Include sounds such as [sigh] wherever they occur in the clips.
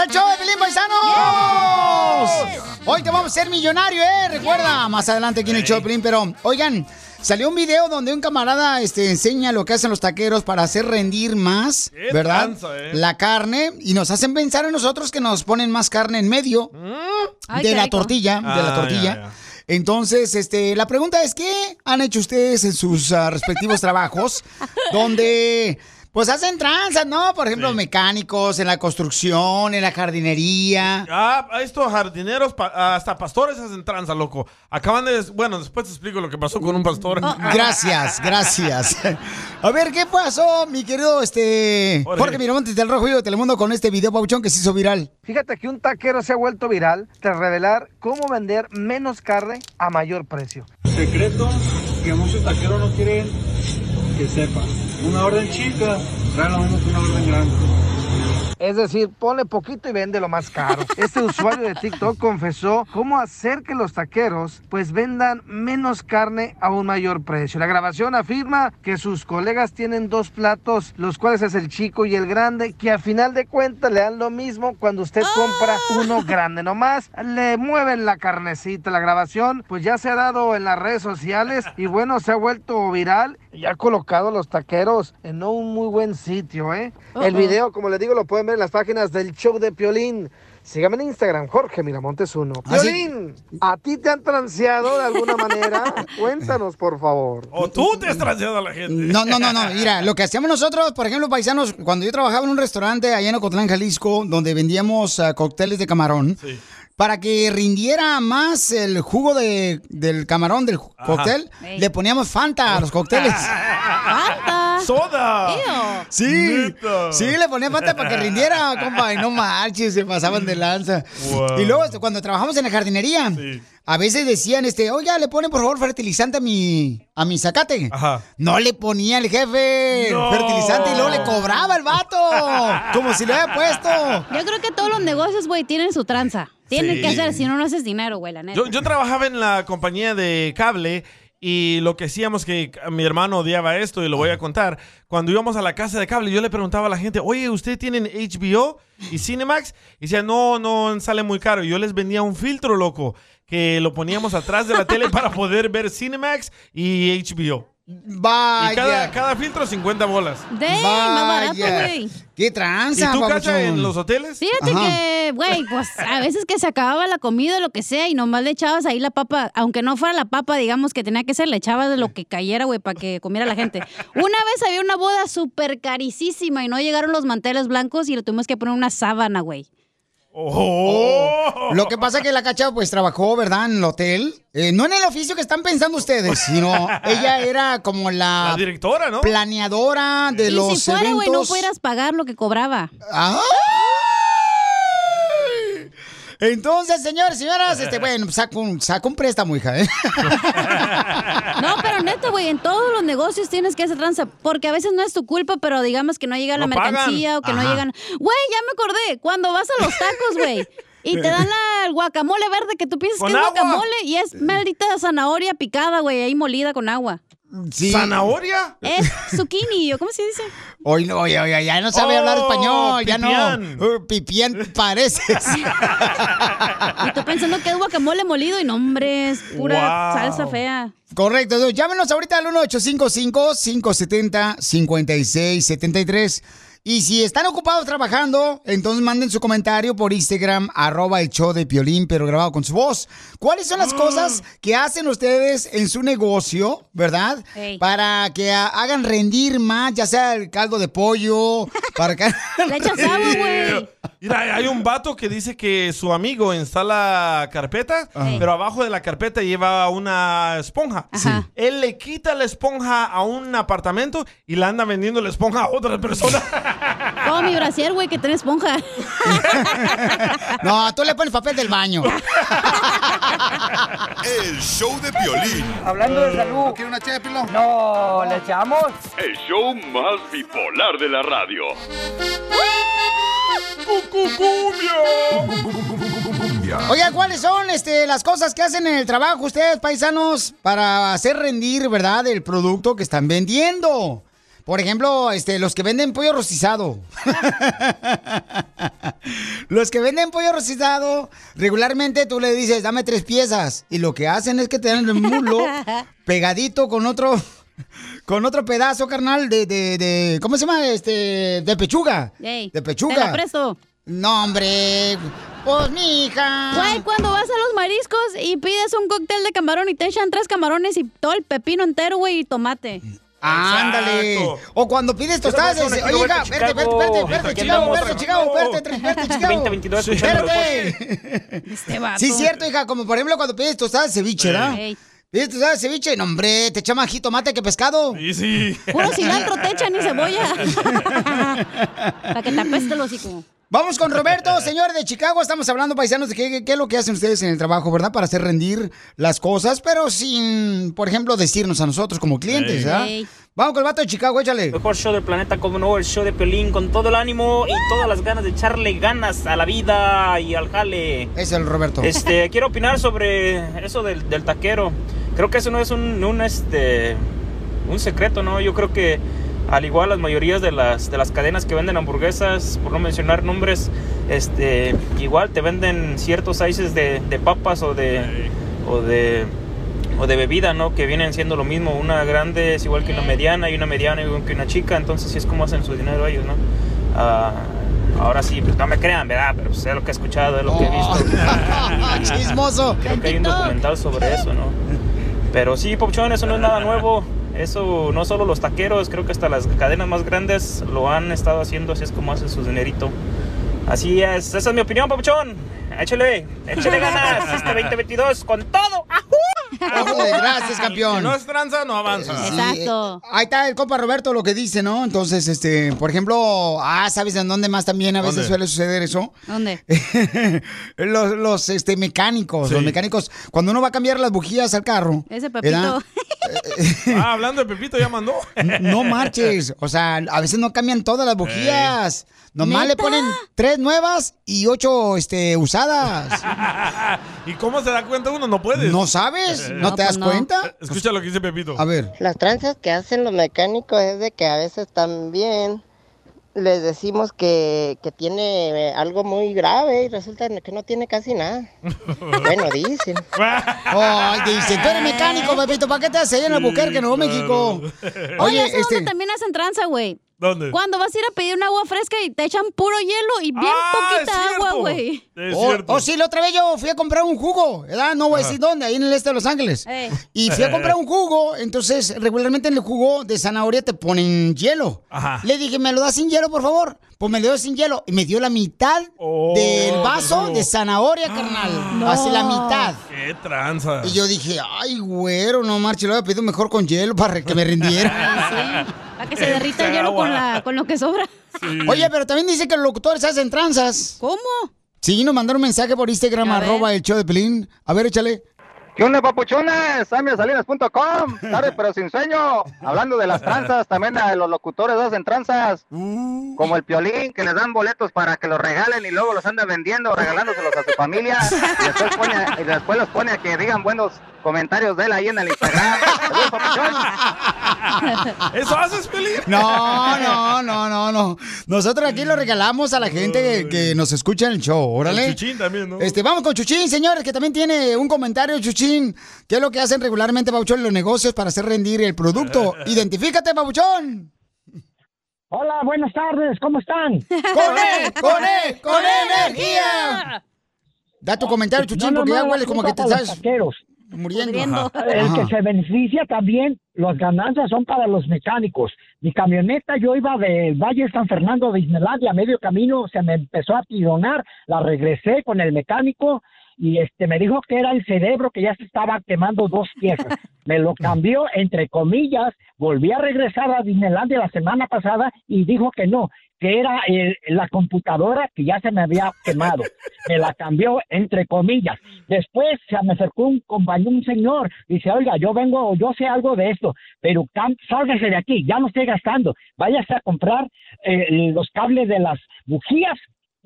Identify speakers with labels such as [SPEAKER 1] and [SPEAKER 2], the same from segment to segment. [SPEAKER 1] al show de Pelín Paisanos. Hoy te vamos a ser millonario, ¿eh? Recuerda, más adelante aquí en el show de Pelín, pero oigan, salió un video donde un camarada este, enseña lo que hacen los taqueros para hacer rendir más,
[SPEAKER 2] Qué
[SPEAKER 1] ¿verdad?
[SPEAKER 2] tranza, ¿eh?
[SPEAKER 1] La carne y nos hacen pensar en nosotros que nos ponen más carne en medio
[SPEAKER 3] Ay,
[SPEAKER 1] Mm. de
[SPEAKER 3] qué
[SPEAKER 1] la
[SPEAKER 3] rico.
[SPEAKER 1] tortilla, de
[SPEAKER 2] Mm. Ah,
[SPEAKER 1] la tortilla.
[SPEAKER 2] ya, ya.
[SPEAKER 1] Entonces, este, la pregunta es qué han hecho ustedes en sus ah, respectivos
[SPEAKER 3] [laughs]
[SPEAKER 1] trabajos donde pues hacen tranzas, ¿no? Por ejemplo, mecánicos en la construcción, en la jardinería.
[SPEAKER 2] Ah, estos jardineros, pa- hasta pastores hacen tranza, loco. Acaban de. Bueno, después te explico lo que pasó con un pastor.
[SPEAKER 1] ah, Gracias, gracias. A ver, ¿qué pasó, mi querido este
[SPEAKER 2] Jorge.
[SPEAKER 1] Jorge Miramontes del Rojo Vivo de Telemundo con este video pauchón que se hizo viral?
[SPEAKER 4] Fíjate que un taquero se ha vuelto viral tras revelar cómo vender menos carne a mayor precio.
[SPEAKER 5] secreto que muchos taqueros no quieren que sepan. Una orden chica trae lo mismo que una orden grande.
[SPEAKER 4] Es decir, ponle poquito y vende lo más caro. Este usuario de TikTok confesó cómo hacer que los taqueros pues vendan menos carne a un mayor precio. La grabación afirma que sus colegas tienen dos platos, los cuales es el chico y el grande, que a final de cuentas le dan lo mismo cuando usted compra uno grande nomás. Le mueven la carnecita. La grabación pues ya se ha dado en las redes sociales y bueno, se ha vuelto viral y ha colocado a los taqueros en no un muy buen sitio, ¿eh? El
[SPEAKER 3] Uh-oh.
[SPEAKER 4] video video, como les digo, lo pueden ver en las páginas del show de Piolín. Sígame en Instagram, Jorge Miramontes 1.
[SPEAKER 1] Ah, sí.
[SPEAKER 4] Piolín, ¿a ti te han transeado de alguna manera?
[SPEAKER 2] [laughs]
[SPEAKER 4] Cuéntanos, por favor.
[SPEAKER 2] O tú te has transeado a la gente.
[SPEAKER 1] No, no, no, no. Mira, lo que hacíamos nosotros, por ejemplo, paisanos, cuando yo trabajaba en un restaurante allá en Ocotlán, Jalisco, donde vendíamos ah, cócteles de camarón,
[SPEAKER 2] Sí.
[SPEAKER 1] para que rindiera más el jugo de- del camarón del ju-
[SPEAKER 2] Ajá.
[SPEAKER 1] cóctel,
[SPEAKER 3] Ey.
[SPEAKER 1] le poníamos Fanta a los cócteles.
[SPEAKER 2] [laughs]
[SPEAKER 1] Ah.
[SPEAKER 3] ¡Basta!
[SPEAKER 2] ¡Soda!
[SPEAKER 3] Tío.
[SPEAKER 1] Sí,
[SPEAKER 2] Neta.
[SPEAKER 1] sí, le ponía Fanta para que rindiera, compa, y no marches, se pasaban de lanza.
[SPEAKER 2] Wow.
[SPEAKER 1] Y luego, este, cuando trabajamos en la jardinería,
[SPEAKER 2] Sí.
[SPEAKER 1] a veces decían, este, oiga, le ponen por favor fertilizante a mi, a mi zacate.
[SPEAKER 2] Ajá.
[SPEAKER 1] No le ponía el jefe
[SPEAKER 2] No.
[SPEAKER 1] fertilizante y luego le cobraba el vato, como si lo había puesto.
[SPEAKER 3] [laughs] Yo creo que todos los negocios, güey, tienen su tranza. Tienen
[SPEAKER 2] Sí.
[SPEAKER 3] que hacer, si no, no haces dinero, güey, la neta.
[SPEAKER 2] Yo, yo trabajaba en la compañía de cable y lo que hacíamos que c- mi hermano odiaba esto y lo voy a contar. Cuando íbamos a la casa de cable, yo le preguntaba a la gente, oye, ¿ustedes tienen HBO y Cinemax? Y decía, no, no, sale muy caro. Y yo les vendía un filtro, loco, que lo poníamos atrás de la
[SPEAKER 1] [laughs]
[SPEAKER 2] tele para poder ver Cinemax y HBO.
[SPEAKER 1] Vaya.
[SPEAKER 2] Y cada, cada filtro 50 bolas.
[SPEAKER 3] Dang, más barato,
[SPEAKER 1] vaya.
[SPEAKER 3] güey.
[SPEAKER 1] Qué
[SPEAKER 2] ¿Y
[SPEAKER 1] tranza,
[SPEAKER 2] tú,
[SPEAKER 1] babuchón.
[SPEAKER 2] Cacha, en los hoteles?
[SPEAKER 3] Fíjate
[SPEAKER 1] Ajá.
[SPEAKER 3] que, güey, pues a veces que se acababa la comida, lo que sea, y nomás le echabas ahí la papa, aunque no fuera la papa, digamos que tenía que ser, le echabas de lo que cayera, güey, para que comiera la gente. Una vez había una boda súper caricísima y no llegaron los manteles blancos y le tuvimos que poner una sábana, güey.
[SPEAKER 2] ¡Oh!
[SPEAKER 1] Lo que pasa es que la cacha pues trabajó, ¿verdad? En el hotel. Eh, no en el oficio que están pensando ustedes,
[SPEAKER 2] [laughs]
[SPEAKER 1] sino ella era como
[SPEAKER 2] La
[SPEAKER 1] la
[SPEAKER 2] directora, ¿no?
[SPEAKER 1] planeadora de
[SPEAKER 3] Y
[SPEAKER 1] los
[SPEAKER 3] si fuera, güey, no
[SPEAKER 1] eventos.
[SPEAKER 3] pudieras pagar lo que cobraba.
[SPEAKER 1] ¡Ay! Entonces, señores, señoras, este, bueno, saca un, saca un préstamo, hija, ¿eh? [laughs]
[SPEAKER 3] No, pero neta, güey, en todos los negocios tienes que hacer tranza, porque a veces no es tu culpa, pero digamos que no llega la
[SPEAKER 2] No pagan.
[SPEAKER 3] mercancía o que no
[SPEAKER 1] Ajá.
[SPEAKER 3] llegan. Güey, ya me acordé, cuando vas a los tacos, güey. Y te dan la- el guacamole verde que tú piensas
[SPEAKER 2] Con
[SPEAKER 3] que es
[SPEAKER 2] agua.
[SPEAKER 3] guacamole y es maldita zanahoria picada, güey, ahí molida con agua.
[SPEAKER 1] Sí.
[SPEAKER 2] ¿Zanahoria?
[SPEAKER 3] Es zucchini, ¿yo cómo se dice?
[SPEAKER 1] Hoy no, oye, oye, ya no sabe
[SPEAKER 2] Oh,
[SPEAKER 1] hablar español, ya
[SPEAKER 2] pipián.
[SPEAKER 1] no. Uh, pipián [laughs] pareces.
[SPEAKER 3] Y tú pensando que es guacamole molido y no, hombre, es pura
[SPEAKER 2] Wow.
[SPEAKER 3] salsa fea.
[SPEAKER 1] Correcto, entonces, llámenos ahorita al 1-855-570-5673. Y si están ocupados trabajando, entonces manden su comentario por Instagram, arroba el show de Piolín, pero grabado con su voz. ¿Cuáles son las
[SPEAKER 3] Ah.
[SPEAKER 1] cosas que hacen ustedes en su negocio, verdad?
[SPEAKER 3] Ey.
[SPEAKER 1] Para que ah, hagan rendir más, ya sea el caldo de pollo, para
[SPEAKER 3] [laughs]
[SPEAKER 1] que...
[SPEAKER 3] Le echas agua, güey.
[SPEAKER 2] [laughs] Mira, hay un vato que dice que su amigo instala carpeta,
[SPEAKER 3] Ajá.
[SPEAKER 2] pero abajo de la carpeta lleva una esponja.
[SPEAKER 3] Ajá.
[SPEAKER 2] Él le quita la esponja a un apartamento y la anda vendiendo la esponja a otra persona.
[SPEAKER 3] Como mi brasier, güey, que tiene esponja.
[SPEAKER 1] [laughs] No, tú le pones papel del baño.
[SPEAKER 3] [laughs]
[SPEAKER 6] El show de violín.
[SPEAKER 4] Hablando de salud. ¿Quiere una No, ¿le echamos?
[SPEAKER 7] El show más bipolar de la radio.
[SPEAKER 1] Oiga, ¿cuáles son este, las cosas que hacen en el trabajo ustedes, paisanos, para hacer rendir, verdad, el producto que están vendiendo? Por ejemplo, este, los que venden pollo rostizado. [laughs] los que venden pollo rostizado, regularmente tú le dices, dame tres piezas. Y lo que hacen es que te dan el muslo pegadito con otro. Con otro pedazo, carnal, de, de, de- ¿cómo se llama? Este, de pechuga.
[SPEAKER 3] Ey,
[SPEAKER 1] de pechuga.
[SPEAKER 3] te la presto.
[SPEAKER 1] No, hombre. Pues, mija.
[SPEAKER 3] Güey, cuando vas a los mariscos y pides un cóctel de camarón y te echan tres camarones y todo el pepino entero, güey, y tomate.
[SPEAKER 1] Ándale. O cuando pides tostadas,
[SPEAKER 3] Esta
[SPEAKER 1] dices,
[SPEAKER 3] persona
[SPEAKER 1] oye,
[SPEAKER 3] quiere
[SPEAKER 1] hija,
[SPEAKER 3] verte
[SPEAKER 1] espérate,
[SPEAKER 3] Chicago.
[SPEAKER 1] espérate, espérate,
[SPEAKER 3] Aquí
[SPEAKER 1] espérate, Chicago,
[SPEAKER 3] andamos,
[SPEAKER 1] espérate,
[SPEAKER 3] aquí
[SPEAKER 1] Chicago,
[SPEAKER 3] andamos.
[SPEAKER 1] espérate, espérate,
[SPEAKER 3] [laughs]
[SPEAKER 1] Chicago.
[SPEAKER 8] 2022,
[SPEAKER 1] espérate.
[SPEAKER 3] Este vato.
[SPEAKER 1] Sí, cierto, hija, como por ejemplo cuando pides tostadas de ceviche, ¿verdad?
[SPEAKER 3] Ey.
[SPEAKER 1] Pides tostadas de ceviche, no, hombre, te echa más jitomate que pescado.
[SPEAKER 2] Sí,
[SPEAKER 1] [laughs]
[SPEAKER 2] sí.
[SPEAKER 3] Puro cilantro te echan y cebolla. Para que te apeste el hocico.
[SPEAKER 1] Vamos con Roberto, señor de Chicago. Estamos hablando, paisanos, de qué, qué- qué es lo que hacen ustedes en el trabajo, ¿verdad? Para hacer rendir las cosas, pero sin, por ejemplo, decirnos a nosotros como clientes,
[SPEAKER 8] Ey.
[SPEAKER 1] ¿verdad?
[SPEAKER 8] Ey.
[SPEAKER 1] Vamos con el vato de Chicago, échale.
[SPEAKER 8] Mejor show del planeta, como no, el show de Piolín con todo el ánimo y todas las ganas de echarle ganas a la vida y al jale.
[SPEAKER 1] Es el Roberto. [laughs]
[SPEAKER 8] Este, quiero opinar sobre eso del, del taquero. Creo que eso no es un, un, este, un secreto, ¿no? Yo creo que al igual las mayorías de las, de las cadenas que venden hamburguesas, por no mencionar nombres, este, igual te venden ciertos sizes de, de papas o de, o de o de bebida, ¿no? Que vienen siendo lo mismo. Una grande es igual que una mediana y una mediana es igual que una chica. Entonces, sí es como hacen su dinero ellos, ¿no? Ah, ahora sí, pues no me crean, ¿verdad? Pero pues, es lo que he escuchado, es lo que he [laughs] visto.
[SPEAKER 1] Chismoso.
[SPEAKER 8] Creo que hay un documental sobre eso, ¿no? Pero sí, Popchón, eso no es nada nuevo. Eso no solo los taqueros, creo que hasta las cadenas más grandes lo han estado haciendo, así es como hacen su dinerito. Así es, esa es mi opinión, Popchón. Échale, échale ganas este 2022 con todo.
[SPEAKER 1] Ándale, gracias, campeón.
[SPEAKER 2] Si no es tranza, no avanza.
[SPEAKER 1] Sí, eh, ahí está el compa Roberto lo que dice, ¿no? Entonces, este, por ejemplo, ah, ¿sabes en dónde más también a veces
[SPEAKER 2] ¿Dónde?
[SPEAKER 1] suele suceder eso? [laughs]
[SPEAKER 3] ¿Dónde?
[SPEAKER 1] los, los, este, mecánicos,
[SPEAKER 2] Sí.
[SPEAKER 1] los mecánicos, cuando uno va a cambiar las bujías al carro.
[SPEAKER 3] Ese
[SPEAKER 1] ¿verdad? Eh,
[SPEAKER 3] papito.
[SPEAKER 2] Ah, hablando de Pepito, ya mandó.
[SPEAKER 1] No marches, o sea, a veces no cambian todas las bujías. Nomás le
[SPEAKER 2] ¿Neta?
[SPEAKER 1] ponen tres nuevas y ocho este, usadas.
[SPEAKER 2] [laughs] ¿Y cómo se da cuenta uno? No puedes. Eh.
[SPEAKER 1] ¿No sabes? ¿No No, te das pues no. cuenta?
[SPEAKER 2] Escucha lo que dice Pepito.
[SPEAKER 1] A ver.
[SPEAKER 9] Las tranzas que hacen los mecánicos es de que a veces también les decimos que, que tiene eh, algo muy grave y resulta que no tiene casi nada. [laughs] Bueno, dicen.
[SPEAKER 1] [laughs] Ay, dice, tú eres mecánico, Pepito, ¿para qué te haces ahí en el Albuquerque, Nuevo México?
[SPEAKER 3] Oye, ¿sabes
[SPEAKER 1] este-
[SPEAKER 3] dónde también hacen tranza, güey?
[SPEAKER 2] ¿Dónde?
[SPEAKER 3] Cuando vas a ir a pedir un agua fresca y te echan puro hielo y bien poquita agua, güey.
[SPEAKER 1] O- O Oh, sí, la otra vez yo fui a comprar un jugo, ¿verdad? No voy a decir dónde, ahí en el este de Los Ángeles.
[SPEAKER 3] Ey.
[SPEAKER 2] [laughs]
[SPEAKER 1] Y fui a comprar un jugo, entonces regularmente en el jugo de zanahoria te ponen hielo.
[SPEAKER 2] Ajá.
[SPEAKER 1] Le dije, ¿me lo das sin hielo, por favor? Pues me lo dio sin hielo y me dio la mitad
[SPEAKER 2] Oh,
[SPEAKER 1] del vaso de zanahoria, carnal.
[SPEAKER 2] Ah. No.
[SPEAKER 1] Así la mitad.
[SPEAKER 2] ¡Qué tranza!
[SPEAKER 1] Y yo dije, ay, güero, no marche, lo había pedido mejor con hielo para que me rindiera.
[SPEAKER 2] [laughs]
[SPEAKER 1] [laughs]
[SPEAKER 3] Para que se derrita el hielo con, la, con lo que sobra. [laughs]
[SPEAKER 1] Oye, pero también dice que los locutores hacen tranzas.
[SPEAKER 3] ¿Cómo?
[SPEAKER 1] Sí, nos mandaron un mensaje por Instagram,
[SPEAKER 10] A ver.
[SPEAKER 1] arroba el show de Pelín. A ver, échale.
[SPEAKER 10] ¿Qué onda, papuchones? SamiaSalinas.com, tarde pero sin sueño. Hablando de las tranzas, también a los locutores hacen tranzas. Como el piolín, que les dan boletos para que los regalen y luego los andan vendiendo, regalándoselos a su familia. Y después, pone a- y después los pone a que digan buenos comentarios de él ahí en el Instagram. Saludos,
[SPEAKER 11] [laughs]
[SPEAKER 10] papuchón.
[SPEAKER 2] [laughs] ¿Eso haces, Pelín?
[SPEAKER 1] No, no, no, no, no. Nosotros aquí lo regalamos a la gente que, que nos escucha en el show, órale.
[SPEAKER 2] El Chuchín también, ¿no?
[SPEAKER 1] Este, vamos con Chuchín, señores, que también tiene un comentario, Chuchín. ¿Qué es lo que hacen regularmente, Babuchón, en los negocios para hacer rendir el producto? Identifícate, Babuchón.
[SPEAKER 12] Hola, buenas tardes, ¿cómo están?
[SPEAKER 1] ¡Con él, con él, con energía! Da tu comentario, Chuchín,
[SPEAKER 12] No,
[SPEAKER 1] porque
[SPEAKER 12] no,
[SPEAKER 1] ya
[SPEAKER 12] no,
[SPEAKER 1] hueles como que te
[SPEAKER 12] para los
[SPEAKER 1] estás
[SPEAKER 12] taqueros.
[SPEAKER 1] muriendo.
[SPEAKER 12] El
[SPEAKER 1] Ajá.
[SPEAKER 12] que se beneficia también, las ganancias son para los mecánicos. Mi camioneta, yo iba del Valle de San Fernando de Islandia, a medio camino se me empezó a tironar, la regresé con el mecánico y este me dijo que era el cerebro que ya se estaba quemando dos piezas. Me lo cambió, entre comillas, volví a regresar a Disneylandia la semana pasada y dijo que no, que era el- la computadora que ya se me había quemado. Me la cambió, entre comillas. Después se me acercó un compañero, un señor, dice, oiga, yo vengo, yo sé algo de esto, pero cam- sálgase de aquí, ya no esté gastando, váyase a comprar eh, los cables de las bujías.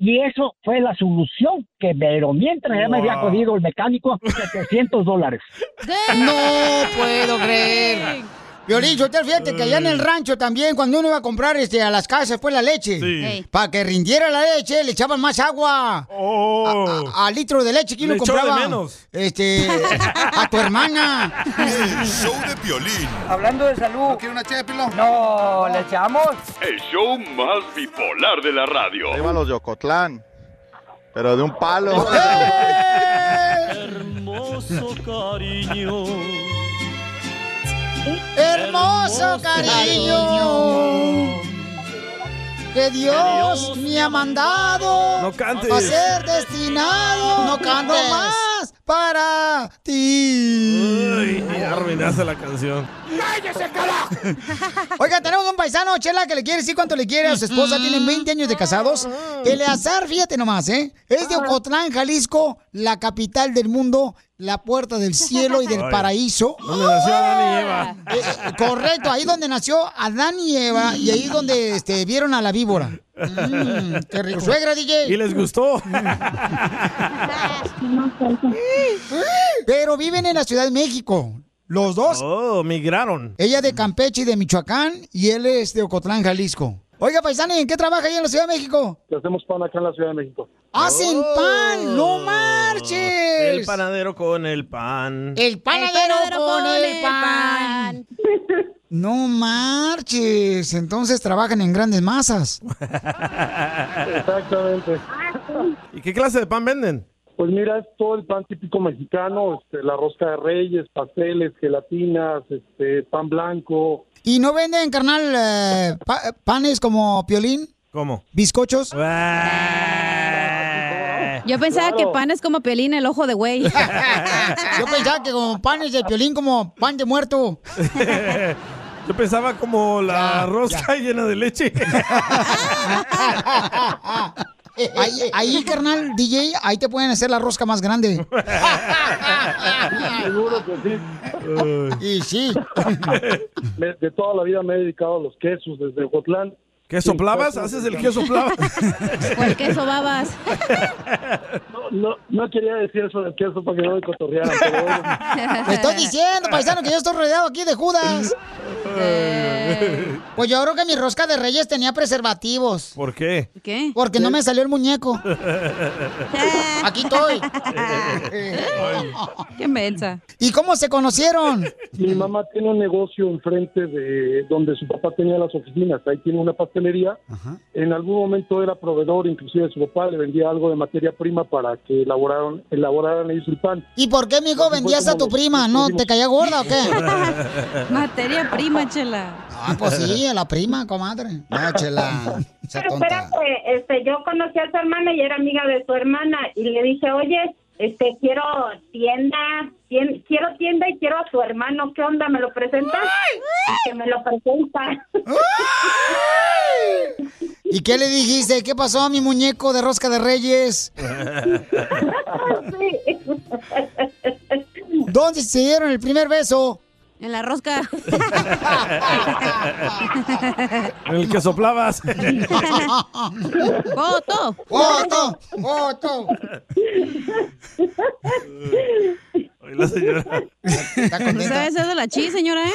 [SPEAKER 12] Y eso fue la solución que, pero mientras ya me había
[SPEAKER 2] Wow. [laughs]
[SPEAKER 12] jodido el mecánico, 700 dólares.
[SPEAKER 1] No puedo creer. Violín, yo te fíjate que allá en el rancho también, cuando uno iba a comprar este, a las casas, fue la leche.
[SPEAKER 2] Sí.
[SPEAKER 1] Para que rindiera la leche, le echaban más agua. A- a- Al litro de leche que uno
[SPEAKER 2] Oh. Le echó de
[SPEAKER 1] compraba.
[SPEAKER 2] menos.
[SPEAKER 1] Este, a tu
[SPEAKER 2] [laughs]
[SPEAKER 1] hermana.
[SPEAKER 6] El show de Piolín.
[SPEAKER 11] Hablando de salud. ¿Quiere una No, ¿le echamos?
[SPEAKER 7] El show más bipolar de la radio.
[SPEAKER 13] Ahí van los de Ocotlán, pero de un palo.
[SPEAKER 6] ¡Eh!
[SPEAKER 14] Hermoso cariño.
[SPEAKER 1] Hermoso cariño. Que Dios me ha mandado
[SPEAKER 2] No cantes.
[SPEAKER 1] a ser destinado
[SPEAKER 2] No cantes.
[SPEAKER 1] más para ti.
[SPEAKER 2] Ay, arruinaste la canción.
[SPEAKER 1] Oiga, tenemos un paisano, Chela, que le quiere decir cuánto le quiere a su esposa. Tienen 20 años de casados. Eleazar, fíjate nomás, ¿eh? Es de Ocotlán, Jalisco, la capital del mundo, la puerta del cielo y del
[SPEAKER 2] Ay.
[SPEAKER 1] paraíso.
[SPEAKER 2] ¿Dónde nació Adán y
[SPEAKER 1] Eh, eh, correcto, ahí donde nació Adán y Eva y ahí donde este, vieron a la víbora. Mm, qué rico. Suegra, DJ.
[SPEAKER 2] Y les gustó.
[SPEAKER 1] Pero viven en la Ciudad de México. Los dos.
[SPEAKER 2] Oh, migraron.
[SPEAKER 1] Ella de Campeche y de Michoacán y él es de Ocotlán, Jalisco. Oiga, paisano, ¿y en qué trabaja ahí en la Ciudad de México?
[SPEAKER 15] que hacemos pan acá en la Ciudad de México.
[SPEAKER 1] ¡Hacen pan! ¡No marches!
[SPEAKER 2] Oh. El panadero con el pan.
[SPEAKER 1] El panadero
[SPEAKER 3] panadero
[SPEAKER 1] con
[SPEAKER 3] con
[SPEAKER 1] el
[SPEAKER 3] el
[SPEAKER 1] pan. [laughs] No marches. Entonces trabajan en grandes masas.
[SPEAKER 15] Exactamente.
[SPEAKER 2] ¿Y qué clase de pan venden?
[SPEAKER 15] Pues mira, es todo el pan típico mexicano, este, la rosca de reyes, pasteles, gelatinas, este,
[SPEAKER 1] [laughs]
[SPEAKER 15] pan blanco.
[SPEAKER 1] ¿Y no venden, carnal, eh, pa- panes como piolín?
[SPEAKER 2] ¿Cómo?
[SPEAKER 1] ¿Bizcochos?
[SPEAKER 3] Yo pensaba
[SPEAKER 1] Claro.
[SPEAKER 3] que pan es como pelín el ojo de güey.
[SPEAKER 1] [laughs] Yo pensaba que como panes de piolín, como pan de muerto.
[SPEAKER 2] [laughs] Yo pensaba como la rosca [laughs] llena de
[SPEAKER 1] [laughs]
[SPEAKER 2] leche.
[SPEAKER 1] Ahí, ahí, carnal, DJ, ahí te pueden hacer la rosca más grande.
[SPEAKER 15] Seguro que sí.
[SPEAKER 1] Y sí.
[SPEAKER 15] Me- de toda la vida me he dedicado a los quesos desde Ocotlán.
[SPEAKER 2] ¿Queso
[SPEAKER 15] Sí,
[SPEAKER 2] plavas?
[SPEAKER 15] quesos
[SPEAKER 2] ¿Haces el
[SPEAKER 15] mexicanos.
[SPEAKER 2] queso plavas?
[SPEAKER 3] O el queso babas.
[SPEAKER 15] [laughs] No, no, no quería decir eso del queso para que no me cotorrearan, pero bueno.
[SPEAKER 1] Te estoy diciendo, paisano, que yo estoy rodeado aquí de Judas. Pues yo creo que mi rosca de reyes tenía preservativos.
[SPEAKER 2] ¿Por
[SPEAKER 1] [laughs]
[SPEAKER 2] qué?
[SPEAKER 1] ¿Qué? Porque no me salió el muñeco. Aquí estoy.
[SPEAKER 3] Ah. [laughs] Qué mensa.
[SPEAKER 1] ¿Y cómo se conocieron?
[SPEAKER 15] Mi mamá tiene un negocio enfrente de donde su papá tenía las oficinas. Ahí tiene una pastelería. En algún momento era proveedor, inclusive su papá le vendía algo de materia prima para que elaboraron, elaboraran ellos el pan.
[SPEAKER 1] ¿Y por qué, mijo, vendías a tu prima? ¿No te caía gorda o qué?
[SPEAKER 3] Materia prima, chela.
[SPEAKER 1] Ah, pues sí, a la prima, comadre. No,
[SPEAKER 3] [laughs]
[SPEAKER 1] chela. sea
[SPEAKER 16] Pero
[SPEAKER 1] tonta.
[SPEAKER 16] espérate, este, yo conocí a su hermana y era amiga de su hermana y le dije, oye, este, quiero tienda, tien- quiero tienda y quiero a su hermano, ¿qué onda? ¿Me lo presentas? Y Que me lo presenta.
[SPEAKER 1] ¿Y qué le dijiste? ¿Qué pasó a mi muñeco de rosca de reyes? [laughs] ¿Dónde se dieron el primer beso?
[SPEAKER 3] [laughs] En la rosca.
[SPEAKER 2] El queso
[SPEAKER 1] [laughs]
[SPEAKER 2] plavas.
[SPEAKER 3] ¡Foto!
[SPEAKER 1] ¡Foto! ¡Foto!
[SPEAKER 2] Ay, la señora.
[SPEAKER 3] ¿No sabes eso de la chi, señora, eh?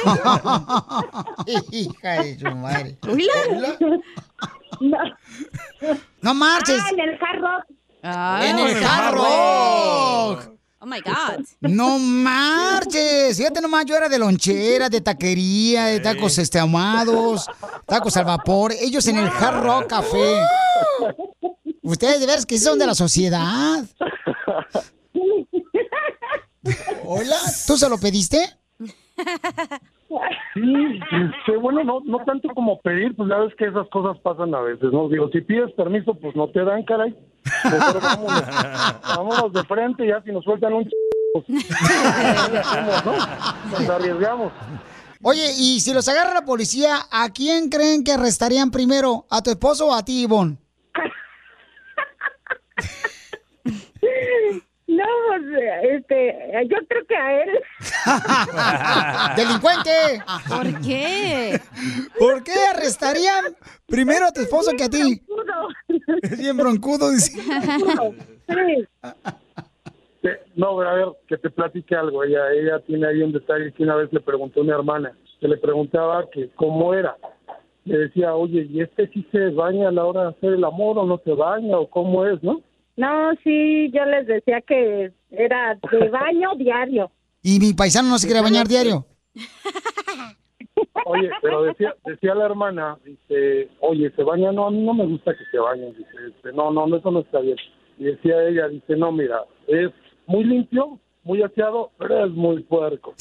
[SPEAKER 1] [laughs] Hija de su madre.
[SPEAKER 3] Oíla.
[SPEAKER 16] No.
[SPEAKER 1] No
[SPEAKER 16] Ah,
[SPEAKER 1] marches.
[SPEAKER 16] en el hard rock.
[SPEAKER 1] en el Hard Rock.
[SPEAKER 3] Ah, Oh my God.
[SPEAKER 1] No marches. Fíjate nomás, yo era de lonchera, de taquería, de tacos este, ahumados, tacos al vapor. Ellos en el Hard Rock Café. Ustedes de veras que son de la sociedad.
[SPEAKER 16] [laughs]
[SPEAKER 1] Hola, ¿tú se lo pediste?
[SPEAKER 15] [laughs] Sí, este, bueno, no, no tanto como pedir, pues ya ves que esas cosas pasan a veces, ¿no? Digo, si pides permiso, pues no te dan, caray. Mejor vámonos, vámonos de frente, ya si nos sueltan un ch... pues, ¿cómo, no? Nos arriesgamos.
[SPEAKER 1] Oye, y si los agarra la policía, ¿a quién creen que arrestarían primero? ¿A tu esposo o a ti, Ivonne?
[SPEAKER 16] No, pues, este, yo creo que a él.
[SPEAKER 1] [laughs] ¡Delincuente!
[SPEAKER 3] ¿Por qué?
[SPEAKER 1] ¿Por qué arrestarían primero a tu esposo que a ti?
[SPEAKER 16] Broncudo.
[SPEAKER 1] Es bien broncudo, dice.
[SPEAKER 16] Sí.
[SPEAKER 15] Te, No, a ver, que te platique algo. Ella, ella tiene ahí un detalle que una vez le preguntó a una hermana, que le preguntaba que cómo era. Le decía, oye, ¿y este sí se baña a la hora de hacer el amor o no se baña o cómo es, no?
[SPEAKER 16] No, sí, yo les decía que era de baño diario.
[SPEAKER 1] ¿Y mi paisano no se quiere
[SPEAKER 16] Este,
[SPEAKER 1] bañar diario?
[SPEAKER 15] Oye, pero decía, decía la hermana, dice, oye, se baña, no, a mí no me gusta que se bañen, dice, este, no, no, no, eso no está bien. Y decía ella, dice, no, mira, es muy limpio, muy aseado, pero es muy puerco.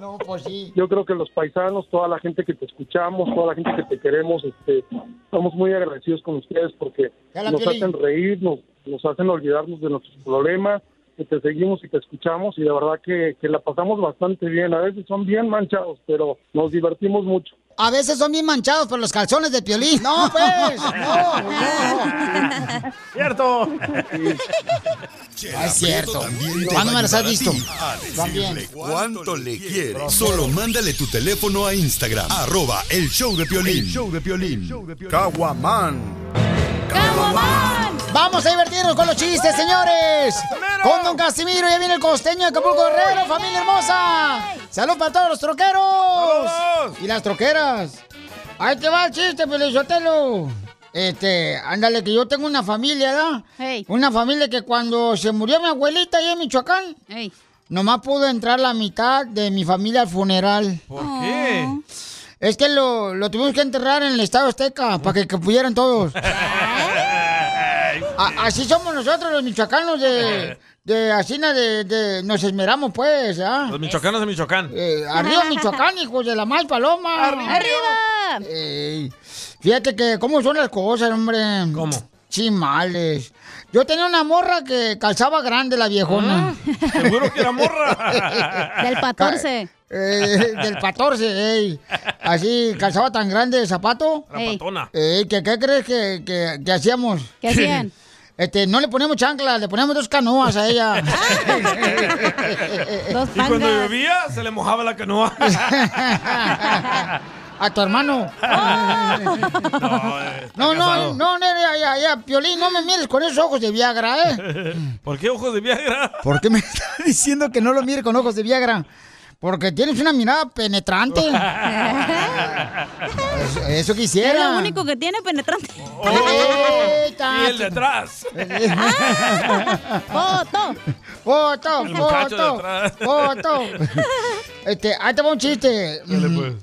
[SPEAKER 1] No, pues sí.
[SPEAKER 15] Yo creo que los paisanos, toda la gente que te escuchamos, toda la gente que te queremos, este, estamos muy agradecidos con ustedes porque
[SPEAKER 1] Jala,
[SPEAKER 15] nos
[SPEAKER 1] Piolín.
[SPEAKER 15] hacen reír, nos, nos hacen olvidarnos de nuestros problemas, que te seguimos y te escuchamos y la verdad que, que la pasamos bastante bien. A veces son bien manchados, pero nos divertimos mucho.
[SPEAKER 1] A veces son bien manchados por los calzones de Piolín. No, pues, no, no.
[SPEAKER 2] Cierto.
[SPEAKER 1] Ah, es cierto.
[SPEAKER 6] También te
[SPEAKER 1] ¿Cuándo
[SPEAKER 6] va
[SPEAKER 1] me
[SPEAKER 6] a
[SPEAKER 1] las has
[SPEAKER 6] ayudar a
[SPEAKER 1] visto?
[SPEAKER 6] ti a decirle
[SPEAKER 1] También.
[SPEAKER 6] cuánto le quieres. Solo mándale tu teléfono a Instagram. Arroba el show de Piolín. show de Piolín. Caguaman.
[SPEAKER 1] Vamos a divertirnos con los chistes, señores. Con Don Casimiro, ya viene el costeño de Acapulco Guerrero, familia hermosa. Salud para todos los troqueros. Y las troqueras. Ahí te va el chiste, Pelizotelo. Este, ándale, que yo tengo una familia, ¿verdad? Una familia que cuando se murió mi abuelita allá en Michoacán, nomás pudo entrar la mitad de mi familia al funeral.
[SPEAKER 2] ¿Por qué?
[SPEAKER 1] Es que lo, lo tuvimos que enterrar en el estado Azteca para que, que pudieran todos. A- así somos nosotros los michoacanos de, de Asina, de, de- nos esmeramos pues,
[SPEAKER 2] [laughs]
[SPEAKER 1] ¿ah?
[SPEAKER 2] Los michoacanos de Michoacán.
[SPEAKER 1] Eh,
[SPEAKER 3] [laughs]
[SPEAKER 1] Arriba Michoacán, hijos de la mal paloma. [laughs]
[SPEAKER 3] ¡Arriba!
[SPEAKER 1] Ey, fíjate que cómo son las cosas, hombre. ¿Cómo? Chimales. Yo tenía una morra que calzaba grande la viejona.
[SPEAKER 2] Seguro que era
[SPEAKER 17] Ah,
[SPEAKER 1] [laughs]
[SPEAKER 2] morra.
[SPEAKER 1] Del 14. Eh, del 14, ey. Así, calzaba tan grande el zapato.
[SPEAKER 2] Era Ey. patona.
[SPEAKER 1] Ey, ¿que ¿qué, crees que, que- que hacíamos?
[SPEAKER 3] ¿Qué hacían?
[SPEAKER 1] [laughs] Este, no le poníamos chanclas, le poníamos dos canoas a ella.
[SPEAKER 2] y cuando llovía, se le mojaba la
[SPEAKER 3] [laughs]
[SPEAKER 2] canoa.
[SPEAKER 1] a tu hermano.
[SPEAKER 2] [laughs]
[SPEAKER 3] Ah,
[SPEAKER 1] No, no,
[SPEAKER 2] casado.
[SPEAKER 1] no, no, ya, ya, ya, Piolín, no me mires con esos ojos de Viagra,
[SPEAKER 2] [laughs]
[SPEAKER 1] ¿eh?
[SPEAKER 2] ¿Por qué ojos de Viagra?
[SPEAKER 1] ¿Por qué me estás diciendo que no lo mire con ojos de Viagra? Porque tienes una mirada
[SPEAKER 2] [laughs]
[SPEAKER 1] penetrante. Eso, eso
[SPEAKER 3] Es
[SPEAKER 1] quisiera. Oh.
[SPEAKER 3] lo único que tiene penetrante. [laughs]
[SPEAKER 1] ¡Eta!
[SPEAKER 2] y el de atrás.
[SPEAKER 1] ¡Foto! [laughs] ¡Foto!
[SPEAKER 2] El muchacho de
[SPEAKER 1] ¡Foto!
[SPEAKER 2] atrás. [laughs]
[SPEAKER 1] ¡Foto! Este, ahí te va un chiste.
[SPEAKER 11] pues.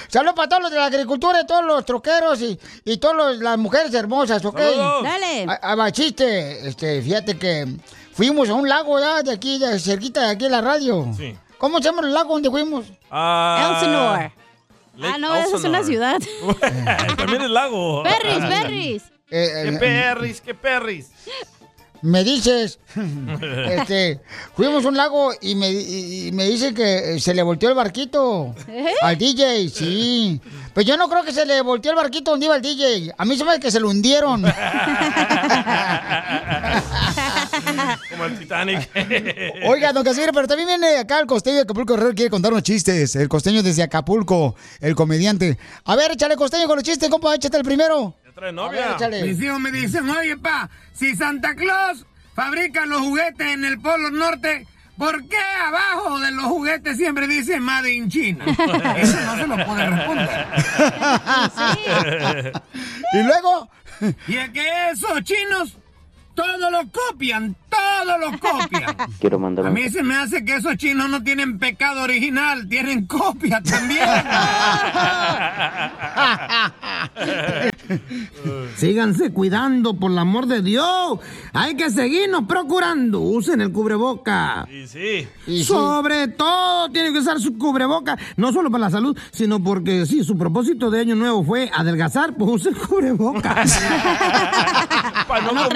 [SPEAKER 1] [laughs] Saludos para todos los de la agricultura y todos los troqueros y, y todas las mujeres hermosas, ¿ok?
[SPEAKER 3] Saludos. Dale.
[SPEAKER 1] Ah, ah, va, chiste. Este, fíjate que fuimos a un lago ya de aquí, de cerquita de aquí de la radio.
[SPEAKER 2] Sí.
[SPEAKER 1] ¿Cómo se llama el lago donde fuimos?
[SPEAKER 2] [laughs] Ah,
[SPEAKER 1] Elsinore.
[SPEAKER 2] Lake
[SPEAKER 3] Ah, no, esa es
[SPEAKER 2] [laughs]
[SPEAKER 3] una
[SPEAKER 2] Elsinore. Eh, También el lago.
[SPEAKER 3] Perris, Perris.
[SPEAKER 1] Eh,
[SPEAKER 2] ¡Qué
[SPEAKER 1] eh,
[SPEAKER 2] perris, qué perris!
[SPEAKER 1] me
[SPEAKER 2] [laughs]
[SPEAKER 1] dices, este, fuimos a un lago y me, y- y me dice que se le volteó el
[SPEAKER 3] [laughs]
[SPEAKER 1] barquito
[SPEAKER 3] ¿Eh?
[SPEAKER 1] al DJ, sí. Pues yo no creo que se le volteó el barquito donde iba el DJ. A mí se me hace que se lo hundieron. [laughs]
[SPEAKER 2] Como el Titanic.
[SPEAKER 1] Oiga, don Casimiro, pero también viene acá el costeño de Acapulco Herrero, quiere contar unos chistes. El costeño desde Acapulco, el comediante. A ver, échale costeño con los chistes, compa, échate el primero.
[SPEAKER 2] Trae
[SPEAKER 1] A ver, échale.
[SPEAKER 11] Mis hijos me dicen, oye, pa, si Santa Claus fabrica los juguetes en el Polo Norte, ¿por qué abajo de los juguetes siempre dice Made in China?
[SPEAKER 2] [laughs]
[SPEAKER 11] Eso no se lo puede responder.
[SPEAKER 1] Y luego...
[SPEAKER 11] Y es que esos chinos, todo lo copian, todo lo copian.
[SPEAKER 1] [laughs]
[SPEAKER 18] Quiero mandar
[SPEAKER 11] A
[SPEAKER 18] un...
[SPEAKER 11] mí se me hace que esos chinos no tienen pecado original, tienen copia también. [laughs] Síganse cuidando, por el amor de Dios. Hay que seguirnos procurando. Usen el cubreboca.
[SPEAKER 2] [laughs] Y sí.
[SPEAKER 11] Sobre todo tienen que usar su cubreboca, no solo para la salud, sino porque si su propósito de año nuevo fue adelgazar, pues usen el cubreboca.
[SPEAKER 1] Ah,
[SPEAKER 2] Para no,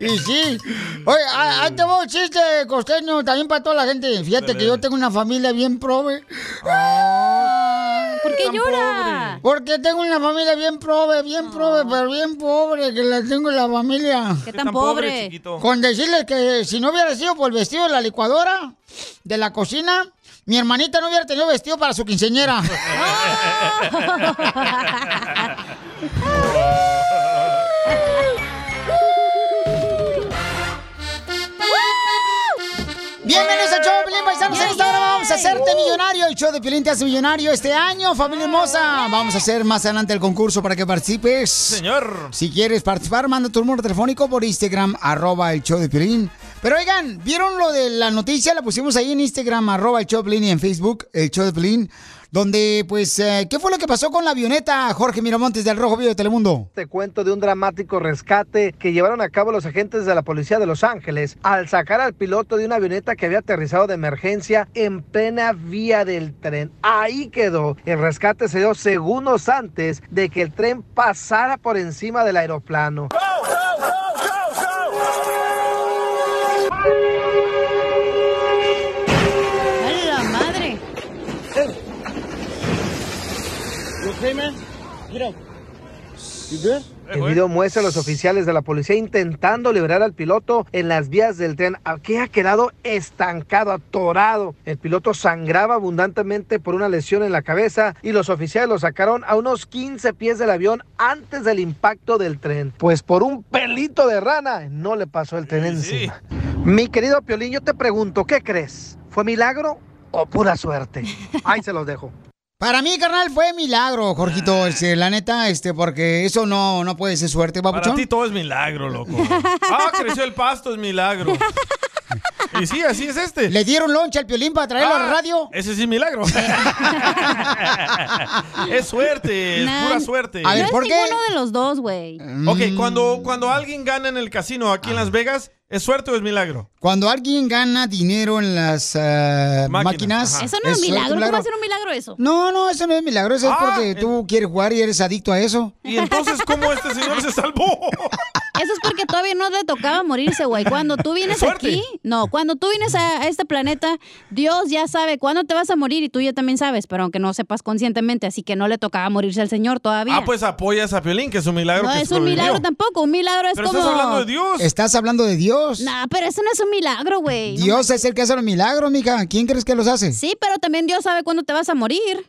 [SPEAKER 2] [laughs]
[SPEAKER 1] [laughs] Y sí. Oye, a- ahí te va un chiste costeño también para toda la gente. Fíjate
[SPEAKER 3] Dale,
[SPEAKER 1] que yo tengo una familia bien prove.
[SPEAKER 3] ¿Por qué Ah, tan llora?
[SPEAKER 1] Porque tengo una familia bien prove, bien prove, pero bien pobre, que la tengo la familia.
[SPEAKER 3] ¿Qué tan tan pobre, pobre? chiquito?
[SPEAKER 1] Con decirles que si no hubiera sido por el vestido de la licuadora, de la cocina, mi
[SPEAKER 3] [laughs]
[SPEAKER 1] hermanita no hubiera tenido vestido para su quinceñera. Bienvenidos al show de Pelín Paisanos. En esta hora vamos a hacerte millonario. El show de Pelín te hace millonario este año, familia hermosa. Vamos a hacer más adelante el concurso para que participes.
[SPEAKER 2] Señor.
[SPEAKER 1] Si quieres participar, manda tu número telefónico por Instagram, arroba el show de Pelín. Pero oigan, ¿vieron lo de la noticia? La pusimos ahí en Instagram, arroba el show de Pelín y en Facebook, el show de Pelín. Donde, pues, eh, ¿qué fue lo que pasó con la avioneta, Jorge Miramontes del Rojo Vivo de Telemundo?
[SPEAKER 4] Te cuento de un dramático rescate que llevaron a cabo los agentes de la policía de Los Ángeles al sacar al piloto de una avioneta que había aterrizado de emergencia en plena vía del tren. Ahí quedó. El rescate se dio segundos antes de que el tren pasara por encima del aeroplano.
[SPEAKER 3] ¡A la madre!
[SPEAKER 4] El video muestra a los oficiales de la policía intentando liberar al piloto en las vías del tren, a- que ha quedado estancado, atorado. El piloto sangraba abundantemente por una lesión en la cabeza y los oficiales lo sacaron a unos 15 pies del avión antes del impacto del tren. Pues por un pelito de rana no le pasó el tren encima. Mi querido Piolín, yo te pregunto, ¿qué crees? ¿Fue milagro o pura suerte? Ahí se los dejo.
[SPEAKER 1] Para mí, carnal, fue milagro, Jorgito,
[SPEAKER 2] Ah.
[SPEAKER 1] este, la neta, este, porque eso no, no puede ser suerte,
[SPEAKER 2] Para
[SPEAKER 1] papuchón.
[SPEAKER 2] ti todo es milagro, loco. Ah, creció el pasto, es milagro. Y sí, así es este.
[SPEAKER 1] Le dieron loncha al piolín para traerlo a la
[SPEAKER 2] Ah,
[SPEAKER 1] radio.
[SPEAKER 2] Ese sí es milagro. [laughs] es suerte, es pura suerte.
[SPEAKER 3] no es ninguno de los dos, güey.
[SPEAKER 2] Ok, cuando, cuando alguien gana en el casino aquí en Las Vegas, ¿es suerte o es milagro?
[SPEAKER 1] Cuando alguien gana dinero en las ah, máquinas.
[SPEAKER 3] Eso no es,
[SPEAKER 1] un
[SPEAKER 3] milagro. ¿Cómo va a ser un milagro eso?
[SPEAKER 1] No, no, eso no es milagro. Eso es porque tú quieres jugar y eres adicto a eso.
[SPEAKER 2] Ah, ¿Y entonces cómo este señor se salvó?
[SPEAKER 3] Eso es porque todavía no le tocaba morirse, güey. Cuando tú vienes
[SPEAKER 2] Suerte.
[SPEAKER 3] aquí, no, cuando tú vienes a, a este planeta, Dios ya sabe cuándo te vas a morir y tú ya también sabes, pero aunque no sepas conscientemente, así que no le tocaba morirse al Señor todavía.
[SPEAKER 2] Ah, pues apoyas a Piolín, que es un milagro
[SPEAKER 3] no
[SPEAKER 2] que
[SPEAKER 3] es un milagro tampoco, un milagro [laughs] es
[SPEAKER 2] Pero
[SPEAKER 3] como...
[SPEAKER 2] estás hablando de Dios.
[SPEAKER 1] Estás hablando de Dios.
[SPEAKER 3] Nah, pero eso no es un milagro, güey. No
[SPEAKER 1] Dios es el que hace los milagros, mija. ¿Quién crees que los hace?
[SPEAKER 3] Sí, pero también Dios sabe cuándo te vas a morir.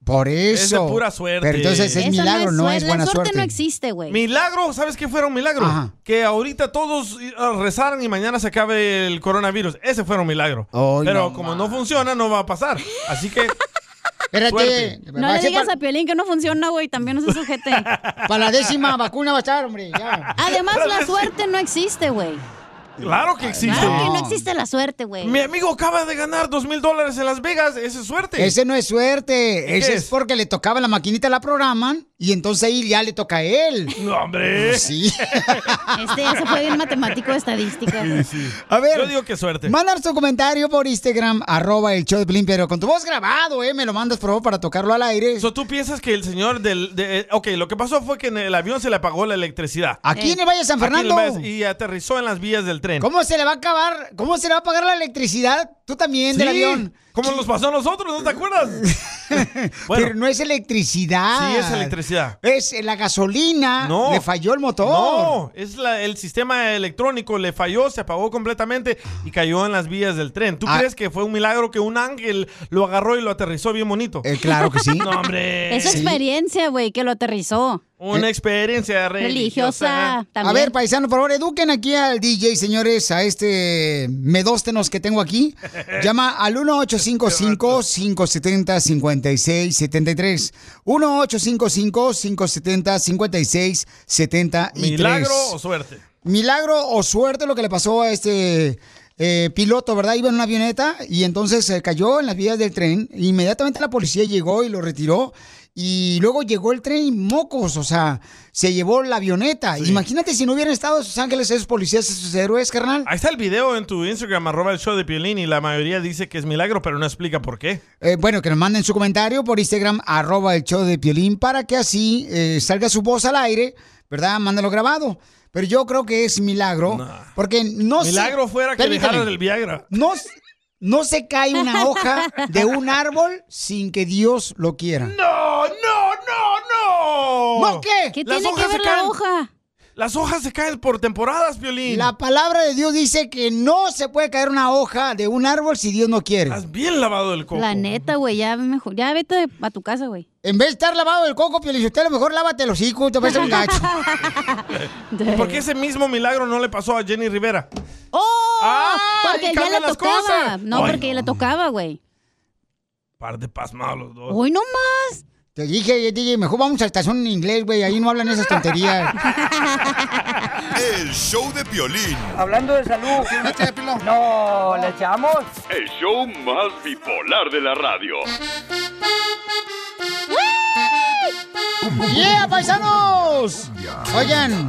[SPEAKER 3] Este
[SPEAKER 1] Por eso.
[SPEAKER 2] Es de pura suerte.
[SPEAKER 1] Pero entonces es
[SPEAKER 2] Eso no
[SPEAKER 1] milagro, no es,
[SPEAKER 3] suerte.
[SPEAKER 1] buena
[SPEAKER 3] La suerte,
[SPEAKER 1] suerte.
[SPEAKER 3] no existe, güey.
[SPEAKER 2] Milagro, ¿sabes qué fuera un milagro? Que ahorita todos eh, rezaran y mañana se acabe el coronavirus. Ese fuera un milagro. Pero
[SPEAKER 1] no
[SPEAKER 2] como no funciona, no va a pasar. Así que.
[SPEAKER 1] [laughs] Espérate.
[SPEAKER 2] suerte.
[SPEAKER 3] No le digas a Piolín que no funciona, güey, también no se sujete.
[SPEAKER 1] [laughs] Para la décima vacuna va a estar, hombre. ya.
[SPEAKER 3] Además, la suerte no existe, güey.
[SPEAKER 2] Claro que existe.
[SPEAKER 3] Claro que no existe la suerte, güey.
[SPEAKER 2] Mi amigo acaba de ganar dos mil dólares en Las Vegas. Esa es suerte.
[SPEAKER 1] Ese no es suerte,
[SPEAKER 2] ¿Qué
[SPEAKER 1] ese
[SPEAKER 2] es?
[SPEAKER 1] es? porque le tocaba la maquinita, la programan y entonces ahí ya le toca a él.
[SPEAKER 2] No, hombre.
[SPEAKER 1] [laughs] Sí.
[SPEAKER 3] Este ya se fue bien matemático estadístico.
[SPEAKER 1] A ver.
[SPEAKER 2] Yo digo que suerte.
[SPEAKER 1] Mándanos tu comentario por Instagram, arroba el show de Piolín, pero con tu voz grabado, ¿eh? Me lo mandas, por favor, para tocarlo al aire.
[SPEAKER 2] So, tú piensas que el señor del. de- eh, ok, lo que pasó fue que en el avión se le apagó la electricidad.
[SPEAKER 1] Aquí en el Valle de San
[SPEAKER 2] Aquí en el
[SPEAKER 1] Fernando.
[SPEAKER 2] Valle- y aterrizó en las vías del tren.
[SPEAKER 1] ¿Cómo se le va a acabar? ¿Cómo se le va a pagar la electricidad? Tú también, del
[SPEAKER 2] Sí,
[SPEAKER 1] avión.
[SPEAKER 2] Como nos pasó a nosotros, ¿no te
[SPEAKER 1] [laughs]
[SPEAKER 2] acuerdas?
[SPEAKER 1] Pero no es electricidad.
[SPEAKER 2] Sí, es electricidad.
[SPEAKER 1] Es la gasolina.
[SPEAKER 2] No.
[SPEAKER 1] Le falló el motor.
[SPEAKER 2] No, es la- el sistema electrónico le falló, se apagó completamente y cayó en las vías del tren. ¿Tú
[SPEAKER 1] Ah.
[SPEAKER 2] crees que fue un milagro que un ángel lo agarró y lo aterrizó bien bonito?
[SPEAKER 1] Eh, claro que sí.
[SPEAKER 2] [laughs] No, hombre.
[SPEAKER 3] Es experiencia, güey, que lo aterrizó. Eh,
[SPEAKER 2] Una experiencia religiosa.
[SPEAKER 3] Religiosa. También.
[SPEAKER 1] A ver, paisano, por favor, eduquen aquí al DJ, señores, a este medóstenos que
[SPEAKER 2] [laughs]
[SPEAKER 1] tengo aquí. Llama al 1855-570-5673. 1855-570-5673.
[SPEAKER 2] ¿Milagro o suerte?
[SPEAKER 1] Milagro o suerte lo que le pasó a este eh, piloto, ¿verdad? Iba en una avioneta y entonces eh, cayó en las vías del tren. Inmediatamente la policía llegó y lo retiró. Y luego llegó el tren y mocos, o sea, se llevó la avioneta. Imagínate si no hubieran estado esos ángeles, esos policías, esos héroes, carnal.
[SPEAKER 2] Ahí está el video en tu Instagram, arroba el show de Piolín, y la mayoría dice que es milagro, pero no explica por qué.
[SPEAKER 1] Eh, bueno, que nos manden su comentario por Instagram, arroba el show de Piolín, para que así eh, salga su voz al aire, ¿verdad? Mándalo grabado. Pero yo creo que es milagro, porque no sé-
[SPEAKER 2] milagro fuera que
[SPEAKER 1] Permítame.
[SPEAKER 2] dejaran el Viagra.
[SPEAKER 3] [laughs]
[SPEAKER 1] No, s- no se cae [laughs] una hoja de un árbol sin que Dios lo quiera.
[SPEAKER 2] ¡No, no, no, no!
[SPEAKER 1] ¿No qué? ¿Qué tiene que ver la
[SPEAKER 2] caen-
[SPEAKER 1] hoja?
[SPEAKER 2] Las hojas se caen por temporadas, Piolín.
[SPEAKER 1] La palabra de Dios dice que no se puede caer una hoja de un árbol si Dios no quiere.
[SPEAKER 2] Bien lavado el coco.
[SPEAKER 3] La neta, güey, ya mejor, ya vete a tu casa, güey.
[SPEAKER 1] En vez de estar lavado el coco, Piolín, usted a lo mejor lávate los hocico, te vas a un gacho. [laughs]
[SPEAKER 2] ¿Por qué ese mismo milagro no le pasó a Jenny Rivera?
[SPEAKER 3] ¡Oh!
[SPEAKER 2] Ah,
[SPEAKER 3] porque
[SPEAKER 2] ahí
[SPEAKER 3] ya
[SPEAKER 2] cambian
[SPEAKER 3] le
[SPEAKER 2] las
[SPEAKER 3] tocaba.
[SPEAKER 2] cosas.
[SPEAKER 3] No,
[SPEAKER 2] Ay,
[SPEAKER 3] porque le tocaba, güey.
[SPEAKER 2] Par de pasmados los dos.
[SPEAKER 3] Hoy no más.
[SPEAKER 1] Te dije, DJ, mejor vamos a estación en inglés, güey, ahí no hablan esas [laughs] tonterías.
[SPEAKER 6] El show de Piolín.
[SPEAKER 18] Hablando de salud. No, ¿le echamos?
[SPEAKER 7] El show más bipolar de la radio.
[SPEAKER 1] ¡Yeah, paisanos! Oigan,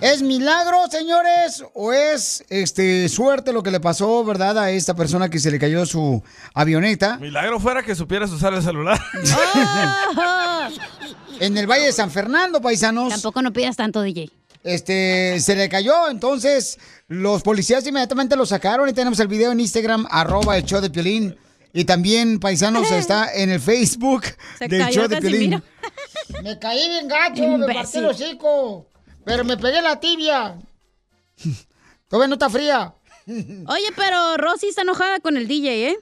[SPEAKER 1] ¿es milagro, señores? ¿O es este suerte lo que le pasó, verdad, a esta persona que se le cayó su avioneta?
[SPEAKER 2] Milagro fuera que supieras usar el
[SPEAKER 1] [laughs]
[SPEAKER 2] celular.
[SPEAKER 1] en el Valle de San Fernando, paisanos.
[SPEAKER 3] Tampoco no pidas tanto, DJ.
[SPEAKER 1] Este, se le cayó, entonces los policías inmediatamente lo sacaron y tenemos el video en Instagram, arroba el show de Piolín. Y también, [laughs] paisanos, está en el Facebook Se del cayó show de Piolín. Casimiro. [laughs] Me caí bien gacho, me partí
[SPEAKER 17] Imbécil.
[SPEAKER 1] el hocico, pero me pegué la tibia. Todavía no está fría.
[SPEAKER 3] Oye, pero Rosy está enojada con el DJ, ¿eh?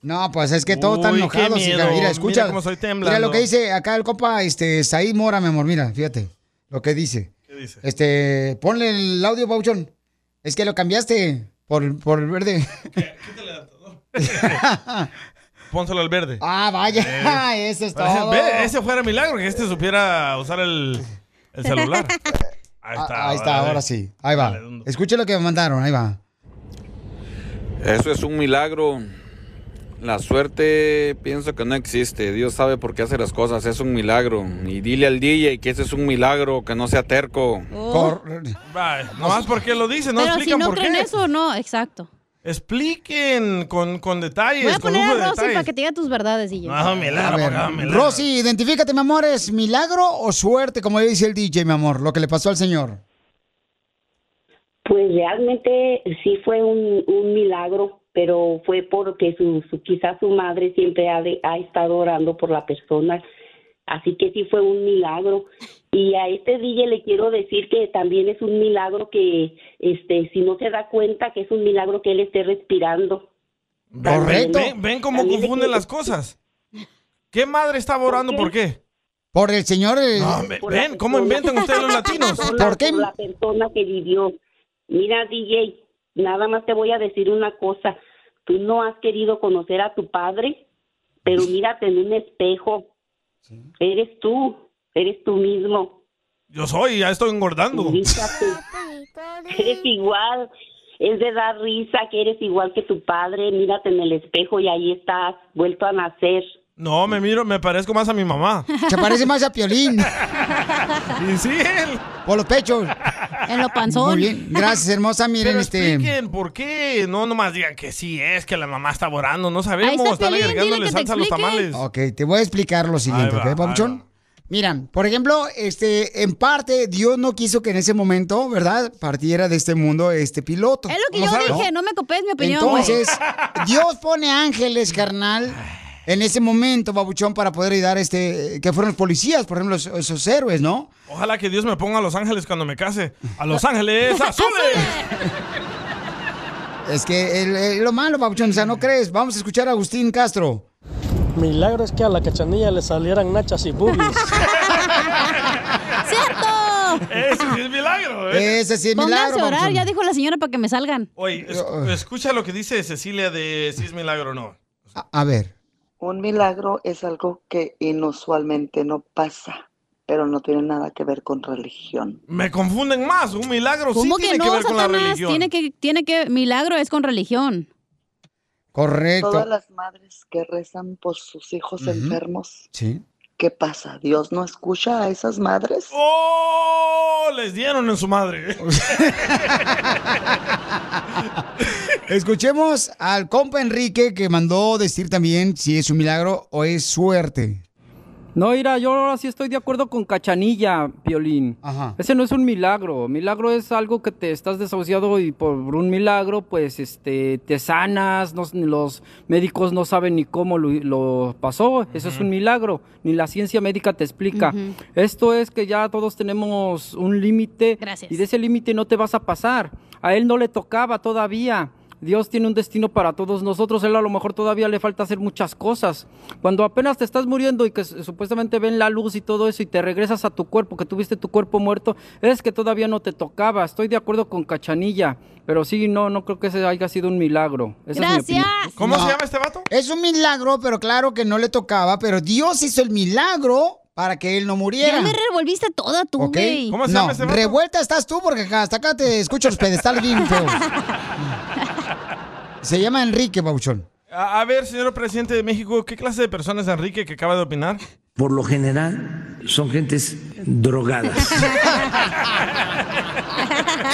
[SPEAKER 1] No, pues es que todos están
[SPEAKER 2] Uy, qué
[SPEAKER 1] enojados. hija.
[SPEAKER 2] miedo.
[SPEAKER 1] Mira,
[SPEAKER 2] Mira
[SPEAKER 1] escucha.
[SPEAKER 2] cómo estoy temblando.
[SPEAKER 1] Mira lo que dice acá el copa, este, Said Mora, mi amor. Mira, fíjate lo que dice.
[SPEAKER 2] ¿Qué dice?
[SPEAKER 1] Este, ponle el audio, Pauchón. Es que lo cambiaste por, por el
[SPEAKER 2] [laughs]
[SPEAKER 1] verde.
[SPEAKER 2] Pónselo al verde.
[SPEAKER 1] [laughs] ah, vaya, eso es
[SPEAKER 2] Parece-
[SPEAKER 1] todo.
[SPEAKER 2] Eh. ve, ese fuera milagro que este supiera usar el, el
[SPEAKER 1] [laughs]
[SPEAKER 2] celular. Ahí
[SPEAKER 1] Ah, Ahí está,
[SPEAKER 2] vale.
[SPEAKER 1] ahora sí. Ahí va. Escucha lo que me mandaron, ahí va.
[SPEAKER 19] Eso es un milagro. La suerte pienso que no existe. Dios sabe por qué hace las cosas. Es un milagro. Y dile al DJ que ese es un milagro, que no sea terco.
[SPEAKER 2] Vale, nomás porque lo dicen, no
[SPEAKER 3] pero
[SPEAKER 2] explican
[SPEAKER 3] si no
[SPEAKER 2] por
[SPEAKER 3] creen
[SPEAKER 2] qué.
[SPEAKER 3] eso, no, exacto.
[SPEAKER 2] Expliquen con, con detalles.
[SPEAKER 3] Voy a
[SPEAKER 2] con
[SPEAKER 3] poner a
[SPEAKER 2] lujo de
[SPEAKER 3] Rosy
[SPEAKER 2] detalles.
[SPEAKER 3] para que te diga tus verdades, DJ.
[SPEAKER 2] No, milagro,
[SPEAKER 1] A ver,
[SPEAKER 2] acá, milagro.
[SPEAKER 1] Rosy, identifícate, mi amor. ¿Es milagro o suerte, como dice el DJ, mi amor? Lo que le pasó al señor.
[SPEAKER 20] Pues realmente sí fue un, un milagro, pero fue porque su, su- quizás su madre siempre ha, de- ha estado orando por la persona, así que sí fue un milagro. Y a este DJ le quiero decir que también es un milagro que, este, si no se da cuenta que es un milagro que él esté respirando.
[SPEAKER 1] Correcto.
[SPEAKER 2] Ven, ven cómo confunden las cosas. ¿Qué madre estaba orando por qué?
[SPEAKER 1] Por el señor. el-
[SPEAKER 2] hombre, ven, ¿cómo inventan
[SPEAKER 20] [laughs]
[SPEAKER 2] ustedes los latinos?
[SPEAKER 20] Por la, por la persona que vivió. Mira, DJ, nada más te voy a decir una cosa. Tú no has querido conocer a tu padre, pero mírate en un espejo. Eres tú, eres tú mismo.
[SPEAKER 2] Yo soy, ya estoy engordando.
[SPEAKER 20] Eres igual. Es de dar risa que eres igual que tu padre. Mírate en el espejo y ahí estás, vuelto a nacer.
[SPEAKER 2] No, me miro, me parezco más a mi mamá.
[SPEAKER 1] Se parece más a Piolín.
[SPEAKER 2] [laughs] Y sí, él.
[SPEAKER 1] Por los pechos.
[SPEAKER 3] En lo panzón.
[SPEAKER 1] Muy bien, gracias, hermosa. Miren,
[SPEAKER 2] Pero
[SPEAKER 1] este.
[SPEAKER 2] expliquen por qué. No nomás digan que sí es, que la mamá está orando. No
[SPEAKER 1] está
[SPEAKER 2] sabemos. Están
[SPEAKER 1] Piolín, dile
[SPEAKER 2] agregándole
[SPEAKER 1] que te
[SPEAKER 2] salsa a los
[SPEAKER 1] explique.
[SPEAKER 2] tamales.
[SPEAKER 1] Ok, te voy a explicar lo siguiente,
[SPEAKER 2] Ahí va,
[SPEAKER 1] ¿ok, Papuchón? Mira, por ejemplo, este, en parte, Dios no quiso que en ese momento, ¿verdad? Partiera de este mundo este piloto.
[SPEAKER 3] Es lo que yo dije, no me copies mi opinión, güey.
[SPEAKER 1] Entonces, Dios pone ángeles, carnal, en ese momento, babuchón, para poder ayudar a este, que fueron los policías, por ejemplo, esos, esos héroes, ¿no?
[SPEAKER 2] Ojalá que Dios me ponga a Los Ángeles cuando me case. ¡A
[SPEAKER 3] [laughs]
[SPEAKER 2] Los Ángeles azules!
[SPEAKER 1] Es que el- el- lo malo, babuchón, o sea, no crees. Vamos a escuchar a Agustín Castro.
[SPEAKER 21] Milagro es que a la cachanilla le salieran nachas y boobies.
[SPEAKER 3] ¡Cierto!
[SPEAKER 2] Ese sí es milagro, ¿eh?
[SPEAKER 1] [laughs] Ese sí
[SPEAKER 3] Pónganse a orar, ya dijo la señora para que me salgan.
[SPEAKER 2] Oye, es-
[SPEAKER 1] eh.
[SPEAKER 2] escucha lo que dice Cecilia de si es milagro o no.
[SPEAKER 1] A ver.
[SPEAKER 22] Un milagro es algo que inusualmente no pasa, pero no tiene nada que ver
[SPEAKER 3] [laughs]
[SPEAKER 22] con religión.
[SPEAKER 2] Me confunden más. Un milagro sí
[SPEAKER 3] ¿Cómo
[SPEAKER 2] tiene
[SPEAKER 3] que no,
[SPEAKER 2] que ver con la
[SPEAKER 3] Satanás?
[SPEAKER 2] religión.
[SPEAKER 3] Tiene que, tiene que, milagro es con religión.
[SPEAKER 1] [laughs] Correcto.
[SPEAKER 22] Todas las madres que rezan por sus hijos
[SPEAKER 1] Ujú.
[SPEAKER 22] enfermos,
[SPEAKER 1] Sí.
[SPEAKER 22] ¿qué pasa? ¿Dios no escucha a esas madres?
[SPEAKER 2] ¡Oh! Les dieron en su madre.
[SPEAKER 1] [laughs] Escuchemos al compa Enrique que mandó decir también si es un milagro o es suerte.
[SPEAKER 5] No, mira, yo ahora sí estoy de acuerdo con Cachanilla, Violín. Ese no es un milagro. Milagro es algo que te estás desahuciado y por un milagro, pues, este, te sanas. no- los médicos no saben ni cómo lo, lo pasó. Eso es un milagro. Ni la ciencia médica te explica.
[SPEAKER 17] Ujú.
[SPEAKER 5] Esto es que ya todos tenemos un límite.
[SPEAKER 17] Gracias.
[SPEAKER 5] Y de ese límite no te vas a pasar. A él no le tocaba todavía. Dios tiene un destino para todos nosotros. Él a lo mejor todavía le falta hacer muchas cosas. Cuando apenas te estás muriendo y que s- supuestamente ven la luz y todo eso y te regresas a tu cuerpo, que tuviste tu cuerpo muerto, es que todavía no te tocaba. Estoy de acuerdo con Cachanilla. Pero sí, no, no creo que ese haya sido un milagro. Esa es mi opinión.
[SPEAKER 1] No.
[SPEAKER 2] este vato?
[SPEAKER 1] Es un milagro, pero claro que no le tocaba, pero Dios hizo el milagro para que él no muriera.
[SPEAKER 3] Ya me revolviste toda tú,
[SPEAKER 1] ¿Ok?
[SPEAKER 3] güey.
[SPEAKER 1] no, Revuelta estás tú porque acá- hasta acá te escucho los pedestales bien feos. Se llama Enrique Bauchón.
[SPEAKER 2] A, a ver, señor presidente de México, ¿qué clase de persona es Enrique que acaba de opinar?
[SPEAKER 23] Por lo general son gentes drogadas.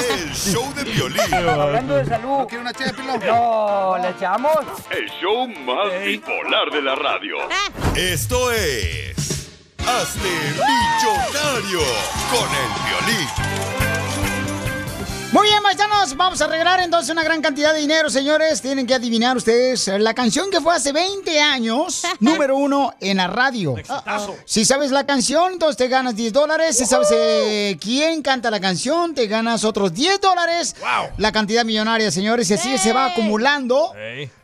[SPEAKER 6] El show de violín.
[SPEAKER 18] Hablando de salud. ¿No una No, ¿le echamos?
[SPEAKER 7] El show más bipolar de la radio.
[SPEAKER 6] Esto es. Hazte millonario con el violín.
[SPEAKER 1] Muy bien, paisanos, vamos a regalar entonces una gran cantidad de dinero, señores. Tienen que adivinar ustedes la canción que fue hace 20 años, número uno en la radio. Si sabes la canción, entonces te ganas 10 dólares. Si sabes eh, quién canta la canción, te ganas otros 10 dólares. La cantidad millonaria, señores. Y así se va acumulando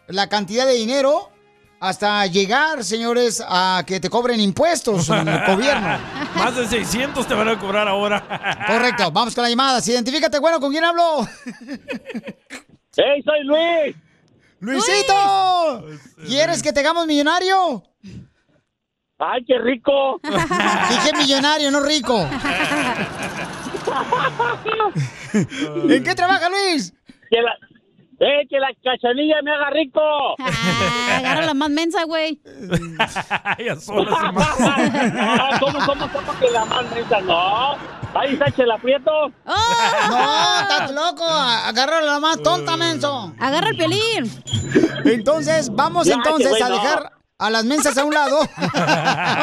[SPEAKER 1] la cantidad de dinero hasta llegar, señores, a que te cobren impuestos el gobierno.
[SPEAKER 2] [laughs] Más de 600 te van a cobrar ahora.
[SPEAKER 1] Correcto, vamos con la llamada. Identifícate, bueno, ¿con quién hablo?
[SPEAKER 24] [laughs] ¡Hey, soy Luis!
[SPEAKER 1] ¡Luisito! ¿Quieres que te hagamos millonario?
[SPEAKER 24] ¡Ay, qué rico!
[SPEAKER 1] [laughs] Dije millonario, no rico. ¿En qué trabaja
[SPEAKER 3] [laughs]
[SPEAKER 1] Luis?
[SPEAKER 24] Que la, eh, que la cachanilla me
[SPEAKER 3] [laughs]
[SPEAKER 24] haga rico.
[SPEAKER 3] Agarra la más mensa, güey.
[SPEAKER 1] ah.
[SPEAKER 2] [laughs]
[SPEAKER 24] Ya sola [laughs] No, ¿cómo, cómo, cómo que la más mensa? No. Ahí está Chelaprieto.
[SPEAKER 1] ¡Oh! No, estás loco. a- Agarra la más tonta, menso. Agarra el pelín. Entonces, vamos
[SPEAKER 3] Ya,
[SPEAKER 1] entonces
[SPEAKER 3] qué
[SPEAKER 1] a
[SPEAKER 3] bueno.
[SPEAKER 1] dejar a las mensas a un lado.
[SPEAKER 3] [laughs]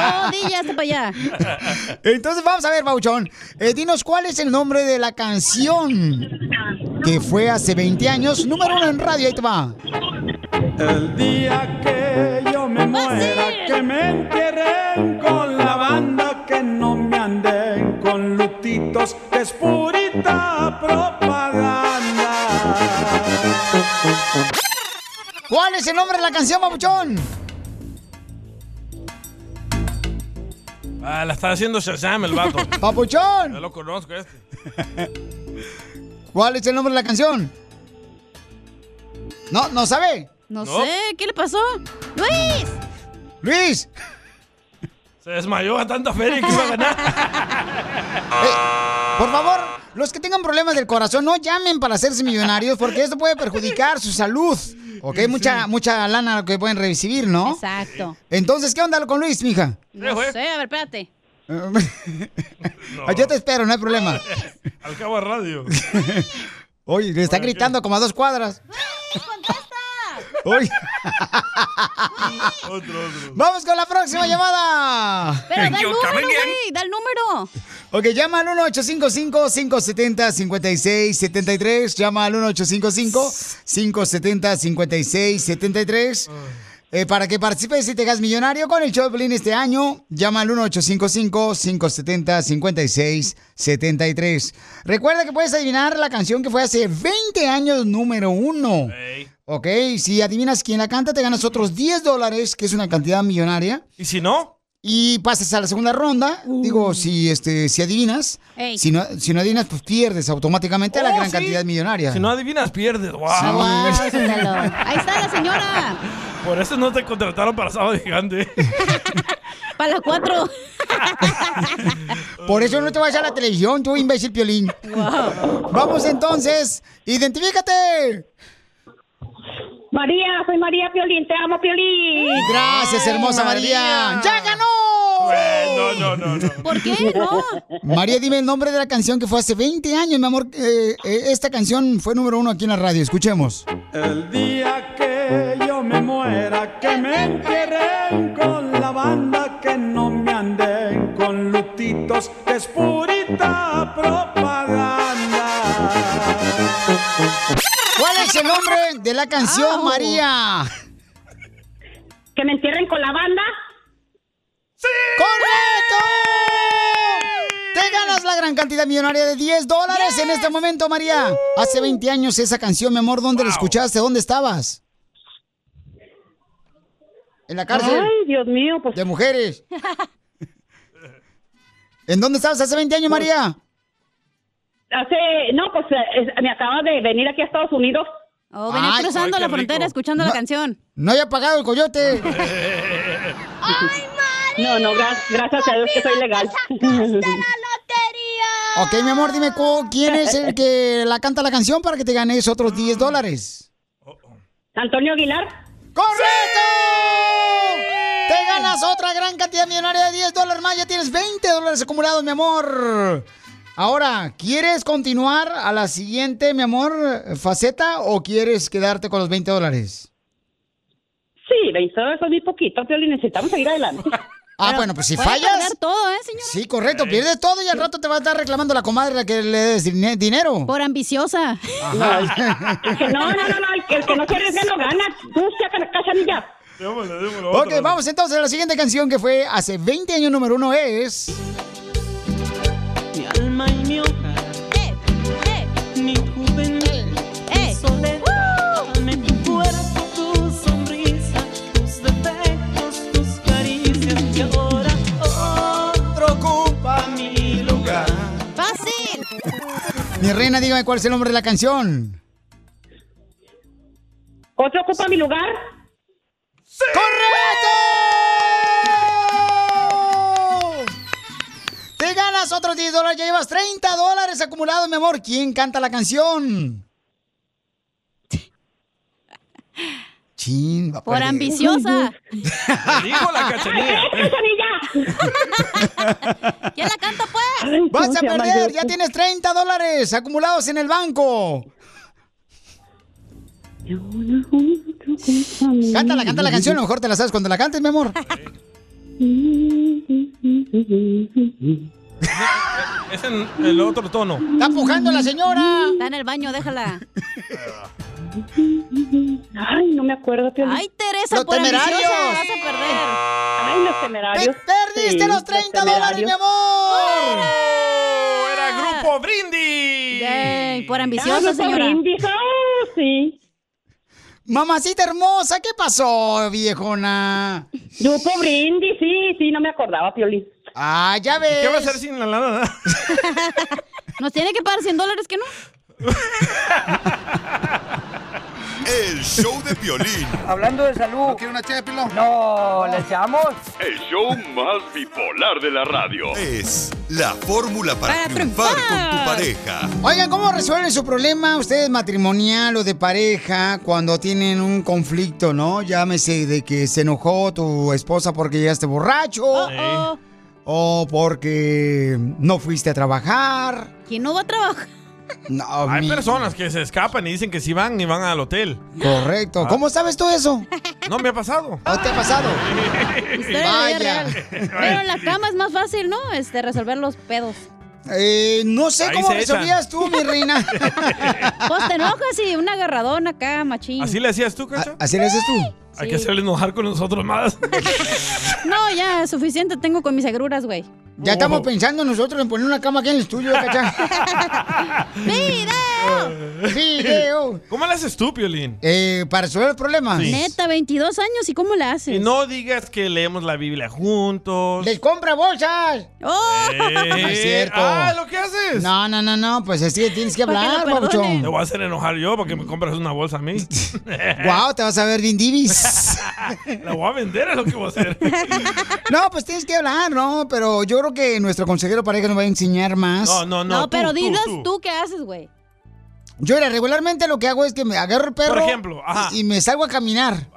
[SPEAKER 3] Oh, di, ya está para allá.
[SPEAKER 2] [laughs]
[SPEAKER 1] Entonces, vamos a ver, Bauchón. Eh, dinos cuál es el nombre de la canción que fue hace 20 años, número uno en radio. Ahí te va.
[SPEAKER 17] El día que yo me muera, que me entierren con la banda, que no me anden con lutitos, que es purita propaganda.
[SPEAKER 1] ¿Cuál es el nombre de la canción, Babuchón?
[SPEAKER 2] [laughs] Ah, la está haciendo Shazam el vato.
[SPEAKER 1] ¡Papuchón!
[SPEAKER 2] Yo lo [laughs] conozco este.
[SPEAKER 1] ¿Cuál es el nombre de la canción? No, no sabe.
[SPEAKER 3] No,
[SPEAKER 2] No.
[SPEAKER 3] sé, ¿qué le pasó? ¡Luis!
[SPEAKER 1] Luis.
[SPEAKER 2] Se desmayó a tanta feria que iba a ganar.
[SPEAKER 1] Por favor, los que tengan problemas del corazón, no llamen para hacerse millonarios porque esto puede perjudicar su salud. Ok, mucha, mucha lana que pueden recibir, ¿no?
[SPEAKER 3] Exacto.
[SPEAKER 1] Entonces, ¿qué onda con Luis, mija?
[SPEAKER 3] No sé, a ver, espérate.
[SPEAKER 1] Pues Yo te espero, no hay problema.
[SPEAKER 2] [laughs] Al cabo de radio.
[SPEAKER 1] Oye, le está gritando como a dos cuadras. Oye. Vamos con la próxima llamada.
[SPEAKER 3] Pero da el número, güey, da el número.
[SPEAKER 1] Ok, llama al 1-855-570-5673. Llama al 1-855-570-5673. Eh, para que participes y te hagas millonario con el show de Piolín este año, llama al 1-855-570-5673. Recuerda que puedes adivinar la canción que fue hace 20 años número uno. Ok, si adivinas quién la canta, te ganas otros 10 dólares, que es una cantidad millonaria.
[SPEAKER 2] ¿Y si no?
[SPEAKER 1] Y pasas a la segunda ronda.
[SPEAKER 2] Uh.
[SPEAKER 1] Digo, si este, si adivinas.
[SPEAKER 2] Ey.
[SPEAKER 1] Si no, si no adivinas, pues pierdes automáticamente la
[SPEAKER 2] Oh,
[SPEAKER 1] gran
[SPEAKER 2] sí. Ah,
[SPEAKER 1] cantidad millonaria.
[SPEAKER 2] Si no adivinas, pierdes. Wow.
[SPEAKER 1] Sí. [laughs] Wow,
[SPEAKER 3] Ahí está la señora.
[SPEAKER 2] Por eso no te contrataron para sábado [laughs] gigante.
[SPEAKER 3] Para las cuatro.
[SPEAKER 1] [laughs] Por eso no te vayas a la televisión, tú imbécil piolín. Vamos entonces, identifícate.
[SPEAKER 24] María, soy María Piolín, te amo Piolín.
[SPEAKER 1] Gracias, hermosa María. ¡Ya ganó!
[SPEAKER 2] Bueno, no, no, no.
[SPEAKER 3] ¿Por qué no?
[SPEAKER 1] María, dime el nombre de la canción que fue hace 20 años, mi amor. Eh, eh, esta canción fue número uno aquí en la radio. Escuchemos.
[SPEAKER 17] El día que yo me muera, que me entierren con la banda, que no me anden con lutitos, que es purita propaganda.
[SPEAKER 1] ¿Cuál es el nombre de la canción,
[SPEAKER 16] Au.
[SPEAKER 1] María?
[SPEAKER 16] ¿Que me entierren con la banda?
[SPEAKER 1] ¡Correcto! Te ganas la gran cantidad millonaria de 10 dólares en este momento, María. Hace 20 años esa canción, mi amor, ¿dónde la escuchaste? ¿Dónde estabas? En la cárcel.
[SPEAKER 16] Ay, Dios mío, pues. [laughs]
[SPEAKER 1] De mujeres. ¿En dónde estabas hace 20
[SPEAKER 16] Pues,
[SPEAKER 1] años, María?
[SPEAKER 16] Hace, no, pues eh, eh, me acaba de venir aquí a Estados Unidos.
[SPEAKER 3] Oh, venía
[SPEAKER 1] Ay,
[SPEAKER 3] cruzando
[SPEAKER 1] ay, qué
[SPEAKER 3] la frontera
[SPEAKER 1] rico.
[SPEAKER 3] escuchando la canción.
[SPEAKER 1] No había pagado el coyote. [laughs]
[SPEAKER 16] No, no, gra- gracias a Dios que soy legal.
[SPEAKER 1] Ok, mi amor, dime cu- quién es el que la canta la canción para que te ganes otros 10 dólares.
[SPEAKER 16] Antonio Aguilar.
[SPEAKER 1] ¡Correcto! Te ganas otra gran cantidad millonaria de 10 dólares más. Ya tienes 20 dólares acumulados, mi amor. Ahora, ¿quieres continuar a la siguiente, mi amor, faceta o quieres quedarte con los 20 dólares?
[SPEAKER 16] Sí, 20 dólares son muy poquito, pero necesitamos seguir adelante.
[SPEAKER 1] [laughs] Ah, bueno, pues si
[SPEAKER 16] puede
[SPEAKER 1] fallas.
[SPEAKER 16] perder
[SPEAKER 3] todo, ¿eh, señora?
[SPEAKER 1] Sí, correcto, pierdes todo y al rato te va a estar reclamando la comadre la que le des dine- dinero.
[SPEAKER 3] Por ambiciosa.
[SPEAKER 16] Que no, no, no, no, [laughs] el que, el que no se arriesga no gana. Tú saca la cachanilla.
[SPEAKER 1] Ok, vamos entonces a la siguiente canción que fue hace 20 años número uno es...
[SPEAKER 17] Mi alma y mi hogar, mi juventud, mi soledad, mi cuerpo, tu sonrisa, tus defectos, tus caricias y ahora otro ocupa mi lugar.
[SPEAKER 3] ¡Fácil!
[SPEAKER 1] Mi reina, dígame cuál es el nombre de la canción.
[SPEAKER 16] ¿Otro ocupa mi lugar?
[SPEAKER 1] Te ganas otros 10 dólares, ya llevas 30 dólares acumulados, mi amor. ¿Quién canta la canción? Chin, va a
[SPEAKER 3] Por
[SPEAKER 1] perder. [laughs]
[SPEAKER 3] ambiciosa.
[SPEAKER 2] Dijo la cachanilla.
[SPEAKER 3] ¡Ya la canta, pues!
[SPEAKER 1] Vas a perder, ya tienes 30 dólares acumulados en el banco. Cántala, canta la canción, a lo mejor te la sabes cuando la cantes, mi amor.
[SPEAKER 2] Es en el otro tono.
[SPEAKER 1] ¡Está pujando la señora!
[SPEAKER 3] Está en el baño, déjala.
[SPEAKER 16] Ay, no me acuerdo. Piolín.
[SPEAKER 3] ¡Ay, Teresa,
[SPEAKER 16] Los
[SPEAKER 3] por ambiciosa
[SPEAKER 16] temerarios.
[SPEAKER 3] la vas a perder!
[SPEAKER 16] Ay, los temerarios.
[SPEAKER 1] ¡Perdiste
[SPEAKER 16] Sí,
[SPEAKER 1] los 30 dólares,
[SPEAKER 16] temerarios.
[SPEAKER 1] mi amor!
[SPEAKER 2] ¡Oh! ¡Era Grupo Brindis!
[SPEAKER 3] Yay, por
[SPEAKER 1] Ah,
[SPEAKER 3] ambiciosa,
[SPEAKER 1] Grupo
[SPEAKER 3] señora.
[SPEAKER 1] Brindis,
[SPEAKER 16] oh, sí.
[SPEAKER 1] Mamacita hermosa, ¿qué pasó, viejona?
[SPEAKER 16] Grupo Brindis, sí, sí, no me acordaba, Piolín.
[SPEAKER 1] [laughs] Ah, ya ves.
[SPEAKER 2] ¿Qué va a hacer sin la lana?
[SPEAKER 3] Nos tiene que pagar 100 dólares, ¿qué no?
[SPEAKER 6] El show de Piolín.
[SPEAKER 18] Hablando de salud. ¿No una No, ¿le echamos?
[SPEAKER 7] El show más bipolar de la radio.
[SPEAKER 6] Es la fórmula para, triunfar, con tu pareja.
[SPEAKER 1] Oigan, ¿cómo resuelven su problema ustedes matrimonial o de pareja cuando tienen un conflicto, no? Llámese de que se enojó tu esposa porque llegaste borracho.
[SPEAKER 3] Oh.
[SPEAKER 1] O porque no fuiste a trabajar.
[SPEAKER 3] ¿Quién no va a trabajar?
[SPEAKER 1] No,
[SPEAKER 2] Hay
[SPEAKER 1] mi-
[SPEAKER 2] personas que se escapan y dicen que sí van y van al hotel.
[SPEAKER 1] Correcto.
[SPEAKER 3] Ah.
[SPEAKER 1] ¿Cómo sabes tú eso?
[SPEAKER 2] No me ha pasado.
[SPEAKER 1] ¿No te ha pasado?
[SPEAKER 3] Historia de la
[SPEAKER 1] Vaya.
[SPEAKER 3] vida
[SPEAKER 2] [laughs]
[SPEAKER 3] real. Pero en la cama es más fácil, ¿no? Este, resolver los pedos.
[SPEAKER 1] Eh, no sé
[SPEAKER 2] Ahí
[SPEAKER 1] cómo
[SPEAKER 2] se echan.
[SPEAKER 1] resolvías tú, mi reina.
[SPEAKER 3] [laughs] Pues te enojas y una agarradón acá,
[SPEAKER 2] [laughs]
[SPEAKER 3] machín.
[SPEAKER 2] ¿Así le hacías tú, Cacha?
[SPEAKER 1] ¿Así le haces tú?
[SPEAKER 2] Hay que hacerle enojar con nosotros más.
[SPEAKER 3] No, ya, suficiente tengo con mis agruras, güey.
[SPEAKER 1] Ya estamos pensando nosotros en poner una cama aquí en el
[SPEAKER 2] [laughs]
[SPEAKER 1] estudio, ¿cachá? [laughs] ¡Video!
[SPEAKER 2] ¿Cómo le haces tú, Piolín?
[SPEAKER 1] Eh, para resolver los problemas.
[SPEAKER 3] Neta, 22 años, ¿y cómo le haces?
[SPEAKER 2] Y no digas que leemos la Biblia juntos. Eh,
[SPEAKER 1] ¡Les compra bolsas!
[SPEAKER 3] ¡Oh!
[SPEAKER 1] No es cierto.
[SPEAKER 2] Ah, lo que haces.
[SPEAKER 1] No, no, no, no, pues así tienes que hablar,
[SPEAKER 2] Te
[SPEAKER 1] babuchón.
[SPEAKER 2] voy a hacer enojar yo porque me compras una bolsa a
[SPEAKER 1] [laughs]
[SPEAKER 2] mí.
[SPEAKER 1] Wow, te vas a ver bien divis.
[SPEAKER 2] [laughs] La voy a vender, es lo que voy a hacer.
[SPEAKER 1] No, pues tienes que hablar, ¿no? Pero yo creo que nuestro consejero pareja nos va a enseñar más.
[SPEAKER 2] No, no, no, No, tú,
[SPEAKER 3] Pero dinos tú, qué haces, güey.
[SPEAKER 1] Yo, mira, regularmente lo que hago es que me agarro el perro
[SPEAKER 2] Por ejemplo, ajá.
[SPEAKER 1] y y me salgo a caminar.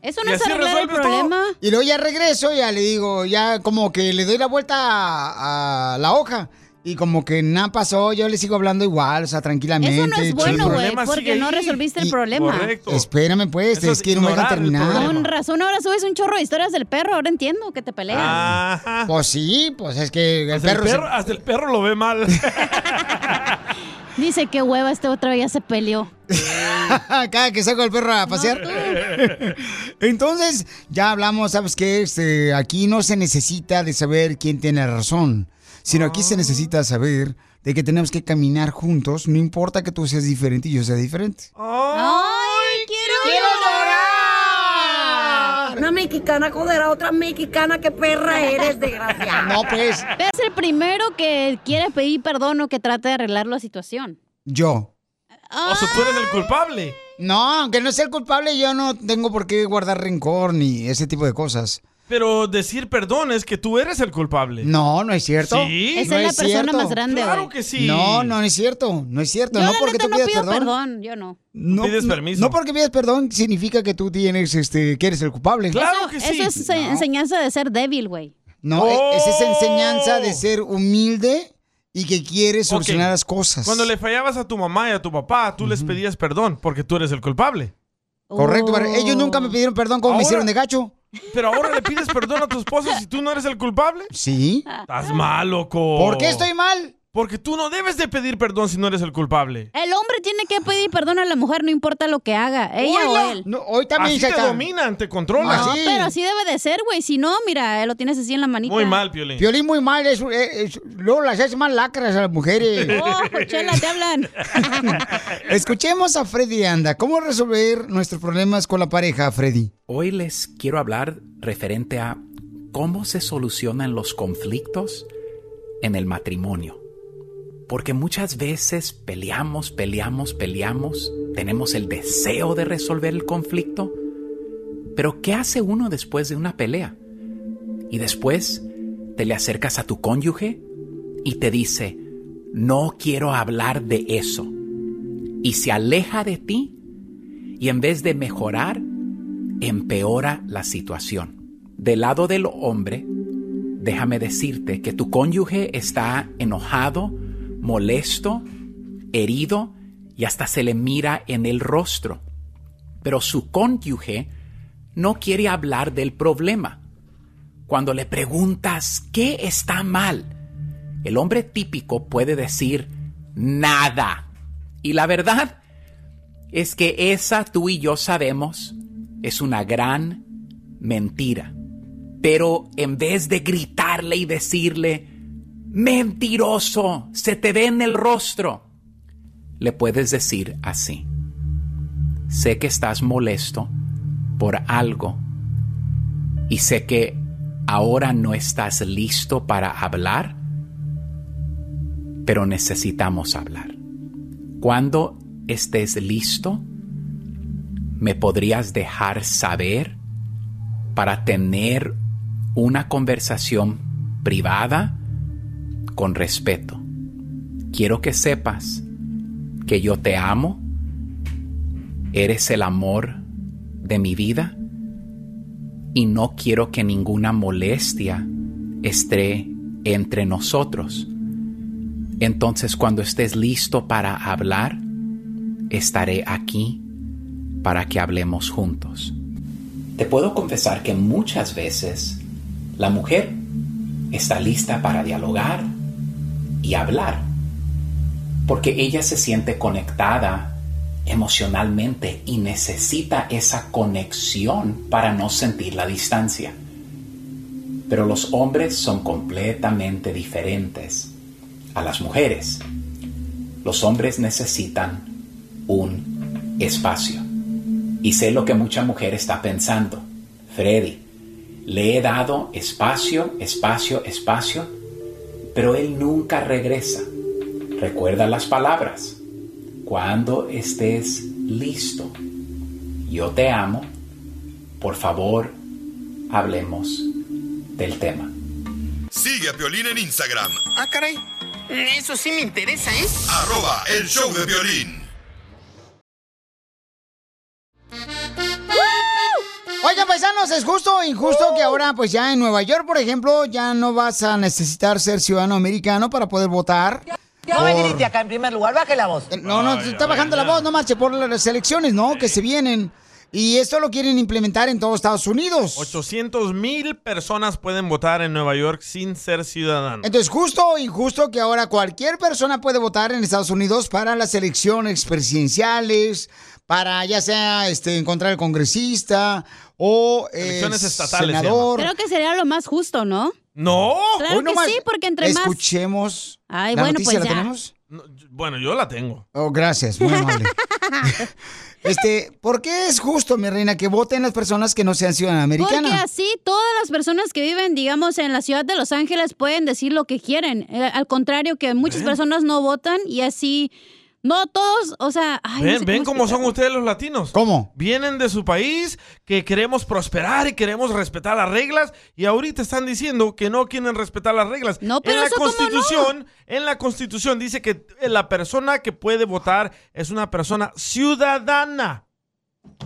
[SPEAKER 3] Eso no es arreglar el problema.
[SPEAKER 1] Y luego ya regreso, ya le digo, ya como que le doy la vuelta a, a la hoja. Y como que nada pasó, yo le sigo hablando igual, o sea, tranquilamente.
[SPEAKER 3] Eso no es bueno,
[SPEAKER 1] chido.
[SPEAKER 3] güey, porque no resolviste el problema.
[SPEAKER 1] Espérame, pues, es que no me dejan
[SPEAKER 3] Con
[SPEAKER 1] terminar.
[SPEAKER 3] razón, ahora subes un chorro de historias del perro, ahora entiendo que te peleas.
[SPEAKER 2] Ah,
[SPEAKER 1] Pues sí, pues es que el
[SPEAKER 2] Hasta el
[SPEAKER 1] perro. se-
[SPEAKER 2] perro, hasta el perro lo ve
[SPEAKER 1] [laughs]
[SPEAKER 2] mal.
[SPEAKER 3] Dice que hueva, este otro ya se peleó.
[SPEAKER 1] [laughs] Cada que saco al perro a pasear. [laughs] Entonces, ya hablamos, ¿sabes qué? Este, aquí no se necesita de saber quién tiene razón, sino aquí
[SPEAKER 2] Ah.
[SPEAKER 1] se necesita saber de que tenemos que caminar juntos, no importa que tú seas diferente y yo sea diferente.
[SPEAKER 8] ¡Ay, quiero, llorar! Una mexicana jodera, otra mexicana, qué perra eres, desgraciada.
[SPEAKER 1] No, pues.
[SPEAKER 3] Es el primero que quiere pedir perdón o que trate de arreglar la situación.
[SPEAKER 1] Yo.
[SPEAKER 2] O sea, tú eres el culpable.
[SPEAKER 1] No, aunque no sea el culpable, yo no tengo por qué guardar rencor ni ese tipo de cosas.
[SPEAKER 2] Pero decir perdón es que tú eres el culpable.
[SPEAKER 1] No, no es cierto.
[SPEAKER 2] Sí. Esa es la persona más grande, Claro güey. que sí.
[SPEAKER 1] No, no, no es cierto. No es cierto.
[SPEAKER 3] Yo
[SPEAKER 1] no
[SPEAKER 3] la
[SPEAKER 1] porque
[SPEAKER 3] neta
[SPEAKER 1] tú
[SPEAKER 3] no
[SPEAKER 1] pidas
[SPEAKER 3] pido
[SPEAKER 1] perdón.
[SPEAKER 3] perdón. yo no.
[SPEAKER 1] No,
[SPEAKER 2] Pides
[SPEAKER 1] no-
[SPEAKER 2] permiso.
[SPEAKER 1] No, porque pides perdón significa que tú tienes, este, que eres el culpable.
[SPEAKER 3] eso, Eso es eh, enseñanza de ser débil, güey.
[SPEAKER 1] No, e- es
[SPEAKER 2] Oh.
[SPEAKER 1] esa enseñanza de ser humilde y que quieres solucionar las cosas.
[SPEAKER 2] Cuando le fallabas a tu mamá y a tu papá, tú les pedías perdón porque tú eres el culpable.
[SPEAKER 1] Correcto, pero ellos nunca me pidieron perdón como
[SPEAKER 2] Oh.
[SPEAKER 1] me
[SPEAKER 2] Ahora-
[SPEAKER 1] hicieron de gacho.
[SPEAKER 2] Pero ahora le pides perdón a tu esposo si tú no eres el culpable.
[SPEAKER 1] Sí.
[SPEAKER 2] Estás mal, loco.
[SPEAKER 1] ¿Por qué estoy mal?
[SPEAKER 2] Porque tú no debes de pedir perdón si no eres el culpable.
[SPEAKER 3] El hombre tiene que pedir perdón a la mujer, no importa lo que haga,
[SPEAKER 2] Hola.
[SPEAKER 3] ella o él.
[SPEAKER 1] No, hoy
[SPEAKER 2] Así te dominan, te controlan.
[SPEAKER 1] Ah,
[SPEAKER 3] No, Ah, pero así debe de ser, güey. Si no, mira, eh, lo tienes así en la manita.
[SPEAKER 2] Muy mal, Piolín.
[SPEAKER 1] Violín muy mal, es, es- es- luego las haces más lacras a las mujeres.
[SPEAKER 3] Oh,
[SPEAKER 1] [laughs]
[SPEAKER 3] chela, te hablan.
[SPEAKER 1] Escuchemos a Freddy Anda. ¿Cómo resolver nuestros problemas con la pareja, Freddy?
[SPEAKER 9] Hoy les quiero hablar referente a cómo se solucionan los conflictos en el matrimonio. Porque muchas veces peleamos, peleamos, peleamos, tenemos el deseo de resolver el conflicto, pero ¿qué hace uno después de una pelea? Y después te le acercas a tu cónyuge y te dice, no quiero hablar de eso. Y se aleja de ti y en vez de mejorar, empeora la situación. Del lado del hombre, déjame decirte que tu cónyuge está enojado, molesto, herido y hasta se le mira en el rostro. Pero su cónyuge no quiere hablar del problema. Cuando le preguntas qué está mal, el hombre típico puede decir nada. Y la verdad es que esa tú y yo sabemos es una gran mentira. Pero en vez de gritarle y decirle, mentiroso, se te ve en el rostro, le puedes decir así. Sé que estás molesto por algo y sé que ahora no estás listo para hablar, pero necesitamos hablar. Cuando estés listo, ¿me podrías dejar saber para tener una conversación privada con respeto? Quiero que sepas que yo te amo, eres el amor de mi vida y no quiero que ninguna molestia esté entre nosotros. Entonces cuando estés listo para hablar, estaré aquí para que hablemos juntos. Te puedo confesar que muchas veces la mujer está lista para dialogar y hablar, porque ella se siente conectada emocionalmente y necesita esa conexión para no sentir la distancia. Pero los hombres son completamente diferentes a las mujeres. Los hombres necesitan un espacio. Y sé lo que mucha mujer está pensando. Freddy, le he dado espacio, espacio, espacio, pero él nunca regresa. Recuerda las palabras. Cuando estés listo, yo te amo, por favor, hablemos del tema.
[SPEAKER 6] Sigue a Piolín en Instagram,
[SPEAKER 18] Ah, caray. Eso sí me interesa, ¿eh?
[SPEAKER 6] arroba el show de Piolín.
[SPEAKER 1] Oigan, Paisanos, ¿es justo o injusto que ahora, pues ya en Nueva York, por ejemplo, ya no vas a necesitar ser ciudadano americano para poder votar?
[SPEAKER 18] No me
[SPEAKER 1] Por-
[SPEAKER 18] grite acá en primer lugar, baje la voz.
[SPEAKER 1] No, no, está bajando la voz, no marche, por las elecciones, ¿no? Que se vienen. Y esto lo quieren implementar en todos Estados Unidos.
[SPEAKER 2] 800 mil personas pueden votar en Nueva York sin ser ciudadanos.
[SPEAKER 1] Entonces, justo o injusto que ahora cualquier persona puede votar en Estados Unidos para las elecciones presidenciales, para ya sea este encontrar el congresista o eh,
[SPEAKER 2] Elecciones estatales,
[SPEAKER 1] senador.
[SPEAKER 3] Creo que sería lo más justo, ¿no?
[SPEAKER 2] No.
[SPEAKER 3] Claro
[SPEAKER 1] Hoy
[SPEAKER 3] que
[SPEAKER 1] nomás
[SPEAKER 3] sí, porque entre más...
[SPEAKER 1] Escuchemos.
[SPEAKER 3] Ay,
[SPEAKER 1] la
[SPEAKER 3] bueno,
[SPEAKER 1] noticia,
[SPEAKER 3] pues
[SPEAKER 1] ¿la
[SPEAKER 3] ya.
[SPEAKER 1] tenemos?
[SPEAKER 2] No, yo- bueno, yo la tengo.
[SPEAKER 1] Oh, gracias, muy amable.
[SPEAKER 3] [laughs]
[SPEAKER 1] [laughs] este, ¿por qué es justo, mi reina, que voten las personas que no sean ciudadanas
[SPEAKER 3] Porque
[SPEAKER 1] americanas?
[SPEAKER 3] así todas las personas que viven, digamos, en la ciudad de Los Ángeles pueden decir lo que quieren. Eh, al contrario, que muchas personas no votan y así... No todos, o sea... ay, no
[SPEAKER 2] ven
[SPEAKER 3] sé
[SPEAKER 2] ven cómo son
[SPEAKER 3] explicarlo.
[SPEAKER 2] ustedes los latinos.
[SPEAKER 1] ¿Cómo?
[SPEAKER 2] Vienen de su país, que queremos prosperar y queremos respetar las reglas, y ahorita están diciendo que no quieren respetar las reglas. No,
[SPEAKER 3] pero
[SPEAKER 2] en la
[SPEAKER 3] eso cómo no.
[SPEAKER 2] constitución, en la constitución dice que la persona que puede votar es una persona ciudadana.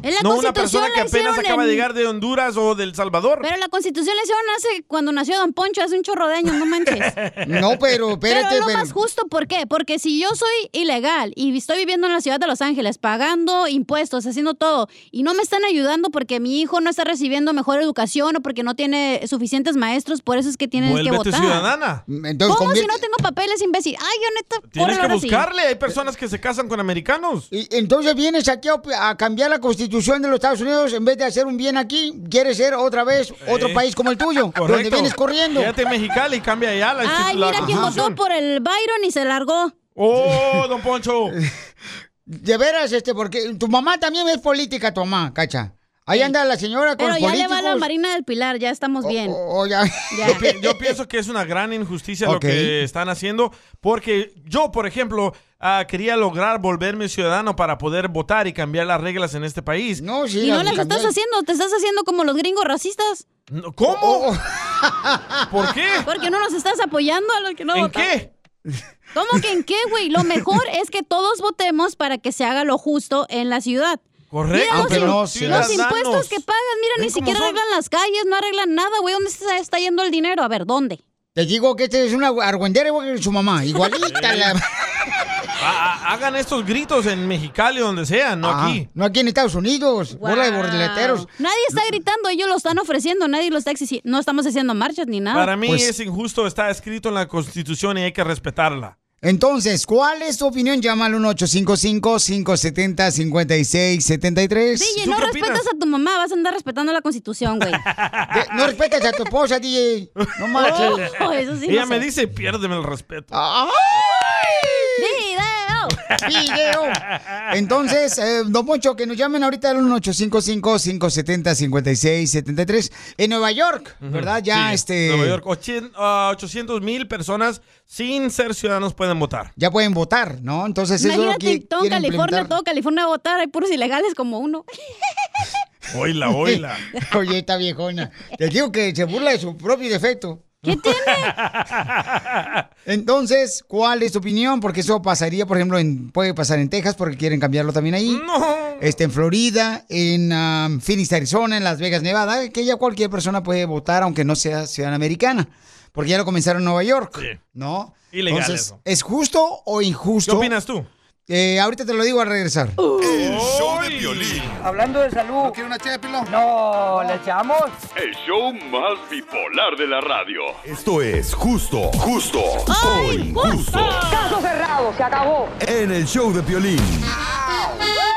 [SPEAKER 3] En la
[SPEAKER 2] no una
[SPEAKER 3] Constitución
[SPEAKER 2] persona que
[SPEAKER 3] la
[SPEAKER 2] apenas
[SPEAKER 3] hicieron
[SPEAKER 2] acaba de
[SPEAKER 3] en-
[SPEAKER 2] llegar de Honduras o del Salvador.
[SPEAKER 3] Pero la constitución la hicieron hace cuando nació Don Poncho, hace un chorro de años, no manches.
[SPEAKER 1] [laughs] No, pero espérate,
[SPEAKER 3] Pero es lo
[SPEAKER 1] pero-
[SPEAKER 3] más justo, ¿por qué? Porque si yo soy ilegal y estoy viviendo en la ciudad de Los Ángeles, pagando impuestos, haciendo todo, y no me están ayudando porque mi hijo no está recibiendo mejor educación o porque no tiene suficientes maestros, por eso es que tienes que
[SPEAKER 2] Vuélvete
[SPEAKER 3] votar.
[SPEAKER 2] ciudadana.
[SPEAKER 1] Entonces,
[SPEAKER 3] ¿Cómo
[SPEAKER 2] convierte-
[SPEAKER 3] si no tengo papeles, imbécil? Ay, yo neta,
[SPEAKER 2] Tienes
[SPEAKER 3] córrelo
[SPEAKER 2] que
[SPEAKER 3] ahora sí.
[SPEAKER 2] buscarle. Hay personas que se casan con americanos.
[SPEAKER 1] Y entonces vienes aquí a, op- a cambiar la constitución de los Estados Unidos en vez de hacer un bien aquí, quieres ser otra vez otro
[SPEAKER 2] Eh,
[SPEAKER 1] país como
[SPEAKER 2] [laughs]
[SPEAKER 1] el tuyo, donde
[SPEAKER 2] Correcto.
[SPEAKER 1] vienes corriendo.
[SPEAKER 2] Quédate en Mexicali y cambia allá la
[SPEAKER 3] Ay,
[SPEAKER 2] la
[SPEAKER 3] mira quién votó
[SPEAKER 2] constitución.
[SPEAKER 3] por el Byron y se largó.
[SPEAKER 2] ¡Oh, don Poncho!
[SPEAKER 1] [laughs] De veras, este, porque tu mamá también es política, tu mamá, cacha. Ahí anda la señora con
[SPEAKER 3] Pero
[SPEAKER 1] los
[SPEAKER 3] ya le
[SPEAKER 1] políticos.
[SPEAKER 3] va la Marina del Pilar, ya
[SPEAKER 1] Oh,
[SPEAKER 3] estamos bien.
[SPEAKER 1] [laughs]
[SPEAKER 2] Yo, pi- yo pienso que es una gran injusticia
[SPEAKER 1] Ok.
[SPEAKER 2] lo que están haciendo, porque yo, por ejemplo, ah, quería lograr volverme ciudadano para poder votar y cambiar las reglas en este país.
[SPEAKER 1] No,
[SPEAKER 3] Y no las estás haciendo, te estás haciendo como los gringos racistas.
[SPEAKER 2] ¿Cómo?
[SPEAKER 1] Oh,
[SPEAKER 2] ¿Por qué?
[SPEAKER 3] Porque no nos estás apoyando a los que no
[SPEAKER 2] ¿En
[SPEAKER 3] votan.
[SPEAKER 2] qué?
[SPEAKER 3] ¿Cómo que en qué, güey? Lo mejor es que todos votemos para que se haga lo justo en la ciudad.
[SPEAKER 2] Correcto,
[SPEAKER 1] Ah,
[SPEAKER 3] Mira, los,
[SPEAKER 2] pero
[SPEAKER 3] im-
[SPEAKER 2] no,
[SPEAKER 3] los
[SPEAKER 2] ciudadanos.
[SPEAKER 3] impuestos que pagan, mira,
[SPEAKER 2] Ven
[SPEAKER 3] ni
[SPEAKER 2] cómo
[SPEAKER 3] siquiera
[SPEAKER 2] son.
[SPEAKER 3] arreglan las calles, no arreglan nada, güey. ¿Dónde se está yendo el dinero? A ver, ¿dónde?
[SPEAKER 1] Te digo que este es una argüendera igual que su
[SPEAKER 3] [laughs]
[SPEAKER 1] mamá, igualita. la-
[SPEAKER 2] Ha- ha- Ah, hagan estos gritos en Mexicali o donde sea, no
[SPEAKER 1] Ah,
[SPEAKER 2] aquí.
[SPEAKER 1] no aquí en Estados Unidos, bola de borleteros.
[SPEAKER 3] Ah. Nadie está gritando, ellos lo están ofreciendo, nadie lo está exigiendo. No estamos haciendo marchas ni nada.
[SPEAKER 2] Para mí
[SPEAKER 1] Pues,
[SPEAKER 2] es injusto, está escrito en la Constitución y hay que respetarla.
[SPEAKER 1] Entonces, ¿cuál es tu opinión? Llama al 1-855-570-5673.
[SPEAKER 3] DJ, no [laughs] respetas a tu mamá, vas a andar respetando la
[SPEAKER 1] [laughs]
[SPEAKER 3] constitución, güey.
[SPEAKER 1] no respetas a tu esposa, DJ.
[SPEAKER 2] [laughs]
[SPEAKER 1] No marches.
[SPEAKER 3] Oh, eso sí.
[SPEAKER 2] Ella
[SPEAKER 3] no
[SPEAKER 2] me
[SPEAKER 3] sé.
[SPEAKER 2] dice, piérdeme el respeto.
[SPEAKER 1] Ah,
[SPEAKER 2] [laughs]
[SPEAKER 3] ¡Video!
[SPEAKER 1] ¡Video! Entonces, eh, don Poncho, que nos llamen ahorita al 1-855-570-5673 en Nueva York, ¿verdad? Ya,
[SPEAKER 2] Sí,
[SPEAKER 1] este...
[SPEAKER 2] Nueva York, ochen- ah, 800 mil personas sin ser ciudadanos pueden votar.
[SPEAKER 1] Ya pueden votar, ¿no? Entonces, eso es lo que
[SPEAKER 3] Imagínate todo
[SPEAKER 1] quieren
[SPEAKER 3] California,
[SPEAKER 1] implementar.
[SPEAKER 3] todo California a votar, hay puros ilegales como uno.
[SPEAKER 2] Oila, oila.
[SPEAKER 1] [laughs] Oye, esta viejona. Te digo que se burla de su propio defecto.
[SPEAKER 3] ¿Qué tiene?
[SPEAKER 1] [laughs] Entonces, ¿cuál es tu opinión? Porque eso pasaría, por ejemplo, en, puede pasar en Texas porque quieren cambiarlo también ahí.
[SPEAKER 2] No.
[SPEAKER 1] Este, en Florida, en um, Phoenix, Arizona, en Las Vegas, Nevada, que ya cualquier persona puede votar aunque no sea ciudadana americana. Porque ya lo comenzaron en Nueva York, ¿no?
[SPEAKER 2] Ilegal
[SPEAKER 1] Entonces,
[SPEAKER 2] eso.
[SPEAKER 1] ¿es justo o injusto?
[SPEAKER 2] ¿Qué opinas tú?
[SPEAKER 1] Eh, ahorita te lo digo al regresar.
[SPEAKER 3] Uh.
[SPEAKER 6] El show de violín.
[SPEAKER 18] Hablando de salud. ¿No quiere una ché No, ¿le echamos?
[SPEAKER 7] El show más bipolar de la radio.
[SPEAKER 6] Esto es justo, justo o injusto.
[SPEAKER 18] Caso cerrado, se acabó.
[SPEAKER 6] En el show de violín.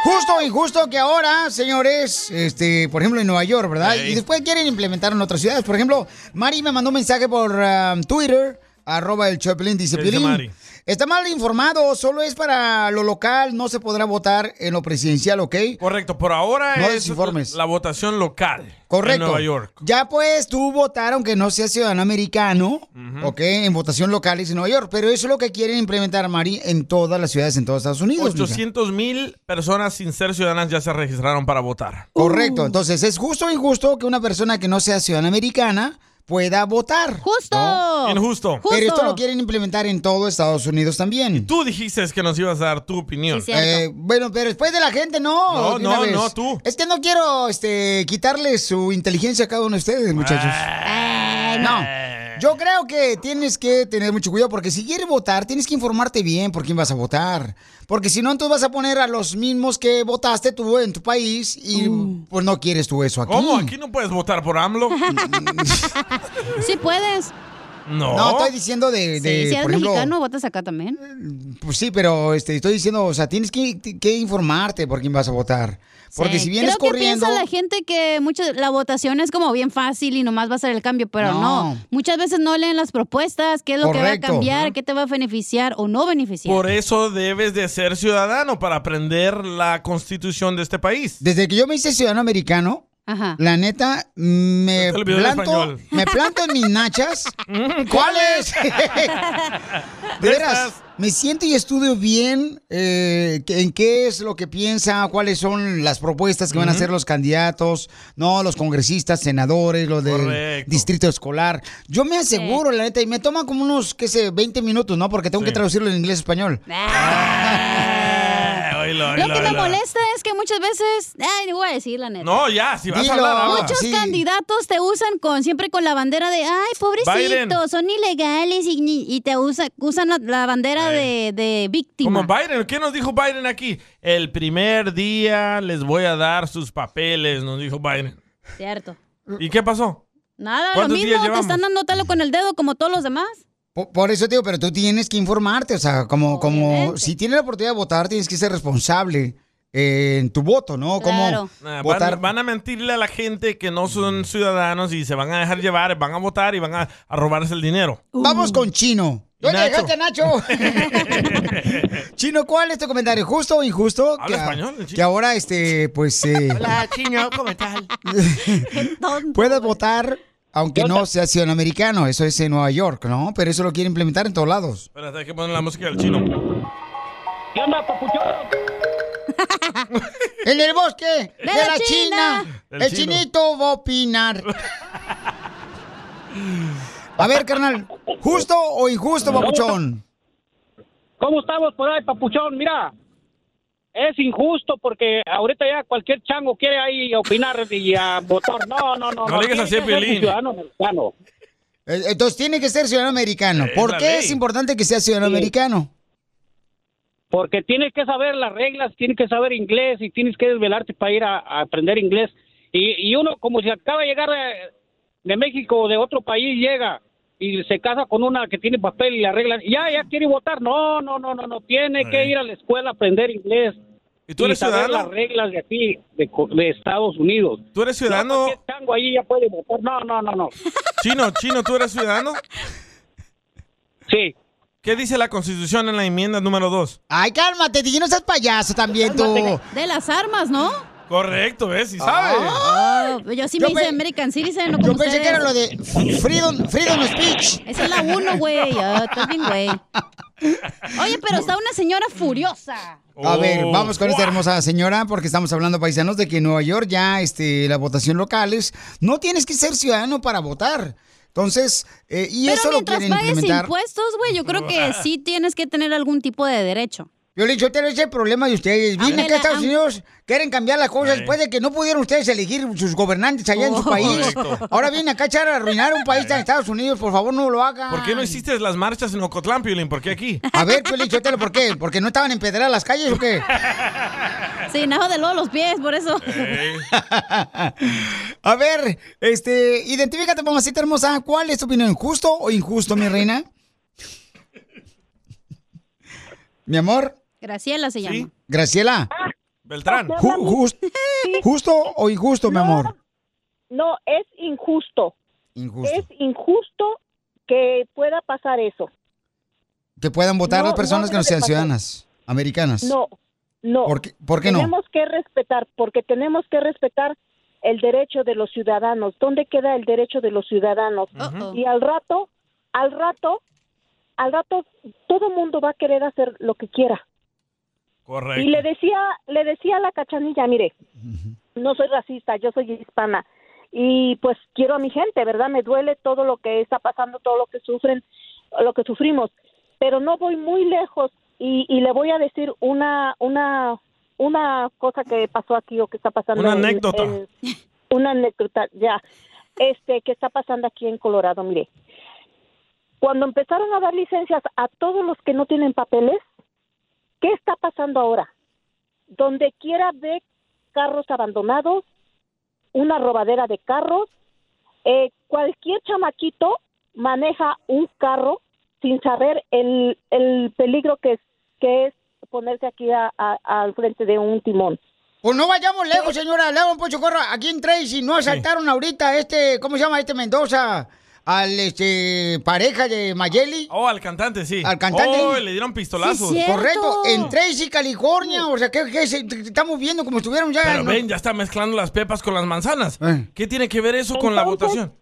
[SPEAKER 1] Justo o injusto que ahora, señores, este, por ejemplo en Nueva York, ¿verdad?
[SPEAKER 6] Ey.
[SPEAKER 1] Y después quieren implementar en otras ciudades. Por ejemplo, Mari me mandó un mensaje por um, Twitter, arroba el Choplin, dice
[SPEAKER 2] ¿Qué dice
[SPEAKER 1] Piolín,
[SPEAKER 2] Mari?
[SPEAKER 1] Está mal informado, solo es para lo local, no se podrá votar en lo presidencial, ¿ok?
[SPEAKER 2] Correcto, por ahora
[SPEAKER 1] No
[SPEAKER 2] es la votación local en
[SPEAKER 1] Correcto.
[SPEAKER 2] Nueva York.
[SPEAKER 1] Ya puedes tú votar, aunque no seas ciudadano americano,
[SPEAKER 2] Ujú.
[SPEAKER 1] ¿ok? En votación locales en Nueva York. Pero eso es lo que quieren implementar, Mari, en todas las ciudades, en todos Estados Unidos. mija.
[SPEAKER 2] 800 mil personas sin ser ciudadanas ya se registraron para votar.
[SPEAKER 3] Uh.
[SPEAKER 1] Correcto. Entonces, es justo o injusto que una persona que no sea ciudadana americana pueda votar.
[SPEAKER 3] Justo.
[SPEAKER 2] Injusto.
[SPEAKER 1] Pero esto lo quieren implementar en todo Estados Unidos también.
[SPEAKER 2] Tú dijiste que nos ibas a dar tu opinión.
[SPEAKER 1] Eh, bueno, pero después de la gente, no.
[SPEAKER 2] No,
[SPEAKER 1] de una
[SPEAKER 2] no,
[SPEAKER 1] vez.
[SPEAKER 2] no, tú.
[SPEAKER 1] Es que no quiero este, quitarle su inteligencia a cada uno de ustedes, muchachos. no. Yo creo que tienes que tener mucho cuidado porque si quieres votar, tienes que informarte bien por quién vas a votar. Porque si no, entonces vas a poner a los mismos que votaste tú en tu país y
[SPEAKER 3] Mm.
[SPEAKER 1] pues no quieres tú eso aquí.
[SPEAKER 2] ¿Cómo? ¿Aquí no puedes votar por
[SPEAKER 1] [laughs]
[SPEAKER 2] AMLO?
[SPEAKER 3] Sí puedes.
[SPEAKER 2] no.
[SPEAKER 1] No, estoy diciendo de,
[SPEAKER 3] Sí,
[SPEAKER 1] de,
[SPEAKER 3] si eres
[SPEAKER 1] por ejemplo,
[SPEAKER 3] mexicano, votas acá también.
[SPEAKER 1] Pues sí, pero este, estoy diciendo, o sea, tienes que, que informarte por quién vas a votar. Porque
[SPEAKER 3] Sí.
[SPEAKER 1] si vienes
[SPEAKER 3] Eh, Creo
[SPEAKER 1] corriendo...
[SPEAKER 3] que piensa la gente que muchas la votación es como bien fácil y nomás va a ser el cambio, pero no.
[SPEAKER 2] No.
[SPEAKER 3] Muchas veces no leen las propuestas, qué es lo que va
[SPEAKER 2] Correcto.
[SPEAKER 3] a cambiar, qué te va a beneficiar o no beneficiar.
[SPEAKER 2] Por eso debes de ser ciudadano para aprender la constitución de este país.
[SPEAKER 1] Desde que yo me hice ciudadano americano,
[SPEAKER 3] Ajá.
[SPEAKER 1] la neta, me
[SPEAKER 2] Se te olvidó el
[SPEAKER 1] planto,
[SPEAKER 2] español.
[SPEAKER 1] me planto en
[SPEAKER 2] [laughs]
[SPEAKER 1] mis nachas. ¿Cuáles? De veras, me siento y estudio bien eh, que- en qué es lo que piensa, cuáles son las propuestas que van a hacer los candidatos, no los congresistas, senadores, los del
[SPEAKER 2] Correcto.
[SPEAKER 1] distrito escolar. Yo me aseguro, la neta, y me toma como unos, qué sé, 20 minutos, ¿no? Porque tengo que traducirlo en inglés a español.
[SPEAKER 2] Eh, oílo,
[SPEAKER 3] Lo
[SPEAKER 2] oílo,
[SPEAKER 3] que me
[SPEAKER 2] oílo.
[SPEAKER 3] molesta es que muchas veces, ay, no voy a decir la neta.
[SPEAKER 2] No, ya, si vas
[SPEAKER 1] Dilo.
[SPEAKER 2] a hablar habla.
[SPEAKER 3] Muchos candidatos te usan con siempre con la bandera de ay pobrecitos
[SPEAKER 2] Biden.
[SPEAKER 3] son ilegales y, ni- y te usa- usan la, la bandera de, de víctima.
[SPEAKER 2] Como Biden, ¿qué nos dijo Biden aquí? El primer día les voy a dar sus papeles, nos dijo Biden.
[SPEAKER 3] Cierto.
[SPEAKER 2] ¿Y qué pasó?
[SPEAKER 3] Nada, lo
[SPEAKER 2] ¿Cuántos días
[SPEAKER 3] mismo, te
[SPEAKER 2] llevamos?
[SPEAKER 3] están dando talo con el dedo como todos los demás.
[SPEAKER 1] Por, por eso, tío, pero tú tienes que informarte, o sea, como, como si tienes la oportunidad de votar, tienes que ser responsable eh, en tu voto, ¿no? Como
[SPEAKER 2] Nah,
[SPEAKER 1] Eh, votar
[SPEAKER 2] van, van a mentirle a la gente que no son ciudadanos y se van a dejar llevar, van a votar y van a, a robarse el dinero.
[SPEAKER 1] Uh. Vamos con Chino.
[SPEAKER 2] Y
[SPEAKER 1] ¿Dónde
[SPEAKER 2] Nacho.
[SPEAKER 1] dejaste a este Nacho? [laughs] Chino, ¿cuál es tu comentario? ¿Justo o injusto?
[SPEAKER 2] Habla
[SPEAKER 1] que, a-
[SPEAKER 2] español, el
[SPEAKER 1] que ahora, este, pues,
[SPEAKER 2] [laughs]
[SPEAKER 1] eh,
[SPEAKER 10] Hola, chino, ¿cómo estás?
[SPEAKER 1] [laughs] puedas votar aunque no seas ciudadano americano. Eso es en Nueva York, ¿no? Pero eso lo quiere implementar en todos [laughs] lados.
[SPEAKER 2] Espérate, hay que poner la música del chino.
[SPEAKER 10] ¿Qué onda, papuchón?
[SPEAKER 1] ¡El del bosque! ¡De, la China!
[SPEAKER 10] Del
[SPEAKER 1] El
[SPEAKER 10] chino.
[SPEAKER 1] chinito va a opinar. A ver, carnal, ¿justo o injusto, papuchón?
[SPEAKER 10] ¿Cómo estamos por ahí, papuchón? Mira, es injusto porque ahorita ya cualquier chango quiere ahí opinar y a votar. No, no, no.
[SPEAKER 1] No digas
[SPEAKER 10] tiene
[SPEAKER 1] así,
[SPEAKER 10] que ser
[SPEAKER 1] Piolín.
[SPEAKER 10] ciudadano mexicano.
[SPEAKER 1] Eh, Entonces tiene que ser ciudadano americano.
[SPEAKER 10] Es
[SPEAKER 1] ¿Por
[SPEAKER 10] la
[SPEAKER 1] qué
[SPEAKER 10] ley.
[SPEAKER 1] es importante que sea ciudadano
[SPEAKER 10] Sí.
[SPEAKER 1] americano?
[SPEAKER 10] Porque tienes que saber las reglas, tienes que saber inglés y tienes que desvelarte para ir a, a aprender inglés. Y, y uno, como si acaba de llegar de, de México o de otro país, llega y se casa con una que tiene papel y la regla. Ya, ya quiere votar. No, no, no, no, no. Tiene que ir a la escuela a aprender inglés.
[SPEAKER 2] ¿Y tú eres
[SPEAKER 10] saber
[SPEAKER 2] ciudadano?
[SPEAKER 10] las reglas de aquí, de, co- de Estados Unidos.
[SPEAKER 2] ¿Tú eres ciudadano?
[SPEAKER 10] No, cualquier chango ahí ya puede votar. No, no, no, no.
[SPEAKER 2] Chino, chino, ¿tú eres ciudadano?
[SPEAKER 10] Sí.
[SPEAKER 2] ¿Qué dice la constitución en la enmienda número 2?
[SPEAKER 1] Ay, cálmate, DJ, no seas payaso también tú.
[SPEAKER 3] De las armas, ¿no?
[SPEAKER 2] Correcto, ¿ves? ¿Y sabes?
[SPEAKER 3] Ah, yo sí me
[SPEAKER 1] Yo
[SPEAKER 3] hice
[SPEAKER 1] pe-
[SPEAKER 3] American Citizen, no como
[SPEAKER 1] yo pensé que era lo de f- freedom, freedom of speech.
[SPEAKER 3] Esa es la
[SPEAKER 1] [laughs]
[SPEAKER 3] uno, güey. Ah, estás bien, güey. Oye, pero está una señora furiosa.
[SPEAKER 1] A ver,
[SPEAKER 12] Oh.
[SPEAKER 1] vamos con esta hermosa señora, porque estamos hablando, paisanos, de que en Nueva York ya este, la votación locales, no tienes que ser ciudadano para votar. Entonces, eh, y
[SPEAKER 3] Pero
[SPEAKER 1] eso lo
[SPEAKER 3] mientras
[SPEAKER 1] quieren
[SPEAKER 3] pagues
[SPEAKER 1] implementar.
[SPEAKER 3] impuestos, güey, yo creo que sí tienes que tener algún tipo de derecho.
[SPEAKER 1] Yo le he dicho, "Pero ese es el problema de ustedes. Vienen
[SPEAKER 3] Aunque
[SPEAKER 1] acá a
[SPEAKER 3] la-
[SPEAKER 1] Estados
[SPEAKER 3] aun-
[SPEAKER 1] Unidos, quieren cambiar las cosas
[SPEAKER 3] Sí.
[SPEAKER 1] después de que no pudieron ustedes elegir sus gobernantes allá en su
[SPEAKER 2] Oh.
[SPEAKER 1] país.
[SPEAKER 2] Correcto.
[SPEAKER 1] Ahora vienen acá a echar a arruinar un país en Estados Unidos, por favor, no lo hagan.
[SPEAKER 2] ¿Por qué no hiciste las marchas en Ocotlán, Piolín? ¿Por qué aquí?
[SPEAKER 1] A ver, Piolín Sotelo, ¿por qué? ¿Porque no estaban empedradas las calles o qué?
[SPEAKER 3] Se enajo de lodo los pies, por eso.
[SPEAKER 1] [laughs] Eh, A ver, este, identifícate, mamacita hermosa. ¿Cuál es tu opinión? ¿Justo o injusto, mi reina? Mi amor,
[SPEAKER 3] Graciela se llama.
[SPEAKER 1] Graciela.
[SPEAKER 2] Beltrán.
[SPEAKER 1] Ju- jus- ¿Justo o injusto, mi amor?
[SPEAKER 13] No, es injusto. Es injusto que pueda pasar eso.
[SPEAKER 1] Que puedan votar
[SPEAKER 13] No,
[SPEAKER 1] las personas
[SPEAKER 13] no
[SPEAKER 1] que no
[SPEAKER 13] debe
[SPEAKER 1] sean
[SPEAKER 13] pasar.
[SPEAKER 1] ciudadanas americanas.
[SPEAKER 13] No, no.
[SPEAKER 1] Ah, ¿Por qué- por qué no?
[SPEAKER 13] Tenemos que respetar, porque tenemos que respetar el derecho de los ciudadanos. ¿Dónde queda el derecho de los ciudadanos? Y al rato, al rato, al rato, todo mundo va a querer hacer lo que quiera.
[SPEAKER 2] Correcto.
[SPEAKER 13] Y le decía, le decía a la cachanilla, mire, no soy racista, yo soy hispana. y pues quiero a mi gente, ¿verdad? Me duele todo lo que está pasando, todo lo que sufren, lo que sufrimos, pero no voy muy lejos y, y le voy a decir una una una cosa que pasó aquí o que está pasando
[SPEAKER 2] Una
[SPEAKER 13] en-
[SPEAKER 2] anécdota.
[SPEAKER 13] en- una anécdota ya este que está pasando aquí en Colorado, mire. Cuando empezaron a dar licencias a todos los que no tienen papeles, ¿qué está pasando ahora? Donde quiera ve carros abandonados, una robadera de carros. Eh, cualquier chamaquito maneja un carro sin saber el, el peligro que es, que es ponerse aquí a- a- al frente de un timón.
[SPEAKER 1] Pues no vayamos lejos, señora. Le hago un pocho corra. Aquí en Tracy no asaltaron ahorita a este, ¿cómo se llama este Mendoza? Al este pareja de Mayeli.
[SPEAKER 2] Oh, al cantante, sí.
[SPEAKER 1] Al cantante.
[SPEAKER 2] Oh, le dieron pistolazos.
[SPEAKER 1] Correcto, en Tracy, California. O sea, que, que se- estamos viendo como estuvieron ya.
[SPEAKER 2] Pero
[SPEAKER 1] ¿no?
[SPEAKER 2] ven, ya está mezclando las pepas con las manzanas.
[SPEAKER 1] Eh.
[SPEAKER 2] ¿Qué tiene que ver eso con la
[SPEAKER 13] Entonces,
[SPEAKER 2] votación?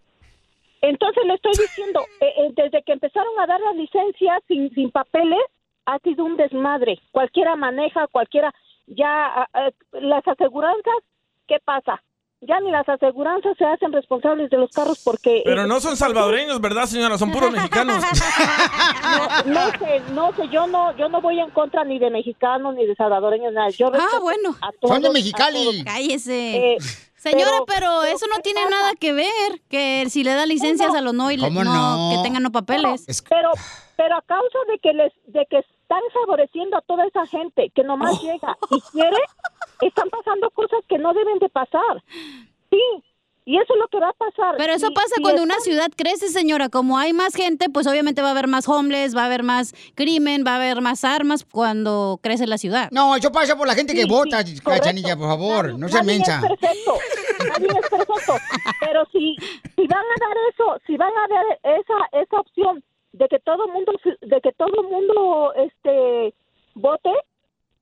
[SPEAKER 13] Entonces le estoy diciendo, eh, eh, desde que empezaron a dar las licencias sin, sin papeles, ha sido un desmadre. Cualquiera maneja, cualquiera ya ah, ah, las aseguranzas, ¿qué pasa? Ya ni las aseguranzas se hacen responsables de los carros porque
[SPEAKER 2] Pero no son salvadoreños, ¿verdad, señora?
[SPEAKER 10] [laughs]
[SPEAKER 2] Son puros mexicanos.
[SPEAKER 13] no, no sé, no sé, yo no, yo no voy en contra ni de mexicanos ni de salvadoreños, nada. Yo
[SPEAKER 3] Ah, bueno.
[SPEAKER 13] todos,
[SPEAKER 3] Son de
[SPEAKER 13] a
[SPEAKER 3] Mexicali.
[SPEAKER 13] todos.
[SPEAKER 3] Cállese.
[SPEAKER 13] Eh,
[SPEAKER 3] Señora,
[SPEAKER 13] pero-
[SPEAKER 3] pero, eso no tiene nada que ver, que si le da licencias a los no y le-
[SPEAKER 13] ¿Cómo
[SPEAKER 3] no,
[SPEAKER 13] no?
[SPEAKER 3] que tengan no papeles.
[SPEAKER 13] Pero, pero a causa de que les, de que están favoreciendo a toda esa gente que
[SPEAKER 3] Oh.
[SPEAKER 13] nomás llega y quiere, están pasando cosas que no deben de pasar. Sí, y eso es lo que va a pasar.
[SPEAKER 3] Pero eso
[SPEAKER 13] Y-
[SPEAKER 3] pasa
[SPEAKER 13] y
[SPEAKER 3] cuando
[SPEAKER 13] están-
[SPEAKER 3] una ciudad crece, señora. Como hay más gente, pues obviamente va a haber más homeless, va a haber más crimen, va a haber más armas cuando crece la ciudad.
[SPEAKER 1] No, eso pasa por la gente que
[SPEAKER 3] Sí,
[SPEAKER 1] vota,
[SPEAKER 3] sí, correcto.
[SPEAKER 1] cachanilla, por favor. No sea
[SPEAKER 13] Nadie
[SPEAKER 1] mensa.
[SPEAKER 13] es [laughs] perfecto, nadie es perfecto. Pero si, si van a dar eso, si van a dar esa, esa opción de que todo mundo, de que todo mundo, este, vote,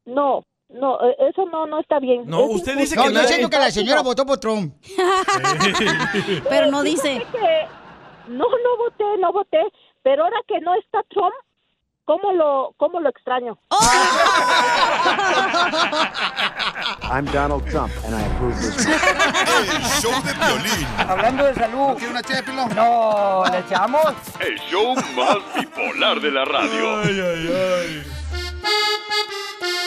[SPEAKER 13] no, no, eh, eso no, no está bien.
[SPEAKER 2] No,
[SPEAKER 13] Es
[SPEAKER 2] usted dice
[SPEAKER 1] No,
[SPEAKER 2] que
[SPEAKER 1] yo
[SPEAKER 2] nadie-
[SPEAKER 1] siento que la señora votó por Trump.
[SPEAKER 3] [laughs] Pero no dice.
[SPEAKER 13] fíjate que no, no voté, no voté. Pero ahora que no está Trump, ¿cómo lo, cómo
[SPEAKER 3] [laughs]
[SPEAKER 13] lo extraño?
[SPEAKER 12] [laughs]
[SPEAKER 13] [laughs]
[SPEAKER 12] I'm Donald Trump and I approve this.
[SPEAKER 18] Hablando de salud. ¿Tiene una No, ¿le echamos?
[SPEAKER 7] El show más bipolar de la radio.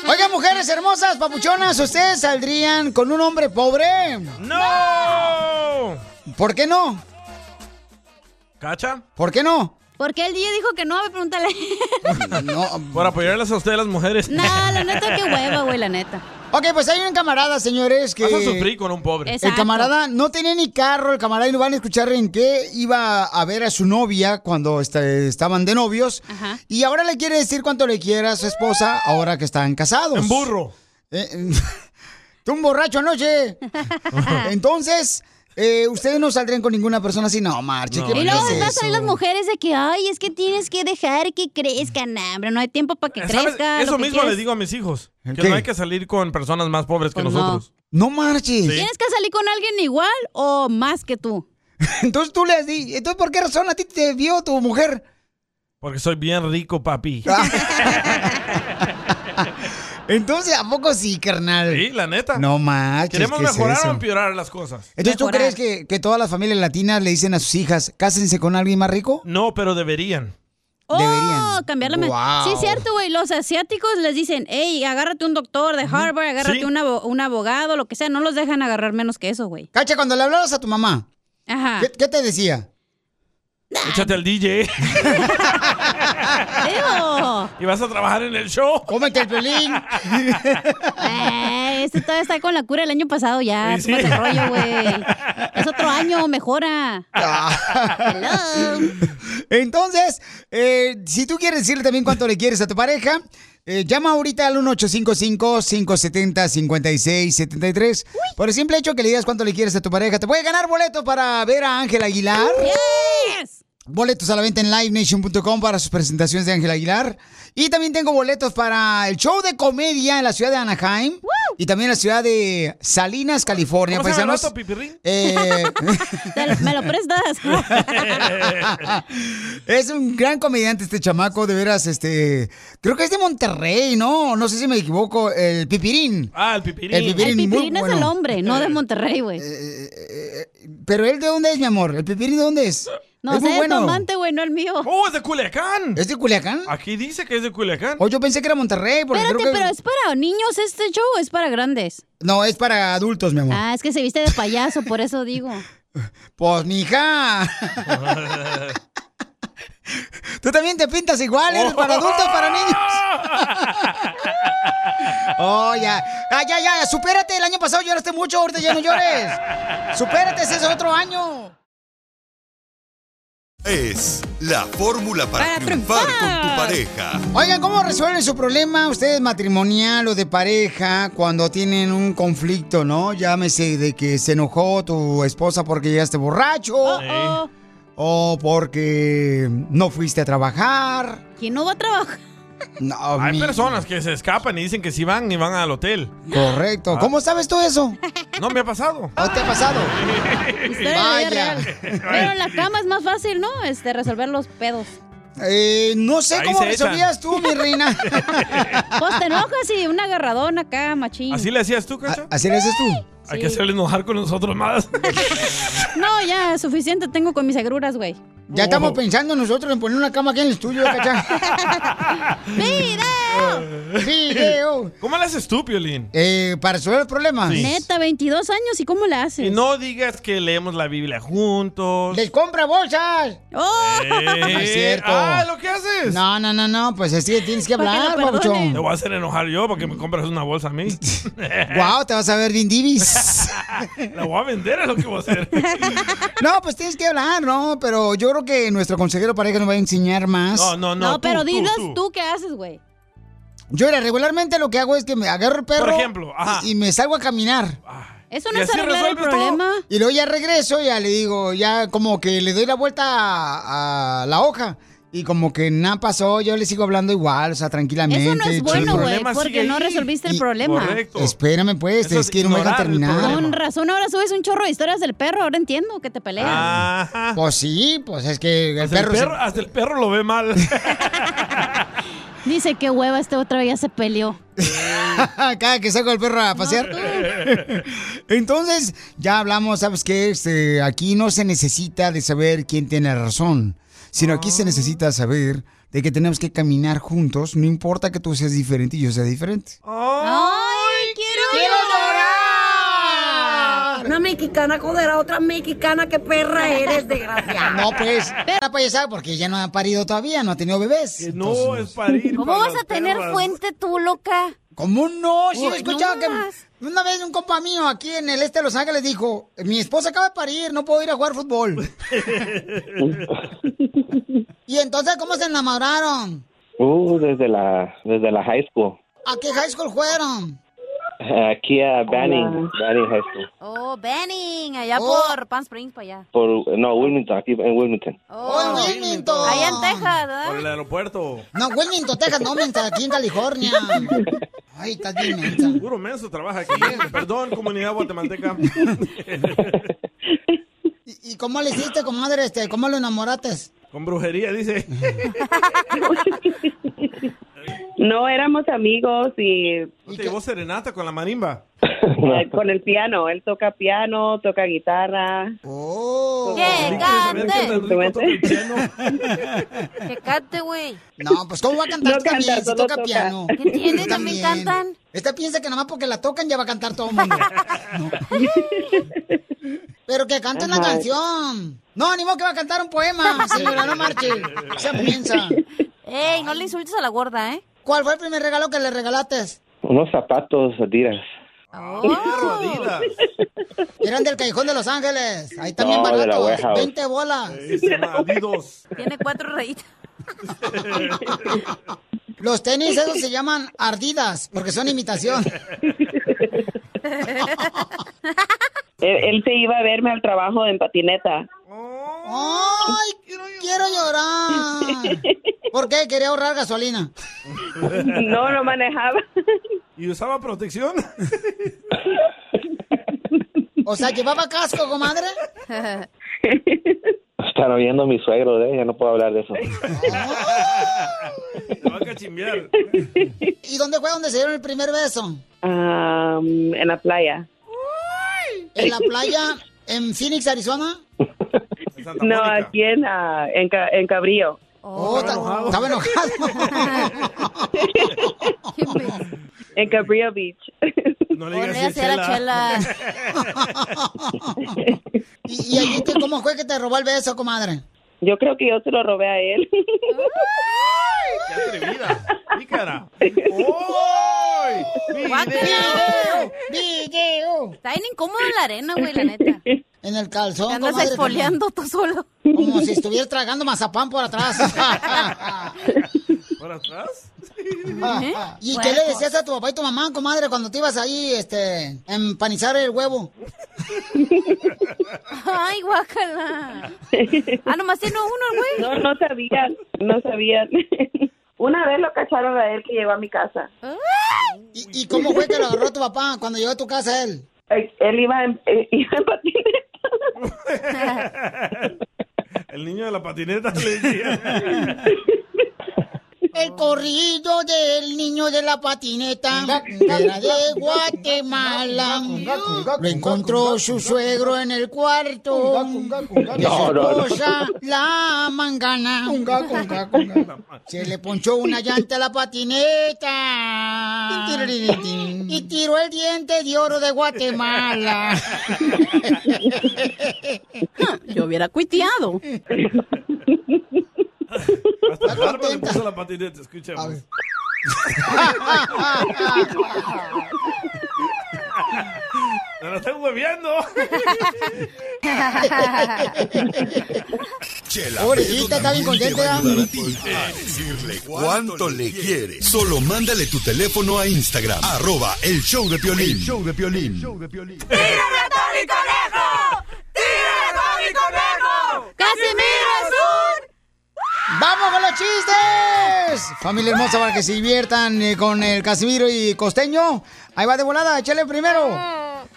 [SPEAKER 1] Oigan, mujeres hermosas, papuchonas, ¿ustedes saldrían con un hombre pobre?
[SPEAKER 2] ¡No!
[SPEAKER 1] ¿Por qué no?
[SPEAKER 2] ¿Cacha?
[SPEAKER 1] ¿Por qué no?
[SPEAKER 3] Porque el día dijo que no, a ver, pregúntale.
[SPEAKER 2] Por apoyarlas a ustedes las mujeres.
[SPEAKER 3] no, la neta, qué
[SPEAKER 1] [laughs]
[SPEAKER 3] hueva, güey, la neta.
[SPEAKER 1] Ok, pues hay un camarada, señores, que...
[SPEAKER 2] Vas a sufrir con un pobre.
[SPEAKER 1] El camarada no tenía ni carro, el camarada, y lo van a escuchar en qué iba a ver a su novia cuando esta- estaban de novios. Y ahora le quiere decir cuánto le quiere a su esposa ahora que están casados. En
[SPEAKER 2] burro.
[SPEAKER 1] eh. tú un borracho
[SPEAKER 3] [laughs]
[SPEAKER 1] anoche. Entonces, eh, ustedes no saldrían con ninguna persona así. No, marche, ¿qué
[SPEAKER 3] y luego
[SPEAKER 1] es
[SPEAKER 3] van a
[SPEAKER 1] eso?
[SPEAKER 3] salir las mujeres de que, ay, es que tienes que dejar que crezcan, nah, hombre, no hay tiempo para que
[SPEAKER 2] ¿Sabes?
[SPEAKER 3] crezca.
[SPEAKER 2] Eso
[SPEAKER 3] lo que
[SPEAKER 2] mismo
[SPEAKER 3] quieres.
[SPEAKER 2] le digo a mis hijos. Que
[SPEAKER 1] ¿Qué?
[SPEAKER 2] no hay que salir con personas más pobres que
[SPEAKER 1] Pues no.
[SPEAKER 2] nosotros.
[SPEAKER 1] No marches.
[SPEAKER 3] ¿Tienes que salir con alguien igual o más que tú?
[SPEAKER 1] [laughs] Entonces tú le di, entonces ¿por qué razón a ti te vio tu mujer?
[SPEAKER 2] Porque soy bien rico,
[SPEAKER 1] [laughs]
[SPEAKER 2] papi.
[SPEAKER 1] Ah, Entonces, ¿a poco sí, carnal?
[SPEAKER 2] Sí, la neta.
[SPEAKER 1] No marches,
[SPEAKER 2] ¿Queremos
[SPEAKER 1] ¿qué es
[SPEAKER 2] mejorar
[SPEAKER 1] eso?
[SPEAKER 2] o empeorar las cosas?
[SPEAKER 1] Entonces, ¿tú crees que, que todas las familias latinas le dicen a sus hijas, cásense con alguien más rico?
[SPEAKER 2] No, pero deberían.
[SPEAKER 3] Oh,
[SPEAKER 1] Deberían.
[SPEAKER 3] cambiar la men-
[SPEAKER 1] Wow.
[SPEAKER 3] Sí, es cierto, güey. Los asiáticos les dicen, hey, agárrate un doctor de Harvard, agárrate un, abo- un abogado, lo que sea. No los dejan agarrar menos que eso, güey.
[SPEAKER 1] Cacha, cuando le hablabas a tu mamá,
[SPEAKER 3] Ajá.
[SPEAKER 1] ¿qué, qué te decía?
[SPEAKER 2] Échate al DJ.
[SPEAKER 3] Ew.
[SPEAKER 2] [laughs] y vas a trabajar en el show.
[SPEAKER 1] Cómete el pelín.
[SPEAKER 2] [laughs]
[SPEAKER 1] Ah,
[SPEAKER 3] Eh, este todavía está con la cura el año pasado ya.
[SPEAKER 2] Sí, sí.
[SPEAKER 3] Tómate el rollo, güey. Es otro año, mejora.
[SPEAKER 1] Entonces, eh, si tú quieres decirle también cuánto le quieres a tu pareja, eh, llama ahorita al 1855-570-5673. Por el simple hecho que le digas cuánto le quieres a tu pareja, te puede ganar boleto para ver a Ángel Aguilar. Boletos a la venta en livenation.com para sus presentaciones de Ángel Aguilar. Y también tengo boletos para el show de comedia en la ciudad de Anaheim. Y también en la ciudad de Salinas, California.
[SPEAKER 2] ¿Cómo se llama el
[SPEAKER 1] paisanos.
[SPEAKER 2] vato, Pipirrín?
[SPEAKER 3] [laughs]
[SPEAKER 1] Eh,
[SPEAKER 3] Me lo prestas.
[SPEAKER 1] [laughs] es un gran comediante este chamaco, de veras, este, creo que es de Monterrey, ¿no? No sé si me equivoco, el Pipirín.
[SPEAKER 2] Ah, el pipirín.
[SPEAKER 1] El pipirín,
[SPEAKER 3] El
[SPEAKER 1] muy
[SPEAKER 3] pipirín es
[SPEAKER 1] bueno.
[SPEAKER 3] el hombre, no de Monterrey, güey.
[SPEAKER 1] eh, pero él de dónde es, mi amor? ¿El Pipirín de dónde es?
[SPEAKER 3] No
[SPEAKER 1] es
[SPEAKER 3] sé, el tomante, güey, no el mío.
[SPEAKER 2] ¡Oh, es de Culiacán!
[SPEAKER 1] ¿Es de Culiacán?
[SPEAKER 2] Aquí dice que es de Culiacán.
[SPEAKER 1] Oh, yo pensé que era Monterrey. Porque
[SPEAKER 3] Espérate,
[SPEAKER 1] creo que...
[SPEAKER 3] pero es para niños este show o es para grandes.
[SPEAKER 1] No, es para adultos, mi amor.
[SPEAKER 3] Ah, es que se viste de payaso, por eso digo.
[SPEAKER 1] Pues,
[SPEAKER 2] [laughs]
[SPEAKER 1] mija. Tú también te pintas igual, eres para adultos,
[SPEAKER 2] Oh.
[SPEAKER 1] para
[SPEAKER 2] [laughs]
[SPEAKER 1] niños. oh, ya. Ah, ya, ya, ya, supérate. El año pasado lloraste mucho, ahorita ya no llores. Supérate, ese es otro año.
[SPEAKER 6] Es la fórmula para,
[SPEAKER 1] Para
[SPEAKER 6] triunfar,
[SPEAKER 1] triunfar.
[SPEAKER 6] con tu pareja.
[SPEAKER 1] Oigan, ¿cómo resuelven su problema ustedes matrimonial o de pareja cuando tienen un conflicto, no? Llámese de que se enojó tu esposa porque llegaste borracho. O porque no fuiste a trabajar.
[SPEAKER 3] ¿Quién no va a trabajar?
[SPEAKER 1] No,
[SPEAKER 2] Hay
[SPEAKER 1] mi-
[SPEAKER 2] personas que se escapan y dicen que sí van y van al hotel. Ah.
[SPEAKER 3] Ah.
[SPEAKER 1] Correcto. ¿Cómo sabes tú eso?
[SPEAKER 2] No me ha pasado.
[SPEAKER 1] ¿No te ha pasado?
[SPEAKER 3] Historia de la vida real. Pero en la cama es más fácil, ¿no? Este, resolver los pedos.
[SPEAKER 1] Eh, no sé
[SPEAKER 2] Ahí
[SPEAKER 1] cómo
[SPEAKER 2] se echan.
[SPEAKER 1] resolvías tú, mi reina.
[SPEAKER 3] [laughs] Pues te enojas y un agarradón acá, machín.
[SPEAKER 2] ¿Así le hacías tú, Cacha?
[SPEAKER 1] ¿Así le haces tú?
[SPEAKER 2] Hay
[SPEAKER 3] Sí.
[SPEAKER 2] que hacerle enojar con nosotros
[SPEAKER 3] [laughs]
[SPEAKER 2] más.
[SPEAKER 3] No, ya, suficiente tengo con mis agruras, güey.
[SPEAKER 2] Oh,
[SPEAKER 1] Ya estamos pensando nosotros en poner una cama aquí en el estudio,
[SPEAKER 3] [laughs]
[SPEAKER 1] ¿cachá? ¡Video!
[SPEAKER 2] ¿Cómo le haces tú, Piolín?
[SPEAKER 1] Eh, para resolver el problema.
[SPEAKER 3] Neta, 22 años, ¿y cómo le haces?
[SPEAKER 2] Y no digas que leemos la Biblia juntos. Eh.
[SPEAKER 1] ¡Les compra bolsas!
[SPEAKER 3] Oh,
[SPEAKER 1] No es cierto.
[SPEAKER 2] Ah, lo que haces.
[SPEAKER 1] No, no, no, no. Pues así tienes que hablar,
[SPEAKER 2] Te
[SPEAKER 1] papuchón.
[SPEAKER 2] voy a hacer enojar yo porque me compras una bolsa a
[SPEAKER 1] [laughs]
[SPEAKER 2] mí. [laughs]
[SPEAKER 1] Wow, te vas a ver bien divis.
[SPEAKER 2] La voy a vender, es lo que voy a hacer.
[SPEAKER 1] No, pues tienes que hablar, ¿no? Pero yo creo que nuestro consejero pareja nos va a enseñar más.
[SPEAKER 3] No, pero dinos tú, qué haces, güey.
[SPEAKER 1] Yo era, regularmente lo que hago es que me agarro el perro.
[SPEAKER 2] Por ejemplo, ajá.
[SPEAKER 1] Y, y me salgo a caminar.
[SPEAKER 3] Eso no es arreglar el problema.
[SPEAKER 1] Y luego ya regreso, ya le digo, ya como que le doy la vuelta a, a la hoja. Y como que nada pasó, yo le sigo hablando igual, o sea, tranquilamente.
[SPEAKER 3] Eso no es bueno,
[SPEAKER 1] chido.
[SPEAKER 3] güey, porque no resolviste el problema.
[SPEAKER 1] Espérame, pues,
[SPEAKER 3] Eso
[SPEAKER 1] es que no me dejan
[SPEAKER 3] ignorar el
[SPEAKER 1] terminar.
[SPEAKER 3] Con razón, ahora subes un chorro de historias del perro, ahora entiendo que te peleas.
[SPEAKER 1] Pues sí, pues es que el
[SPEAKER 2] Hasta el,
[SPEAKER 1] perro. se-
[SPEAKER 2] perro, hasta el perro lo ve mal.
[SPEAKER 3] Dice que hueva, este otro día se peleó.
[SPEAKER 1] [laughs] Cada que saco al perro a pasear. [laughs] Entonces, ya hablamos, ¿sabes qué? Este, aquí no se necesita de saber quién tiene razón, sino aquí
[SPEAKER 2] Ah.
[SPEAKER 1] se necesita saber de que tenemos que caminar juntos, no importa que tú seas diferente y yo sea diferente.
[SPEAKER 8] ¡Ay,
[SPEAKER 3] quiero,
[SPEAKER 8] llorar! Una mexicana condenada a otra mexicana, qué perra eres, desgraciada.
[SPEAKER 1] No, pues, la payasada porque ya no ha parido todavía, no ha tenido bebés. no,
[SPEAKER 2] es parir.
[SPEAKER 4] ¿Cómo vas a tener fuente tú, loca?
[SPEAKER 1] ¿Cómo no? Sí,
[SPEAKER 4] Uy,
[SPEAKER 1] he escuchado
[SPEAKER 4] no
[SPEAKER 1] que
[SPEAKER 4] más.
[SPEAKER 1] una vez un compa mío aquí en el este de Los Ángeles dijo, mi esposa acaba de parir, no puedo ir a jugar
[SPEAKER 2] [laughs]
[SPEAKER 1] fútbol. y entonces, ¿cómo se enamoraron?
[SPEAKER 11] Uh, desde la, desde la high school.
[SPEAKER 1] ¿A qué high school fueron?
[SPEAKER 11] Aquí a
[SPEAKER 10] Oh,
[SPEAKER 11] Banning, Banning High School.
[SPEAKER 4] Oh, Benning, allá
[SPEAKER 1] Oh.
[SPEAKER 4] por Palm Springs, para allá.
[SPEAKER 11] Por, no, Wilmington, aquí en Wilmington.
[SPEAKER 4] Oh,
[SPEAKER 1] Wilmington.
[SPEAKER 4] Allá en Texas, ¿verdad?
[SPEAKER 2] Por el aeropuerto.
[SPEAKER 1] No, Wilmington, Texas, no, mensa, aquí
[SPEAKER 4] [laughs]
[SPEAKER 1] en California. Ay, estás bien mensa.
[SPEAKER 2] Puro menso trabaja aquí. Perdón, comunidad guatemalteca.
[SPEAKER 1] ¿Y, y cómo le hiciste, comadre, este, cómo lo enamoraste?
[SPEAKER 2] Con brujería,
[SPEAKER 1] [laughs]
[SPEAKER 2] dice.
[SPEAKER 14] No éramos amigos y
[SPEAKER 2] ¿No te llevó serenata con la marimba?
[SPEAKER 14] eh, con el piano. Él toca piano, toca guitarra.
[SPEAKER 1] ¡Oh!
[SPEAKER 4] ¡Que
[SPEAKER 14] cante!
[SPEAKER 4] Que cante, güey.
[SPEAKER 1] No, pues ¿cómo va a cantar
[SPEAKER 4] No
[SPEAKER 1] tú también
[SPEAKER 4] canta,
[SPEAKER 1] si
[SPEAKER 4] solo
[SPEAKER 1] toca,
[SPEAKER 4] toca.
[SPEAKER 1] piano?
[SPEAKER 4] ¿Qué tiene?
[SPEAKER 1] Tú
[SPEAKER 4] También
[SPEAKER 1] cantan. Esta piensa que nada más porque la tocan ya va a cantar todo
[SPEAKER 4] [laughs]
[SPEAKER 1] el mundo. No. Pero que cante una
[SPEAKER 14] Ajá.
[SPEAKER 1] canción. No, ni modo que va a cantar un poema, señora, no marche. Se piensa.
[SPEAKER 4] Ey, no le insultes a la gorda, ¿eh?
[SPEAKER 1] ¿Cuál fue el primer regalo que le regalaste?
[SPEAKER 11] Unos zapatos Adidas.
[SPEAKER 4] Oh.
[SPEAKER 1] Eran del Callejón de Los Ángeles. Ahí también
[SPEAKER 11] No, de la
[SPEAKER 1] baratos.
[SPEAKER 11] Warehouse.
[SPEAKER 1] 20 bolas.
[SPEAKER 4] Tiene cuatro rayitas.
[SPEAKER 1] [laughs] Los tenis esos se llaman ardidas porque son imitación.
[SPEAKER 14] [laughs] Él, él se iba a verme al trabajo en patineta.
[SPEAKER 1] ¡Ay! Quiero llorar. ¿Por qué? Quería ahorrar gasolina.
[SPEAKER 14] No, no manejaba.
[SPEAKER 2] ¿Y usaba protección?
[SPEAKER 1] O sea, ¿llevaba
[SPEAKER 2] [laughs]
[SPEAKER 1] casco, comadre?
[SPEAKER 11] Están oyendo mi suegro, ¿eh? Ya no puedo hablar de eso.
[SPEAKER 2] Te va a cachimbear.
[SPEAKER 1] ¿Y dónde fue donde se dieron el primer beso?
[SPEAKER 14] Am, en la playa.
[SPEAKER 1] En la playa. ¿En Phoenix, Arizona?
[SPEAKER 14] No, aquí en, ah, en, Ca- en Cabrío.
[SPEAKER 1] [laughs]
[SPEAKER 14] [laughs]
[SPEAKER 1] Oh, ta- estaba
[SPEAKER 17] [laughs]
[SPEAKER 1] enojado.
[SPEAKER 14] en Cabrillo Beach.
[SPEAKER 2] No
[SPEAKER 14] le digas
[SPEAKER 1] Podría ser a Chela. [laughs] ¿Y, y allí te- cómo fue que te robó el beso, comadre?
[SPEAKER 14] Yo creo que yo se lo robé a él.
[SPEAKER 2] Pícara.
[SPEAKER 1] ¡Video! ¡Video!
[SPEAKER 4] Está bien incómodo en la arena, güey, la neta.
[SPEAKER 1] En el calzón,
[SPEAKER 4] Te andas
[SPEAKER 1] comadre,
[SPEAKER 4] exfoliando tú solo.
[SPEAKER 1] Como si estuvieras tragando mazapán por
[SPEAKER 4] [laughs]
[SPEAKER 1] atrás.
[SPEAKER 2] ¿Por atrás?
[SPEAKER 4] ¿Eh?
[SPEAKER 1] ¿Y qué le decías a tu papá y tu mamá, comadre, cuando te ibas ahí, este, a empanizar el huevo?
[SPEAKER 4] Ay, guácala. Ah, nomás tiene uno, el
[SPEAKER 14] No,
[SPEAKER 4] güey.
[SPEAKER 14] no sabían, no sabían. [laughs] Una vez lo cacharon a él que llegó a mi casa.
[SPEAKER 1] ¿Y, y cómo fue que lo agarró tu papá cuando llegó a tu
[SPEAKER 14] [laughs]
[SPEAKER 1] casa él?
[SPEAKER 14] Eh, Él iba en, eh, iba en patineta.
[SPEAKER 2] El niño de la patineta le decía.
[SPEAKER 1] El corrido del niño de la patineta era de Guatemala. Lo encontró su suegro en el cuarto. Y
[SPEAKER 18] No, no,
[SPEAKER 1] su
[SPEAKER 18] no.
[SPEAKER 1] esposa, la mangana. Se le ponchó una llanta a la patineta. Y tiró el diente de oro de Guatemala.
[SPEAKER 3] [laughs] Yo hubiera cuiteado.
[SPEAKER 2] Hasta el barba le puso la patineta, escuchamos. [laughs] ¡Me la están hueviando!
[SPEAKER 6] Chela
[SPEAKER 1] Pobrecita,
[SPEAKER 6] Prieto
[SPEAKER 1] está
[SPEAKER 6] también te
[SPEAKER 1] bien contenta,
[SPEAKER 6] va a ayudar a ti a Eh, decirle cuánto le quieres. Solo mándale tu teléfono a Instagram, arroba el show de Piolín. show de Piolín.
[SPEAKER 1] ¡Casimiro es ¡Vamos con los chistes! Familia hermosa, para que se diviertan eh, con el Casimiro y Costeño. Ahí va de volada, échale primero.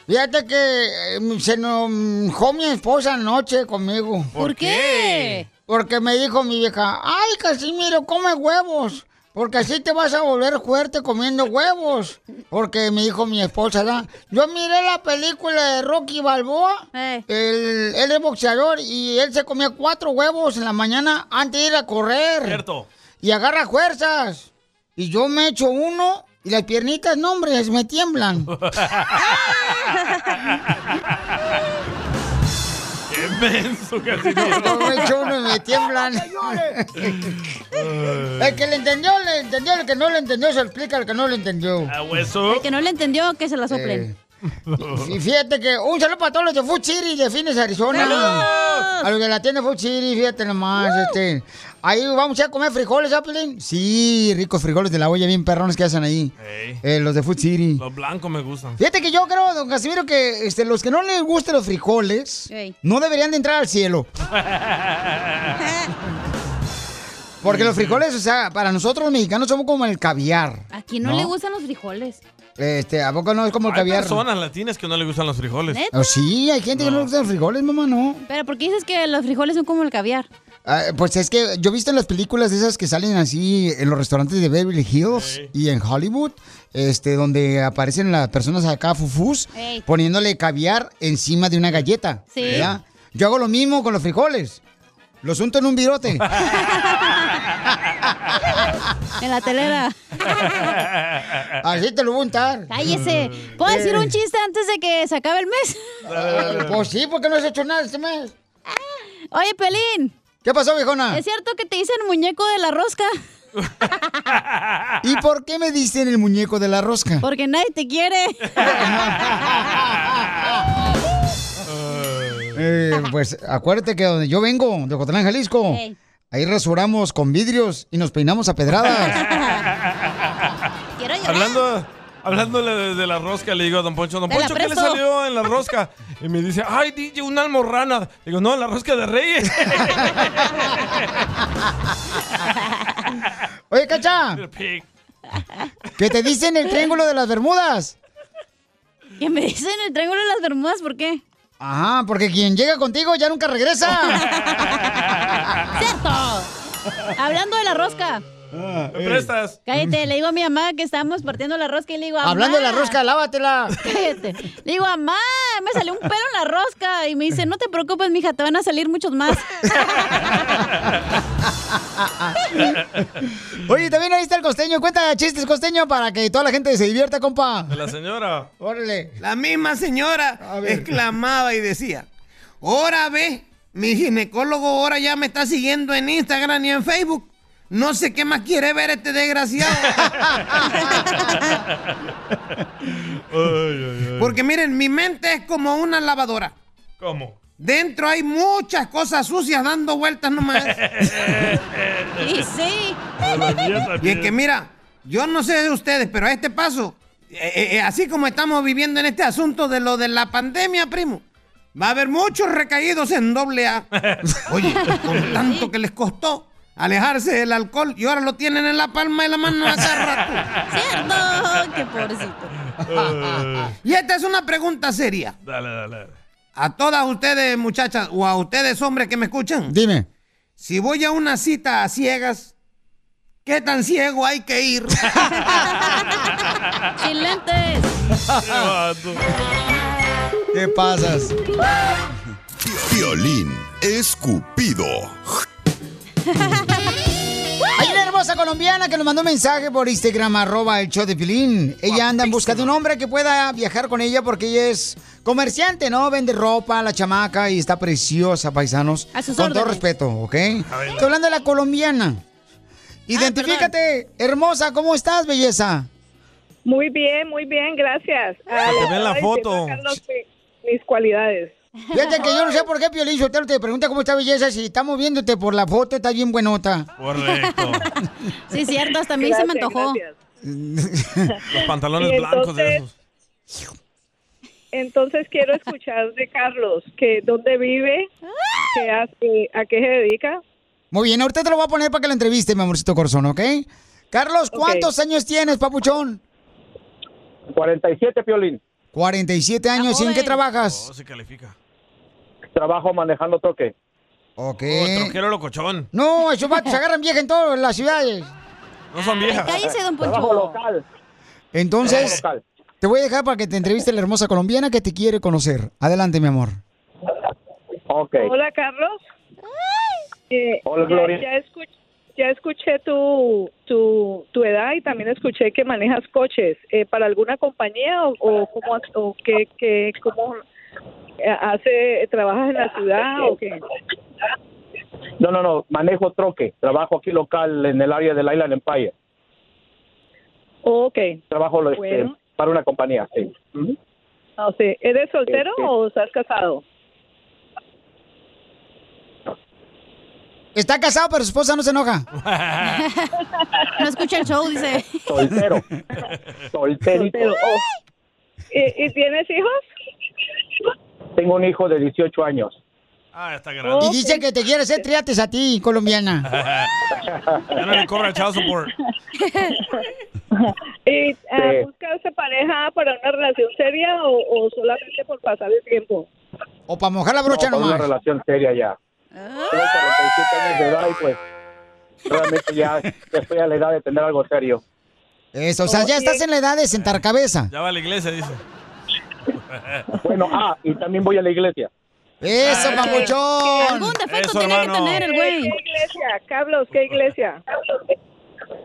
[SPEAKER 1] Fíjate que eh, se enojó mi esposa anoche conmigo.
[SPEAKER 3] ¿Por qué?
[SPEAKER 1] Porque me dijo mi vieja, ay Casimiro, come huevos. Porque así te vas a volver fuerte comiendo huevos. Porque me dijo mi esposa, ¿verdad? yo miré la película de Rocky Balboa. El- él es boxeador y él se comía cuatro huevos en la mañana antes de ir a correr.
[SPEAKER 2] Cierto.
[SPEAKER 1] Y agarra fuerzas. Y yo me echo uno y las piernitas, no hombre, me tiemblan.
[SPEAKER 2] [laughs] ¡Qué menso,
[SPEAKER 1] Yo me echo
[SPEAKER 2] Casimiro!
[SPEAKER 1] uno y
[SPEAKER 2] [laughs]
[SPEAKER 1] me tiemblan. El que le entendió, le entendió. El que no le entendió, se explica el que no le entendió. Eh.
[SPEAKER 2] ¿A Ah, hueso?
[SPEAKER 1] El que no le entendió, que se la
[SPEAKER 3] soplen.
[SPEAKER 1] Y fíjate que un saludo para todos los de Food City de Phoenix, Arizona.
[SPEAKER 3] ¡Saludos!
[SPEAKER 1] A los de la tienda Food City, fíjate nomás. Este, ahí vamos a comer frijoles, Apelín. Sí, ricos frijoles de la olla, bien perrones que hacen ahí.
[SPEAKER 2] Ey.
[SPEAKER 1] Eh, los de Food City.
[SPEAKER 2] Los blancos me gustan.
[SPEAKER 1] Fíjate que yo creo, don Casimiro, que este, los que no les gustan los frijoles
[SPEAKER 2] Ey.
[SPEAKER 1] no deberían de entrar al cielo. Porque los frijoles, o sea, para nosotros los mexicanos somos como el caviar.
[SPEAKER 3] ¿A quién no,
[SPEAKER 1] No.
[SPEAKER 3] le gustan los frijoles?
[SPEAKER 1] Este, ¿a poco no es como el
[SPEAKER 2] Hay
[SPEAKER 1] caviar?
[SPEAKER 2] personas latinas que no le gustan los frijoles.
[SPEAKER 3] ¿Neta?
[SPEAKER 1] Oh, sí, hay gente que no le gustan los frijoles, mamá, no.
[SPEAKER 3] Pero ¿por qué dices que los frijoles son como el caviar?
[SPEAKER 1] Ah, pues es que yo he visto en las películas esas que salen así en los restaurantes de Beverly Hills y en Hollywood, este, donde aparecen las personas acá fufús
[SPEAKER 3] Ey.
[SPEAKER 1] poniéndole caviar encima de una galleta.
[SPEAKER 3] Sí.
[SPEAKER 1] ¿verdad? Yo hago lo mismo con los frijoles. Los unto en un virote.
[SPEAKER 3] En la telera.
[SPEAKER 1] Así te lo voy a untar.
[SPEAKER 3] Cállese. ¿Puedo decir
[SPEAKER 1] Eh.
[SPEAKER 3] un chiste antes de que se acabe el mes? Ah.
[SPEAKER 1] Pues sí, porque no has hecho nada este mes.
[SPEAKER 3] Oye, Pelín.
[SPEAKER 1] ¿Qué pasó, viejona?
[SPEAKER 3] ¿Es cierto que te dicen muñeco de la rosca?
[SPEAKER 1] ¿Y por qué me dicen el muñeco de la
[SPEAKER 3] [laughs]
[SPEAKER 1] rosca?
[SPEAKER 3] Porque nadie te quiere.
[SPEAKER 1] [laughs] Eh, pues acuérdate que donde yo vengo, de Ocotlán, Jalisco,
[SPEAKER 3] Ey.
[SPEAKER 1] ahí rasuramos con vidrios y nos peinamos a pedradas.
[SPEAKER 3] Quiero llorar.
[SPEAKER 2] Hablando, hablándole de, de la rosca, le digo a Don Poncho, Don
[SPEAKER 3] Te la
[SPEAKER 2] Poncho, ¿qué le
[SPEAKER 3] presto.
[SPEAKER 2] salió en la rosca? Y me dice, ay, DJ, una almorrana. Le digo, no, la rosca de
[SPEAKER 3] [laughs]
[SPEAKER 2] reyes.
[SPEAKER 1] Oye, Cacha,
[SPEAKER 2] Pig.
[SPEAKER 1] que te dicen el triángulo de las Bermudas.
[SPEAKER 3] ¿Qué me dicen el triángulo de las Bermudas? ¿Por qué?
[SPEAKER 1] Ajá, porque quien llega contigo ya
[SPEAKER 3] [laughs]
[SPEAKER 1] nunca regresa.
[SPEAKER 3] ¡Cierto! Hablando de la rosca.
[SPEAKER 2] ¿Me prestas?
[SPEAKER 3] Cállate, le digo a mi mamá que estábamos partiendo la rosca y le digo, "Amá".
[SPEAKER 1] Hablando de la rosca, lávatela.
[SPEAKER 3] Cállate. Le digo, mamá, me salió un pelo en la rosca. Y me dice, no te preocupes, mija, te van a salir muchos más.
[SPEAKER 1] Oye, también ahí está el costeño. Cuenta chistes, costeño, para que toda la gente se divierta, compa.
[SPEAKER 2] De la señora.
[SPEAKER 1] Órale.
[SPEAKER 11] La misma señora exclamaba y decía, ahora ve, mi ginecólogo ahora ya me está siguiendo en Instagram y en Facebook. No sé qué más quiere ver este desgraciado. Porque miren, mi mente es como una lavadora.
[SPEAKER 2] ¿Cómo?
[SPEAKER 11] Dentro hay muchas cosas sucias dando vueltas nomás.
[SPEAKER 3] [laughs] Y sí.
[SPEAKER 11] Y es que mira, yo no sé de ustedes, pero a este paso, eh, eh, eh, así como estamos viviendo en este asunto de lo de la pandemia, primo, va a haber muchos recaídos en doble A. Oye, con tanto que les costó alejarse del alcohol y ahora lo tienen en la palma de la mano a cada
[SPEAKER 17] [laughs]
[SPEAKER 11] rato.
[SPEAKER 3] Cierto, qué pobrecito.
[SPEAKER 11] Y esta es una pregunta seria.
[SPEAKER 2] Dale, dale.
[SPEAKER 11] A todas ustedes, muchachas, o a ustedes, hombres que me escuchan.
[SPEAKER 1] Dime.
[SPEAKER 11] Si voy a una cita a ciegas, ¿qué tan ciego hay que ir?
[SPEAKER 3] Sin lentes.
[SPEAKER 6] Ah.
[SPEAKER 1] ¿Qué pasas?
[SPEAKER 6] Violín escupido.
[SPEAKER 1] Hay una hermosa colombiana que nos mandó un mensaje por Instagram, arroba el show de Pilín. Ella anda en busca de un hombre que pueda viajar con ella porque ella es comerciante, ¿no? Vende ropa, la chamaca y está preciosa, paisanos.
[SPEAKER 3] A sus
[SPEAKER 1] con todo
[SPEAKER 3] órdenes.
[SPEAKER 1] respeto, ¿ok? Estoy hablando de la colombiana.
[SPEAKER 3] Ah,
[SPEAKER 1] Identifícate, hermosa, ¿cómo estás, belleza?
[SPEAKER 19] Muy bien, muy bien, gracias. Ah,
[SPEAKER 1] Se te ve en la
[SPEAKER 19] ay,
[SPEAKER 1] foto.
[SPEAKER 19] estoy sacando mi- mis cualidades.
[SPEAKER 1] Fíjate que yo no sé por qué Piolín Sotelo te pregunta cómo está belleza si estamos viéndote por la foto, está bien buenota.
[SPEAKER 2] Correcto.
[SPEAKER 3] Sí, cierto, hasta a mí se me
[SPEAKER 19] Gracias,
[SPEAKER 3] antojó.
[SPEAKER 2] Los pantalones
[SPEAKER 19] [laughs] Y
[SPEAKER 2] blancos de
[SPEAKER 19] entonces-
[SPEAKER 2] esos.
[SPEAKER 19] Entonces quiero escuchar de Carlos, que dónde vive, que hace, a qué se dedica.
[SPEAKER 1] Muy bien, ahorita te lo voy a poner para que la entreviste, mi amorcito corazón, ¿ok? Carlos, ¿cuántos años tienes, papuchón?
[SPEAKER 24] 47, Piolín.
[SPEAKER 1] 47 años, ¿y en qué trabajas?
[SPEAKER 2] No se califica.
[SPEAKER 24] Trabajo manejando toque.
[SPEAKER 1] Ok.
[SPEAKER 2] Oh, troquero locochón.
[SPEAKER 1] No, esos vatos agarran vieja en todas las ciudades.
[SPEAKER 2] No son viejas.
[SPEAKER 3] cállese, don
[SPEAKER 2] Poncho.
[SPEAKER 24] Trabajo local.
[SPEAKER 1] Entonces, te voy a dejar para que te entreviste la hermosa colombiana que te quiere conocer. Adelante, mi amor.
[SPEAKER 24] Ok.
[SPEAKER 19] Hola, Carlos. Eh,
[SPEAKER 1] Hola,
[SPEAKER 19] ya-
[SPEAKER 1] Gloria.
[SPEAKER 19] Ya, escuch- ya escuché tu, tu, tu edad y también escuché que manejas coches. Eh, ¿Para alguna compañía o, o cómo, o qué, qué- cómo eh, hace, trabajas en la ciudad o qué?
[SPEAKER 24] No, no, no. Manejo troque. Trabajo aquí local en el área del Island Empire.
[SPEAKER 19] Ok.
[SPEAKER 24] Trabajo lo- este,
[SPEAKER 19] Bueno.
[SPEAKER 24] para una compañía,
[SPEAKER 2] [laughs]
[SPEAKER 24] sí.
[SPEAKER 19] No sé, ¿eres soltero
[SPEAKER 24] Sí, sí.
[SPEAKER 19] o estás casado?
[SPEAKER 1] Está casado, pero su esposa no se enoja.
[SPEAKER 3] [laughs] No escucha el show, dice.
[SPEAKER 2] [laughs]
[SPEAKER 24] Soltero. Solterito.
[SPEAKER 19] Soltero. oh. ¿Y, y tienes hijos?
[SPEAKER 24] Tengo un hijo de 18 años.
[SPEAKER 2] Ah, está
[SPEAKER 1] Y
[SPEAKER 2] grande.
[SPEAKER 1] dice que te quiere hacer triates a ti, colombiana.
[SPEAKER 2] [laughs] ya no le cobra el child support.
[SPEAKER 19] [laughs] ¿Y ah,
[SPEAKER 1] Sí.
[SPEAKER 19] buscas pareja para una relación seria o, o solamente por pasar el tiempo?
[SPEAKER 1] O para mojar la brocha
[SPEAKER 24] no, con una
[SPEAKER 1] nomás.
[SPEAKER 24] relación seria ya.
[SPEAKER 19] Ah.
[SPEAKER 24] Tengo 47 años de edad y pues realmente ya estoy a la edad de tener algo serio.
[SPEAKER 1] Eso, o sea, ya estás en la edad de sentar cabeza.
[SPEAKER 2] Ya va a la iglesia, dice.
[SPEAKER 24] Bueno, ah, y también voy a la iglesia.
[SPEAKER 1] Eso, papuchón.
[SPEAKER 19] Algún defecto
[SPEAKER 24] Eso,
[SPEAKER 19] tenía que
[SPEAKER 24] hermano.
[SPEAKER 19] tener el güey. ¿Qué iglesia? Carlos, ¿qué iglesia?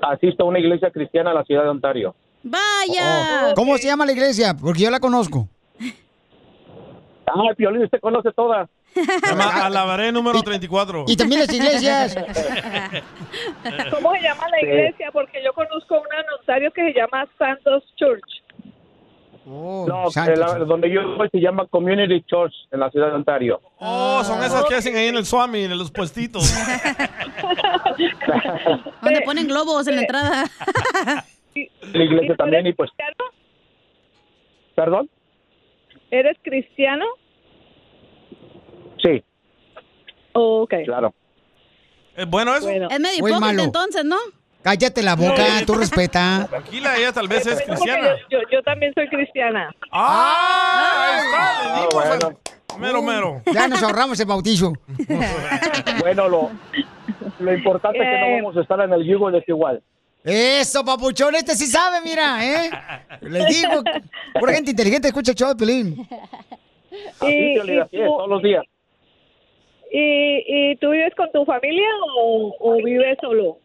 [SPEAKER 24] Asisto a una iglesia cristiana en la ciudad de Ontario.
[SPEAKER 3] Vaya.
[SPEAKER 24] eh,
[SPEAKER 1] ¿Cómo se llama la iglesia? Porque yo la conozco.
[SPEAKER 24] Ah, el Piolín, usted conoce toda.
[SPEAKER 2] Llama Alabaré número 34.
[SPEAKER 1] Y también las iglesias.
[SPEAKER 19] [laughs] ¿Cómo se llama la
[SPEAKER 2] Sí.
[SPEAKER 19] iglesia? Porque yo conozco una en Ontario que se llama Santos
[SPEAKER 3] [laughs]
[SPEAKER 19] Church.
[SPEAKER 1] Oh,
[SPEAKER 24] no,
[SPEAKER 2] santo,
[SPEAKER 24] eh, la-
[SPEAKER 2] santo.
[SPEAKER 24] donde yo voy se llama Community Church en la ciudad de Ontario.
[SPEAKER 2] [laughs] Oh, son esas que hacen ahí en el Swami, en los puestitos.
[SPEAKER 3] Donde ponen globos en la entrada.
[SPEAKER 24] La iglesia también y pues... ¿Perdón?
[SPEAKER 19] ¿Eres cristiano?
[SPEAKER 24] Sí.
[SPEAKER 19] Ok.
[SPEAKER 24] Claro.
[SPEAKER 2] ¿Es Eh, bueno eso?
[SPEAKER 19] Bueno.
[SPEAKER 3] Es medio
[SPEAKER 1] Muy
[SPEAKER 3] hipócrita
[SPEAKER 1] malo.
[SPEAKER 3] entonces, ¿no?
[SPEAKER 1] Cállate la boca,
[SPEAKER 2] No.
[SPEAKER 1] tú respeta.
[SPEAKER 2] Tranquila, ella tal vez es
[SPEAKER 19] Bueno,
[SPEAKER 2] cristiana.
[SPEAKER 19] porque Yo, yo- yo también soy cristiana. Ah.
[SPEAKER 2] ¡Ah! Ahí está, le dimos al- Mero, mero.
[SPEAKER 1] Ya nos ahorramos el bautizo.
[SPEAKER 24] Bueno, lo, lo importante es que no
[SPEAKER 1] Eh.
[SPEAKER 24] vamos a estar en el yugo este desigual.
[SPEAKER 1] Eso, papuchón, este sí sabe, mira, ¿eh? Les digo, pura gente inteligente escucha el show de Pelín.
[SPEAKER 24] Así,
[SPEAKER 19] Y-
[SPEAKER 24] Piolín,
[SPEAKER 19] y
[SPEAKER 24] así es,
[SPEAKER 19] tú-
[SPEAKER 24] todos los días.
[SPEAKER 19] ¿Y, y tú vives con tu familia o, o vives solo?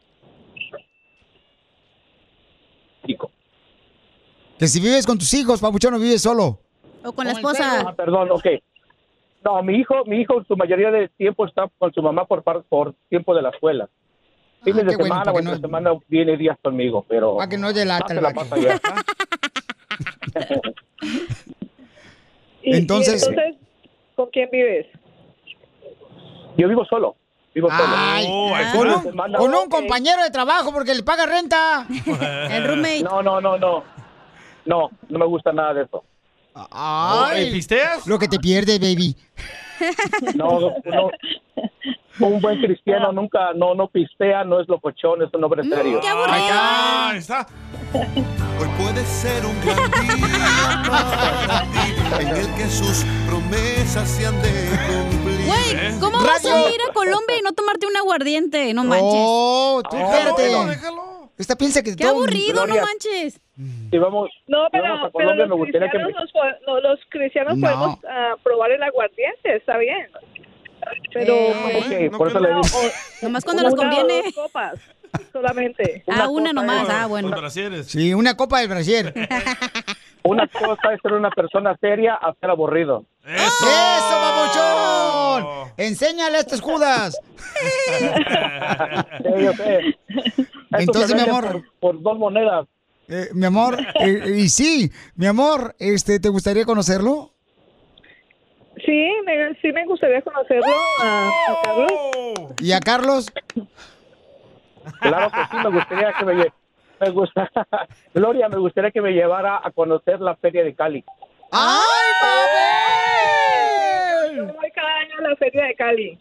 [SPEAKER 1] Que si vives con tus hijos, papuchón, no vives solo.
[SPEAKER 3] O con la
[SPEAKER 24] Ah,
[SPEAKER 3] esposa.
[SPEAKER 24] perdón, ok. No, mi hijo, mi hijo, su mayoría del tiempo está con su mamá por par- por tiempo de la escuela. Fines de
[SPEAKER 1] Ah, qué bueno,
[SPEAKER 24] semana,
[SPEAKER 1] porque
[SPEAKER 24] o entre semana viene días conmigo, pero.
[SPEAKER 1] Para que no dé lata
[SPEAKER 24] más se
[SPEAKER 1] el
[SPEAKER 24] la
[SPEAKER 1] vato.
[SPEAKER 24] pasa allá.
[SPEAKER 19] Y- y
[SPEAKER 1] Entonces-
[SPEAKER 19] entonces, ¿con quién vives?
[SPEAKER 24] Yo vivo solo. Vivo solo.
[SPEAKER 1] ah, con, un, con
[SPEAKER 24] eh.
[SPEAKER 1] un [laughs] compañero de trabajo porque le paga renta.
[SPEAKER 24] El roommate. No, no, no, no. No, no me gusta nada de eso.
[SPEAKER 1] Ay,
[SPEAKER 24] ¿Y
[SPEAKER 1] Lo que te pierdes, baby.
[SPEAKER 24] [laughs] No, no. Un buen cristiano nunca, no, no pistea, no es locochón, es un hombre
[SPEAKER 3] Oh,
[SPEAKER 24] serio.
[SPEAKER 2] Ah, ahí está.
[SPEAKER 6] Hoy puede ser un gran día para ti, en el que sus promesas se han de cumplir. ¿Eh?
[SPEAKER 3] Güey, ¿cómo vas a ir a Colombia y no tomarte un aguardiente? No manches.
[SPEAKER 1] Oh, tú
[SPEAKER 24] déjalo,
[SPEAKER 1] espérate. Esta piensa que
[SPEAKER 3] Qué
[SPEAKER 1] todo-
[SPEAKER 3] aburrido, no
[SPEAKER 24] Gloria.
[SPEAKER 3] manches.
[SPEAKER 24] Si vamos,
[SPEAKER 19] No, pero,
[SPEAKER 24] si vamos a
[SPEAKER 19] pero
[SPEAKER 24] Colombia, me
[SPEAKER 19] los,
[SPEAKER 24] gustaría que
[SPEAKER 19] cristianos
[SPEAKER 24] me-
[SPEAKER 19] nos po- no, los cristianos
[SPEAKER 24] No.
[SPEAKER 19] podemos ah, probar el aguardiente, está bien. Pero pues,
[SPEAKER 24] Ok, por eso le digo.
[SPEAKER 19] nomás
[SPEAKER 3] cuando nos conviene.
[SPEAKER 19] copas, solamente.
[SPEAKER 3] Ah, una nomás. Ah, bueno.
[SPEAKER 1] Sí, una copa del brasier.
[SPEAKER 24] Una cosa es ser una persona seria a ser aburrido.
[SPEAKER 1] ¡Eso, papuchón! Enséñale a estas judas.
[SPEAKER 24] [laughs] Sí, yo sé. Estos
[SPEAKER 1] Entonces,
[SPEAKER 24] se
[SPEAKER 1] mi
[SPEAKER 24] venden
[SPEAKER 1] amor.
[SPEAKER 24] Por, por dos monedas.
[SPEAKER 1] Eh, mi amor, eh, y sí, mi amor, este, ¿te gustaría conocerlo?
[SPEAKER 19] Sí, me, sí me gustaría conocerlo a, a Carlos.
[SPEAKER 1] ¿Y a Carlos?
[SPEAKER 24] Claro que sí, me gustaría que me lle- me gusta, [laughs] Gloria, me gustaría que me llevara a conocer la feria de Cali.
[SPEAKER 1] ¡Ay,
[SPEAKER 19] Yo voy cada año a la feria de Cali.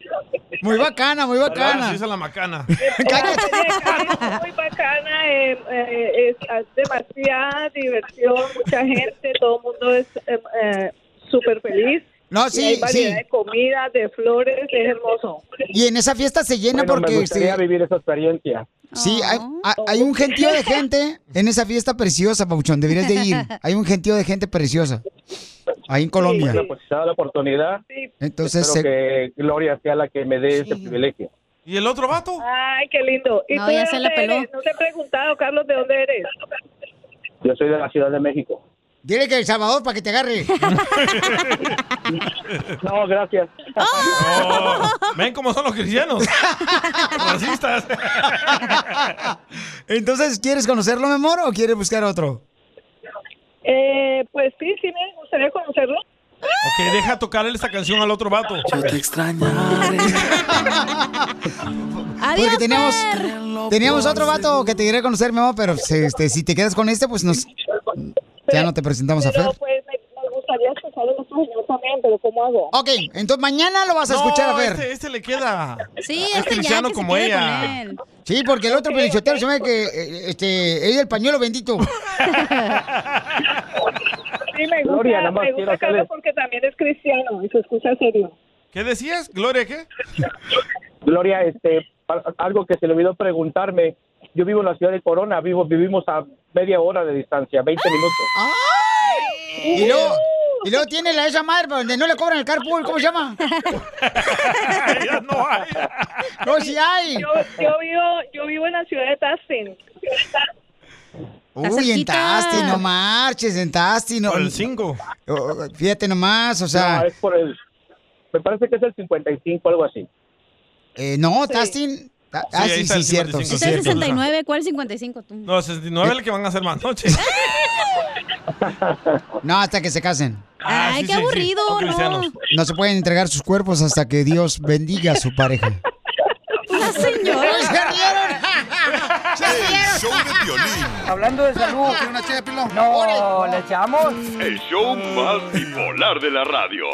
[SPEAKER 1] Muy bacana, muy
[SPEAKER 2] Ahora
[SPEAKER 1] bacana.
[SPEAKER 2] sí es a la macana.
[SPEAKER 19] La feria de Cali es muy bacana, eh, eh, es, es demasiada diversión, mucha gente, todo el mundo es eh, eh, súper feliz.
[SPEAKER 1] No,
[SPEAKER 19] Y
[SPEAKER 1] sí,
[SPEAKER 19] hay variedad
[SPEAKER 1] sí.
[SPEAKER 19] de comida, de flores, es hermoso.
[SPEAKER 1] Y en esa fiesta se llena
[SPEAKER 24] Bueno,
[SPEAKER 1] porque...
[SPEAKER 24] me gustaría
[SPEAKER 1] este,
[SPEAKER 24] vivir esa experiencia.
[SPEAKER 1] Sí, hay, hay- hay un gentío de gente en esa fiesta preciosa, Pauchón. Deberías de ir. Hay un gentío de gente preciosa. Ahí en Colombia.
[SPEAKER 24] Bueno, pues si se da la oportunidad,
[SPEAKER 1] Entonces,
[SPEAKER 24] espero
[SPEAKER 1] se-
[SPEAKER 24] que Gloria sea la que me dé ese privilegio.
[SPEAKER 2] ¿Y el otro vato?
[SPEAKER 19] Ay, qué lindo. ¿Y
[SPEAKER 3] No,
[SPEAKER 19] tú de
[SPEAKER 3] ya se la
[SPEAKER 19] dónde
[SPEAKER 3] peló.
[SPEAKER 19] eres? No te he preguntado, Carlos, ¿de dónde eres?
[SPEAKER 24] Yo soy de la Ciudad de México.
[SPEAKER 1] Dile que El Salvador para que te agarre.
[SPEAKER 24] [laughs] No, gracias.
[SPEAKER 2] Ven cómo son los
[SPEAKER 1] [laughs]
[SPEAKER 2] cristianos. Racistas.
[SPEAKER 1] Entonces, ¿quieres conocerlo, mi amor, o quieres buscar otro?
[SPEAKER 19] Eh, pues sí, sí me gustaría conocerlo.
[SPEAKER 2] Ok, deja tocarle esta canción al otro vato. Yo te extrañaré.
[SPEAKER 1] Porque teníamos, teníamos otro vato que te quería conocer, mi amor, pero si, este, si te quedas con este, pues nos, ya no te presentamos a
[SPEAKER 19] Pero
[SPEAKER 1] Fer.
[SPEAKER 19] pues me, me gustaría escuchar los tuyos también, pero ¿cómo hago?
[SPEAKER 1] Ok, entonces mañana lo vas a escuchar, a
[SPEAKER 2] No,
[SPEAKER 1] Fer.
[SPEAKER 2] Este, este le queda.
[SPEAKER 3] Sí,
[SPEAKER 2] es cristiano como ella.
[SPEAKER 1] Sí, porque el otro pelichotero se me que eh, este, es el pañuelo bendito.
[SPEAKER 19] Sí, me gusta,
[SPEAKER 1] Gloria, nada más
[SPEAKER 19] me
[SPEAKER 1] quiero
[SPEAKER 19] gusta
[SPEAKER 1] hacerle-
[SPEAKER 19] Carlos porque también es cristiano y se escucha serio.
[SPEAKER 2] ¿Qué decías? ¿Gloria qué?
[SPEAKER 24] Gloria, este, pa- algo que se le olvidó preguntarme. Yo vivo en la ciudad de Corona, vivo, vivimos a media hora de distancia, 20 minutos.
[SPEAKER 1] Y luego, y luego tiene la esa madre para donde no le cobran el carpool, ¿cómo
[SPEAKER 2] [laughs]
[SPEAKER 1] se llama? no hay. No, sí hay.
[SPEAKER 19] Yo, yo vivo, yo vivo en la ciudad de Tassin.
[SPEAKER 1] Uy, en
[SPEAKER 19] cerquita.
[SPEAKER 1] Tasti, no marches, en Tasti. No,
[SPEAKER 24] Por
[SPEAKER 1] el 5. Fíjate nomás, o sea...
[SPEAKER 24] No, es por el. Me parece que es el 55, algo así.
[SPEAKER 1] Eh, no, Tastin. Ah,
[SPEAKER 2] ahí
[SPEAKER 1] sí,
[SPEAKER 2] está
[SPEAKER 1] sí,
[SPEAKER 2] el
[SPEAKER 1] cierto. sí,
[SPEAKER 2] 55.
[SPEAKER 3] Este es el
[SPEAKER 1] cierto.
[SPEAKER 3] 69, ¿cuál 55? Tú?
[SPEAKER 2] No, 69 es el que van a hacer más noche.
[SPEAKER 1] No, hasta que se casen.
[SPEAKER 2] Ah,
[SPEAKER 3] Ay, qué aburrido,
[SPEAKER 2] Oh,
[SPEAKER 3] ¿no?
[SPEAKER 1] No se pueden entregar sus cuerpos hasta que Dios bendiga a su pareja.
[SPEAKER 3] La señora.
[SPEAKER 6] El show de violín.
[SPEAKER 18] Hablando de salud, ¿quiere una ché de pilón? No, ¿le echamos?
[SPEAKER 7] El show más bipolar de la radio.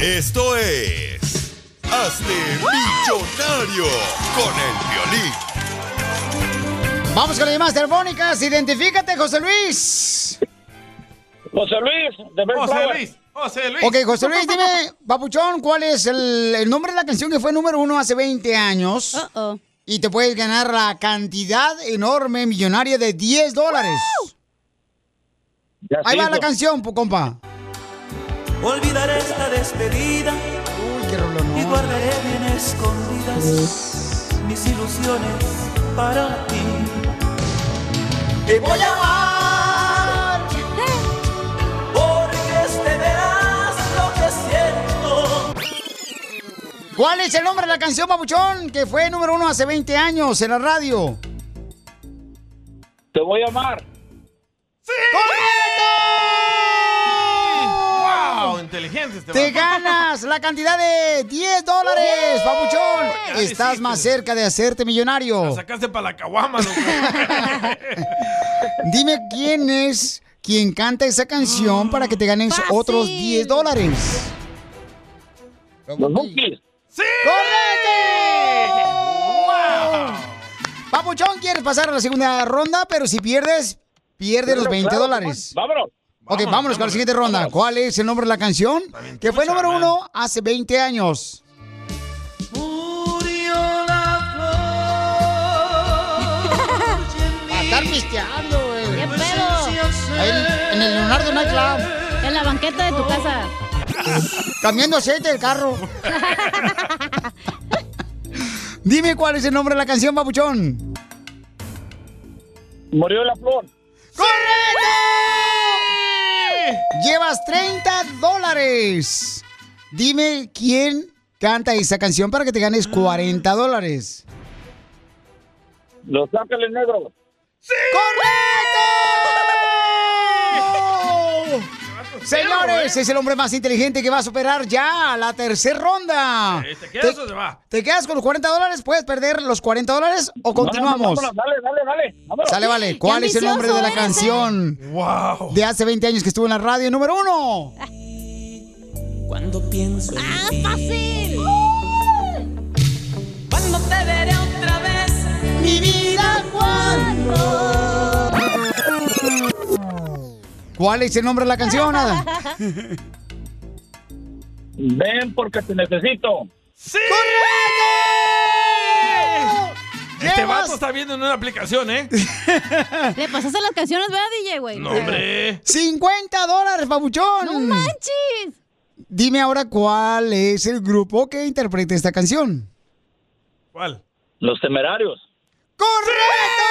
[SPEAKER 6] Esto es. Hazte millonario con el violín.
[SPEAKER 1] Vamos con las llamadas telefónicas. Identifícate, José Luis.
[SPEAKER 24] José Luis, de
[SPEAKER 2] José Luis. [laughs] José Luis.
[SPEAKER 1] Ok, José Luis, dime, Papuchón, ¿cuál es el, el nombre de la canción que fue número uno hace 20 años? y te puedes ganar la cantidad enorme, millonaria de 10 dólares.
[SPEAKER 17] Ya
[SPEAKER 1] Ahí
[SPEAKER 17] se
[SPEAKER 1] va
[SPEAKER 17] hizo.
[SPEAKER 1] la canción, pu- compa.
[SPEAKER 17] Olvidaré esta despedida y guardaré bien escondidas mis ilusiones para ti. Te voy a amar porque te verás lo que siento.
[SPEAKER 1] ¿Cuál es el nombre de la canción, papuchón? Que fue número uno hace 20 años en la radio.
[SPEAKER 24] Te voy a amar.
[SPEAKER 2] ¡Wow! Inteligente este
[SPEAKER 1] Te
[SPEAKER 2] vato.
[SPEAKER 1] ganas la cantidad de 10 dólares,
[SPEAKER 2] Ya
[SPEAKER 1] papuchón.
[SPEAKER 2] lo
[SPEAKER 1] Estás más cerca de hacerte millonario.
[SPEAKER 2] Sacaste para la caguama, loco.
[SPEAKER 1] [laughs] Dime quién es quien canta esa canción para que te ganes
[SPEAKER 2] Mm,
[SPEAKER 1] otros 10 dólares.
[SPEAKER 24] Los Bukis.
[SPEAKER 2] ¡Sí!
[SPEAKER 1] Papuchón, quieres pasar a la segunda ronda, pero si pierdes, pierdes los
[SPEAKER 24] Claro,
[SPEAKER 1] 20
[SPEAKER 24] claro,
[SPEAKER 1] dólares.
[SPEAKER 24] Vámonos.
[SPEAKER 1] Ok, vámonos, con la siguiente ronda. ¿Cuál es el nombre de la canción? Que fue número uno hace 20 años.
[SPEAKER 17] Murió la flor.
[SPEAKER 1] A estar pisteando, güey.
[SPEAKER 17] ¿Qué pedo?
[SPEAKER 1] Ahí en- en el Leonardo Nightclub.
[SPEAKER 3] En la banqueta de tu
[SPEAKER 2] [laughs]
[SPEAKER 3] casa.
[SPEAKER 1] Cambiando aceite del carro. Dime cuál es el nombre de la canción, papuchón.
[SPEAKER 24] Murió la flor.
[SPEAKER 1] Eh, Llevas 30 dólares. Dime quién canta esa canción para que te ganes 40 dólares.
[SPEAKER 24] Los Ángeles Negros.
[SPEAKER 2] ¡Oh!
[SPEAKER 1] Señores, es el hombre más inteligente que va a superar ya la tercera ronda.
[SPEAKER 2] Eh, ¿te quedas o te va?
[SPEAKER 1] Ah. ¿Te quedas con los 40 dólares? ¿Puedes perder los 40 dólares o continuamos?
[SPEAKER 2] vámonos,
[SPEAKER 24] Dale, dale, dale. vámonos.
[SPEAKER 1] Sale, vale. ¿Cuál es el nombre de la
[SPEAKER 17] ¿eh?
[SPEAKER 3] ¿eh?
[SPEAKER 1] canción?
[SPEAKER 2] Wow.
[SPEAKER 1] De hace 20 años que estuvo en la radio número uno.
[SPEAKER 17] Cuando pienso en
[SPEAKER 3] ¡Ah,
[SPEAKER 17] ti.
[SPEAKER 3] fácil!
[SPEAKER 17] Cuando te veré otra vez, mi vida cuando.
[SPEAKER 1] ¿Cuál es el nombre de la canción,
[SPEAKER 17] [laughs]
[SPEAKER 1] Ada?
[SPEAKER 24] Ven porque te necesito.
[SPEAKER 2] ¡Sí! Este
[SPEAKER 3] Llevas-
[SPEAKER 2] vato está viendo en una aplicación, ¿eh?
[SPEAKER 3] Le pasaste las canciones, ¿verdad, DJ, güey?
[SPEAKER 2] No, hombre.
[SPEAKER 1] 50 dólares, babuchón.
[SPEAKER 3] ¡No manches!
[SPEAKER 1] Dime ahora cuál es el grupo que interpreta esta canción.
[SPEAKER 2] ¿Cuál?
[SPEAKER 24] Los temerarios.
[SPEAKER 1] ¡Correcto!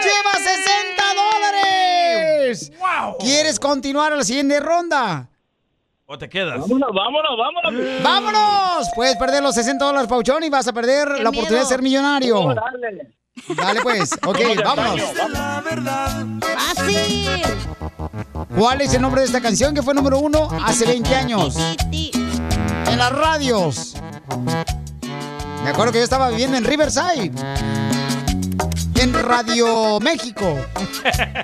[SPEAKER 1] ¡Lleva 60 dólares!
[SPEAKER 2] ¡Wow!
[SPEAKER 1] ¿Quieres continuar a la siguiente ronda?
[SPEAKER 2] ¿O te quedas?
[SPEAKER 24] Vámonos, vámonos, vámonos.
[SPEAKER 1] ¡Vámonos! Puedes perder los 60 dólares, Pauchón, y vas a perder la oportunidad de ser millonario.
[SPEAKER 24] Oh, Dale.
[SPEAKER 1] Dale pues,
[SPEAKER 24] [laughs]
[SPEAKER 1] ok, vámonos.
[SPEAKER 3] ¡Fácil!
[SPEAKER 1] ¿Cuál es el nombre de esta canción que fue número uno hace 20 años? En las radios. Me acuerdo que yo estaba viviendo en Riverside. En Radio México.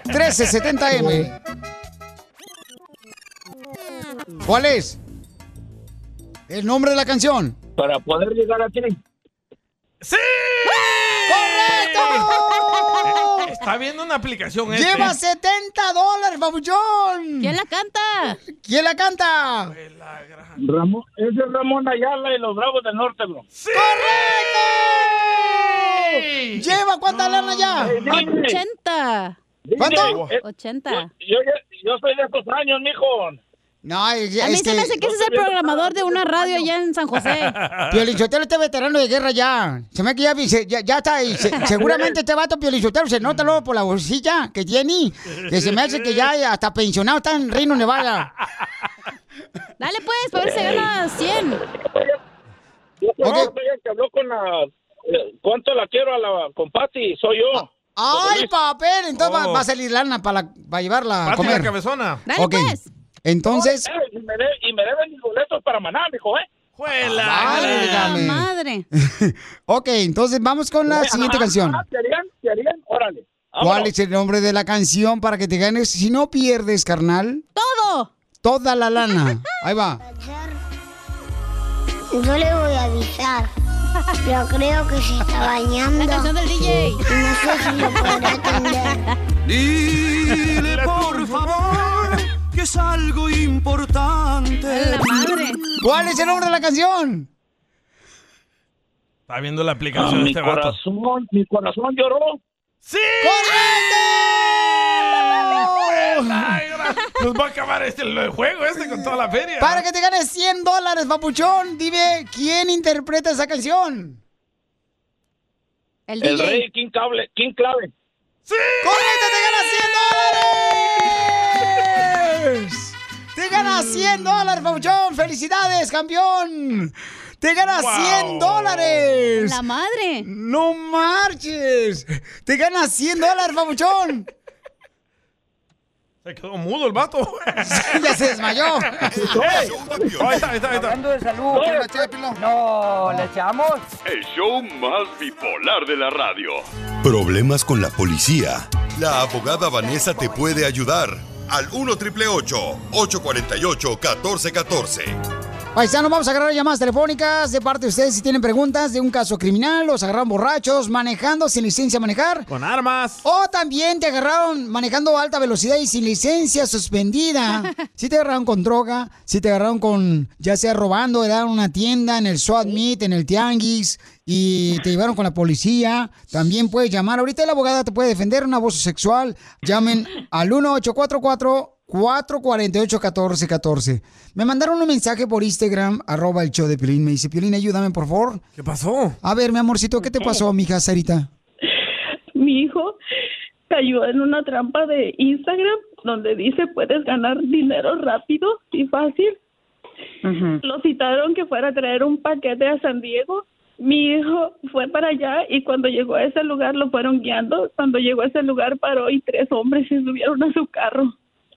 [SPEAKER 1] 1370M. ¿Cuál es? El nombre de la canción.
[SPEAKER 24] Para poder llegar a ti.
[SPEAKER 2] ¡Sí!
[SPEAKER 1] ¡Correcto!
[SPEAKER 2] Eh, Está viendo una aplicación, ¿eh?
[SPEAKER 1] Lleva 70 dólares, babuchón.
[SPEAKER 3] ¿Quién la canta?
[SPEAKER 1] ¿Quién la canta?
[SPEAKER 24] Ramón, ese es Ramón Ayala y los Bravos del Norte, bro.
[SPEAKER 1] Lleva cuánta lana ya.
[SPEAKER 3] ¡80!
[SPEAKER 1] ¿Cuánto?
[SPEAKER 3] 80.
[SPEAKER 24] eh, Yo, yo- yo soy de estos años, mijo.
[SPEAKER 1] No, es,
[SPEAKER 3] A mí
[SPEAKER 1] es
[SPEAKER 3] se me hace que ese es el programador de una radio allá en San
[SPEAKER 2] [laughs]
[SPEAKER 1] [laughs]
[SPEAKER 3] José.
[SPEAKER 1] Piolichotero está este veterano de guerra ya. Se me que ya, vi- se- ya, ya está. y se- seguramente este vato Piolichotero se nota luego por la bolsilla que tiene. Que se me hace que ya hasta pensionado está en Reino Nevada.
[SPEAKER 3] Dale pues, para ver si se gana 100.
[SPEAKER 24] Yo soy el que habló con la... eh, ¿Cuánto la quiero a la con Patty? Soy yo.
[SPEAKER 1] ¡Ay, papel! Entonces va,
[SPEAKER 24] Oh.
[SPEAKER 1] va a salir lana para, la- para llevarla a
[SPEAKER 2] Pati
[SPEAKER 1] comer.
[SPEAKER 2] la cabezona.
[SPEAKER 1] Ok.
[SPEAKER 3] pues.
[SPEAKER 1] Entonces,
[SPEAKER 24] Eh, y, me de- y me deben mis boletos para Maná, mijo, ¿eh?
[SPEAKER 1] Válgame.
[SPEAKER 3] madre!
[SPEAKER 1] [laughs] ok, entonces vamos con la siguiente
[SPEAKER 24] Ah,
[SPEAKER 1] canción.
[SPEAKER 24] ah, ¿Te harían? ¿Te harían? Órale.
[SPEAKER 1] ¿Cuál es el nombre de la canción para que te ganes? Si no pierdes, carnal,
[SPEAKER 3] ¡Todo!
[SPEAKER 1] toda la lana. Ahí va.
[SPEAKER 14] Yo le voy a avisar. Pero creo que se está bañando.
[SPEAKER 3] [laughs] La canción del DJ.
[SPEAKER 14] Y [laughs] No sé si lo podrá atender.
[SPEAKER 17] Dile por favor que es algo importante.
[SPEAKER 1] ¿Cuál es el nombre de la canción?
[SPEAKER 2] Está viendo la aplicación
[SPEAKER 17] Ah,
[SPEAKER 2] de
[SPEAKER 17] mi
[SPEAKER 2] este vato.
[SPEAKER 17] corazón, mi corazón lloró.
[SPEAKER 2] ¡Sí!
[SPEAKER 24] [laughs]
[SPEAKER 2] Nos va a acabar este el juego este con toda la feria.
[SPEAKER 1] Para que te ganes 100 dólares, papuchón, dime quién interpreta esa canción.
[SPEAKER 17] El, rey, King Cable, King Clave.
[SPEAKER 2] ¡Sí!
[SPEAKER 1] ¡Te ganas 100 dólares, papuchón! ¡Felicidades, campeón! ¡Te ganas 100
[SPEAKER 5] Wow.
[SPEAKER 1] dólares!
[SPEAKER 5] La
[SPEAKER 1] madre! ¡No marches! ¡Te ganas 100 dólares, papuchón!
[SPEAKER 2] Se quedó mudo el vato.
[SPEAKER 18] [laughs]
[SPEAKER 1] ya se desmayó.
[SPEAKER 2] Ey, Ahí está, ahí está, ahí está.
[SPEAKER 18] Hablando de salud, ¿quién la echa, Pilón? No, ¿le echamos?
[SPEAKER 7] El show más bipolar de la radio.
[SPEAKER 6] Problemas con la policía. La abogada Vanessa te puede ayudar. Al 1 848 1414.
[SPEAKER 1] Paisanos, vamos a agarrar llamadas telefónicas de parte de ustedes si tienen preguntas de un caso criminal. Los agarraron borrachos, manejando sin licencia a manejar.
[SPEAKER 2] Con armas.
[SPEAKER 1] O también te agarraron manejando a alta velocidad y sin
[SPEAKER 2] [laughs]
[SPEAKER 1] licencia suspendida. si te agarraron con droga, si te agarraron con, ya sea robando, era una tienda, en el SWAT Meet, en el Tianguis, y te llevaron con la policía. También puedes llamar. Ahorita la abogada te puede defender un abuso sexual. Llamen al 1844 448-1414. Me mandaron un mensaje por Instagram, arroba el show de Piolín. Me dice, Piolín, ayúdame, por favor.
[SPEAKER 2] ¿Qué pasó?
[SPEAKER 1] A ver, mi amorcito, ¿qué te pasó, mija Sarita?
[SPEAKER 21] Mi hijo cayó en una trampa de Instagram donde dice puedes ganar dinero rápido y fácil.
[SPEAKER 15] Mm.
[SPEAKER 21] Lo citaron que fuera a traer un paquete a San Diego. Mi hijo fue para allá y cuando llegó a ese lugar lo fueron guiando. Cuando llegó a ese lugar paró y tres hombres se subieron a su carro.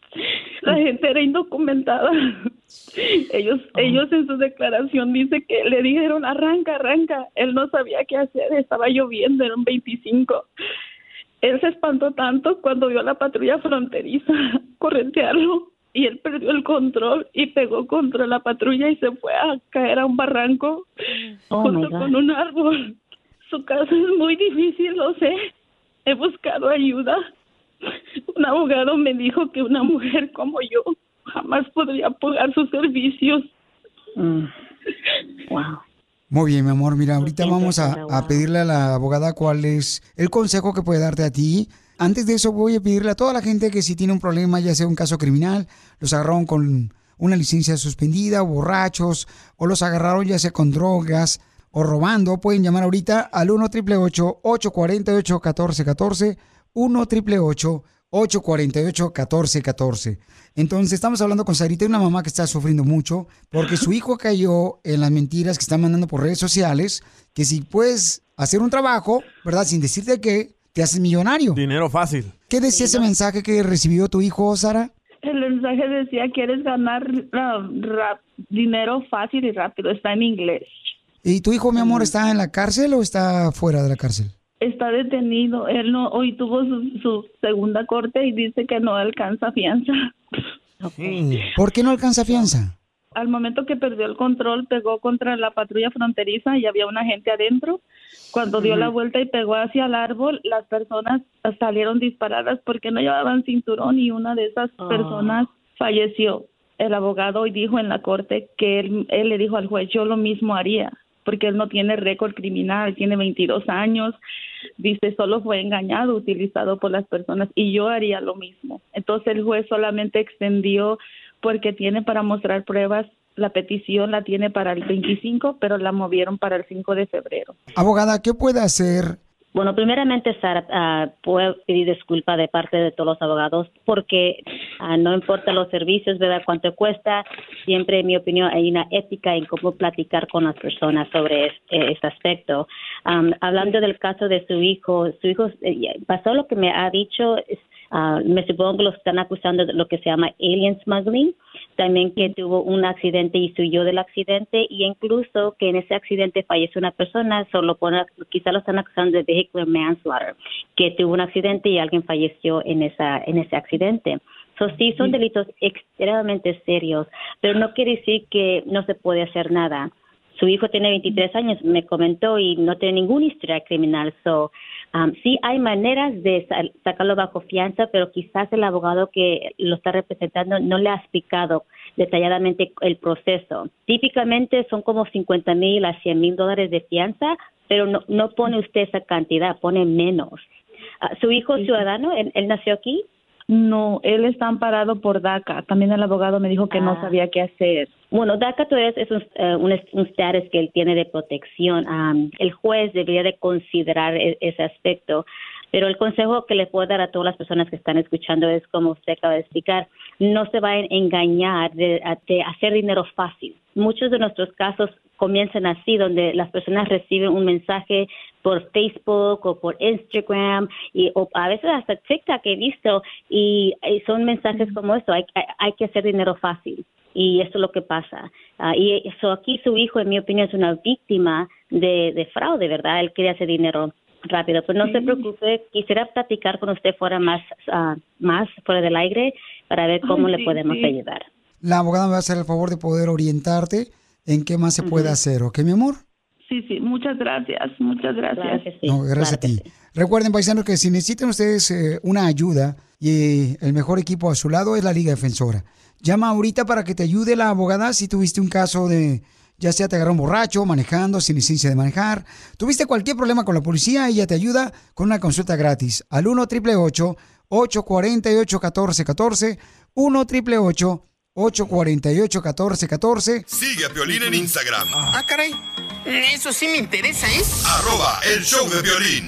[SPEAKER 21] [laughs] La gente era indocumentada. [laughs] Ellos, ellos en su declaración dice que le dijeron arranca, arranca. Él no sabía qué hacer, estaba lloviendo, era un 25. Él se espantó tanto cuando vio a la patrulla fronteriza [laughs] corretearlo y él perdió el control y pegó contra la patrulla y se fue a caer a un barranco
[SPEAKER 22] Oh, my
[SPEAKER 21] junto
[SPEAKER 22] God.
[SPEAKER 21] con un árbol. [laughs] Su caso es muy difícil, lo sé. He buscado ayuda. [laughs] Un abogado me dijo que una mujer como yo jamás podría pagar sus servicios.
[SPEAKER 22] Mm.
[SPEAKER 1] Muy bien, mi amor. Mira, ahorita vamos a, a pedirle a la abogada cuál es el consejo que puede darte a ti. Antes de eso, voy a pedirle a toda la gente que si tiene un problema, ya sea un caso criminal, los agarraron con una licencia suspendida, borrachos, o los agarraron ya sea con drogas o robando, pueden llamar ahorita al 1 888 848 1414 1 888 848 1414 Entonces, estamos hablando con Sarita, una mamá que está sufriendo mucho porque su hijo cayó en las mentiras que están mandando por redes sociales, que si puedes hacer un trabajo, ¿verdad? Sin decirte que te haces millonario.
[SPEAKER 2] Dinero fácil.
[SPEAKER 1] ¿Qué decía ese mensaje que recibió tu hijo, Sara?
[SPEAKER 22] El mensaje decía, ¿quieres ganar ah, rap- dinero fácil y rápido? Está en inglés.
[SPEAKER 1] ¿Y tu hijo, mi amor, está en la cárcel o está fuera de la cárcel?
[SPEAKER 22] Está detenido. Él no, hoy tuvo su, su segunda corte y dice que no alcanza fianza.
[SPEAKER 1] ¿Por qué no alcanza fianza?
[SPEAKER 22] Al momento que perdió el control, pegó contra la patrulla fronteriza y había una gente adentro. Cuando dio la
[SPEAKER 21] Ujú.
[SPEAKER 22] vuelta y pegó hacia el árbol, las personas salieron disparadas porque no llevaban cinturón y una de esas
[SPEAKER 21] Ah.
[SPEAKER 22] personas falleció. El abogado hoy dijo en la corte que él, él le dijo al juez, yo lo mismo haría, porque él no tiene récord criminal, tiene 22 años, dice, solo fue engañado, utilizado por las personas y yo haría lo mismo. Entonces el juez solamente extendió porque tiene para mostrar pruebas, la petición la tiene para el 25, pero la movieron para el 5 de febrero.
[SPEAKER 1] Abogada, ¿qué puede hacer?
[SPEAKER 23] Bueno, primeramente, Sara, ah, puedo pedir disculpa de parte de todos los abogados porque ah, no importa los servicios, ¿verdad? Cuánto cuesta, siempre, en mi opinión, hay una ética en cómo platicar con las personas sobre es- eh, este aspecto. Am, hablando del caso de su hijo, su hijo eh, ya- pasó lo que me ha dicho, es, ah, me supongo que lo están acusando de lo que se llama alien smuggling, también que tuvo un accidente y huyó del accidente y incluso que en ese accidente falleció una persona, solo por, quizá lo están acusando de vehicular manslaughter, que tuvo un accidente y alguien falleció en esa en ese accidente. So, sí, son delitos extremadamente serios, pero no quiere decir que no se puede hacer nada. su hijo tiene 23 años, me comentó, y no tiene ninguna historia criminal. So, um, sí hay maneras de sa- sacarlo bajo fianza, pero quizás el abogado que lo está representando no le ha explicado detalladamente el proceso. Típicamente son como 50 mil a 100 mil dólares de fianza, pero no, no pone usted esa cantidad, pone menos. Ah, ¿Su hijo es ciudadano? ¿Él, él nació aquí?
[SPEAKER 22] No, él está amparado por DACA. También el abogado me dijo que
[SPEAKER 23] Ah.
[SPEAKER 22] no sabía qué hacer.
[SPEAKER 23] Bueno, DACA todavía es un, eh, un, est- un status que él tiene de protección. Am, el juez debería de considerar e- ese aspecto. Pero el consejo que le puedo dar a todas las personas que están escuchando es, como usted acaba de explicar, no se vayan a engañar de, a- de hacer dinero fácil. Muchos de nuestros casos comienzan así, donde las personas reciben un mensaje por Facebook o por Instagram y o a veces hasta TikTok he visto y, y son mensajes como esto, hay, hay- hay que hacer dinero fácil y eso es lo que pasa. Ah, y eso aquí su hijo, en mi opinión, es una víctima de, de fraude, ¿verdad? Él quiere hacer dinero rápido, pero no se preocupe, quisiera platicar con usted fuera más, ah, más fuera del aire para ver cómo
[SPEAKER 22] Ay,
[SPEAKER 23] le
[SPEAKER 22] sí,
[SPEAKER 23] podemos
[SPEAKER 22] sí.
[SPEAKER 23] ayudar.
[SPEAKER 1] La abogada me va a hacer el favor de poder orientarte en qué más se puede hacer, ¿ok, mi amor?
[SPEAKER 22] Sí, sí, muchas gracias, muchas gracias.
[SPEAKER 1] no, gracias a ti. Recuerden, paisanos, que si necesitan ustedes eh, una ayuda y eh, el mejor equipo a su lado es la Liga Defensora. Llama ahorita para que te ayude la abogada si tuviste un caso de, ya sea te agarraron borracho, manejando, sin licencia de manejar, tuviste cualquier problema con la policía, ella te ayuda con una consulta gratis al 1 888 848 1414 1 888 848 1414
[SPEAKER 6] Sigue a Piolín en Instagram.
[SPEAKER 15] Ah, caray. Eso sí me interesa, ¿eh?
[SPEAKER 6] Arroba el show de violín.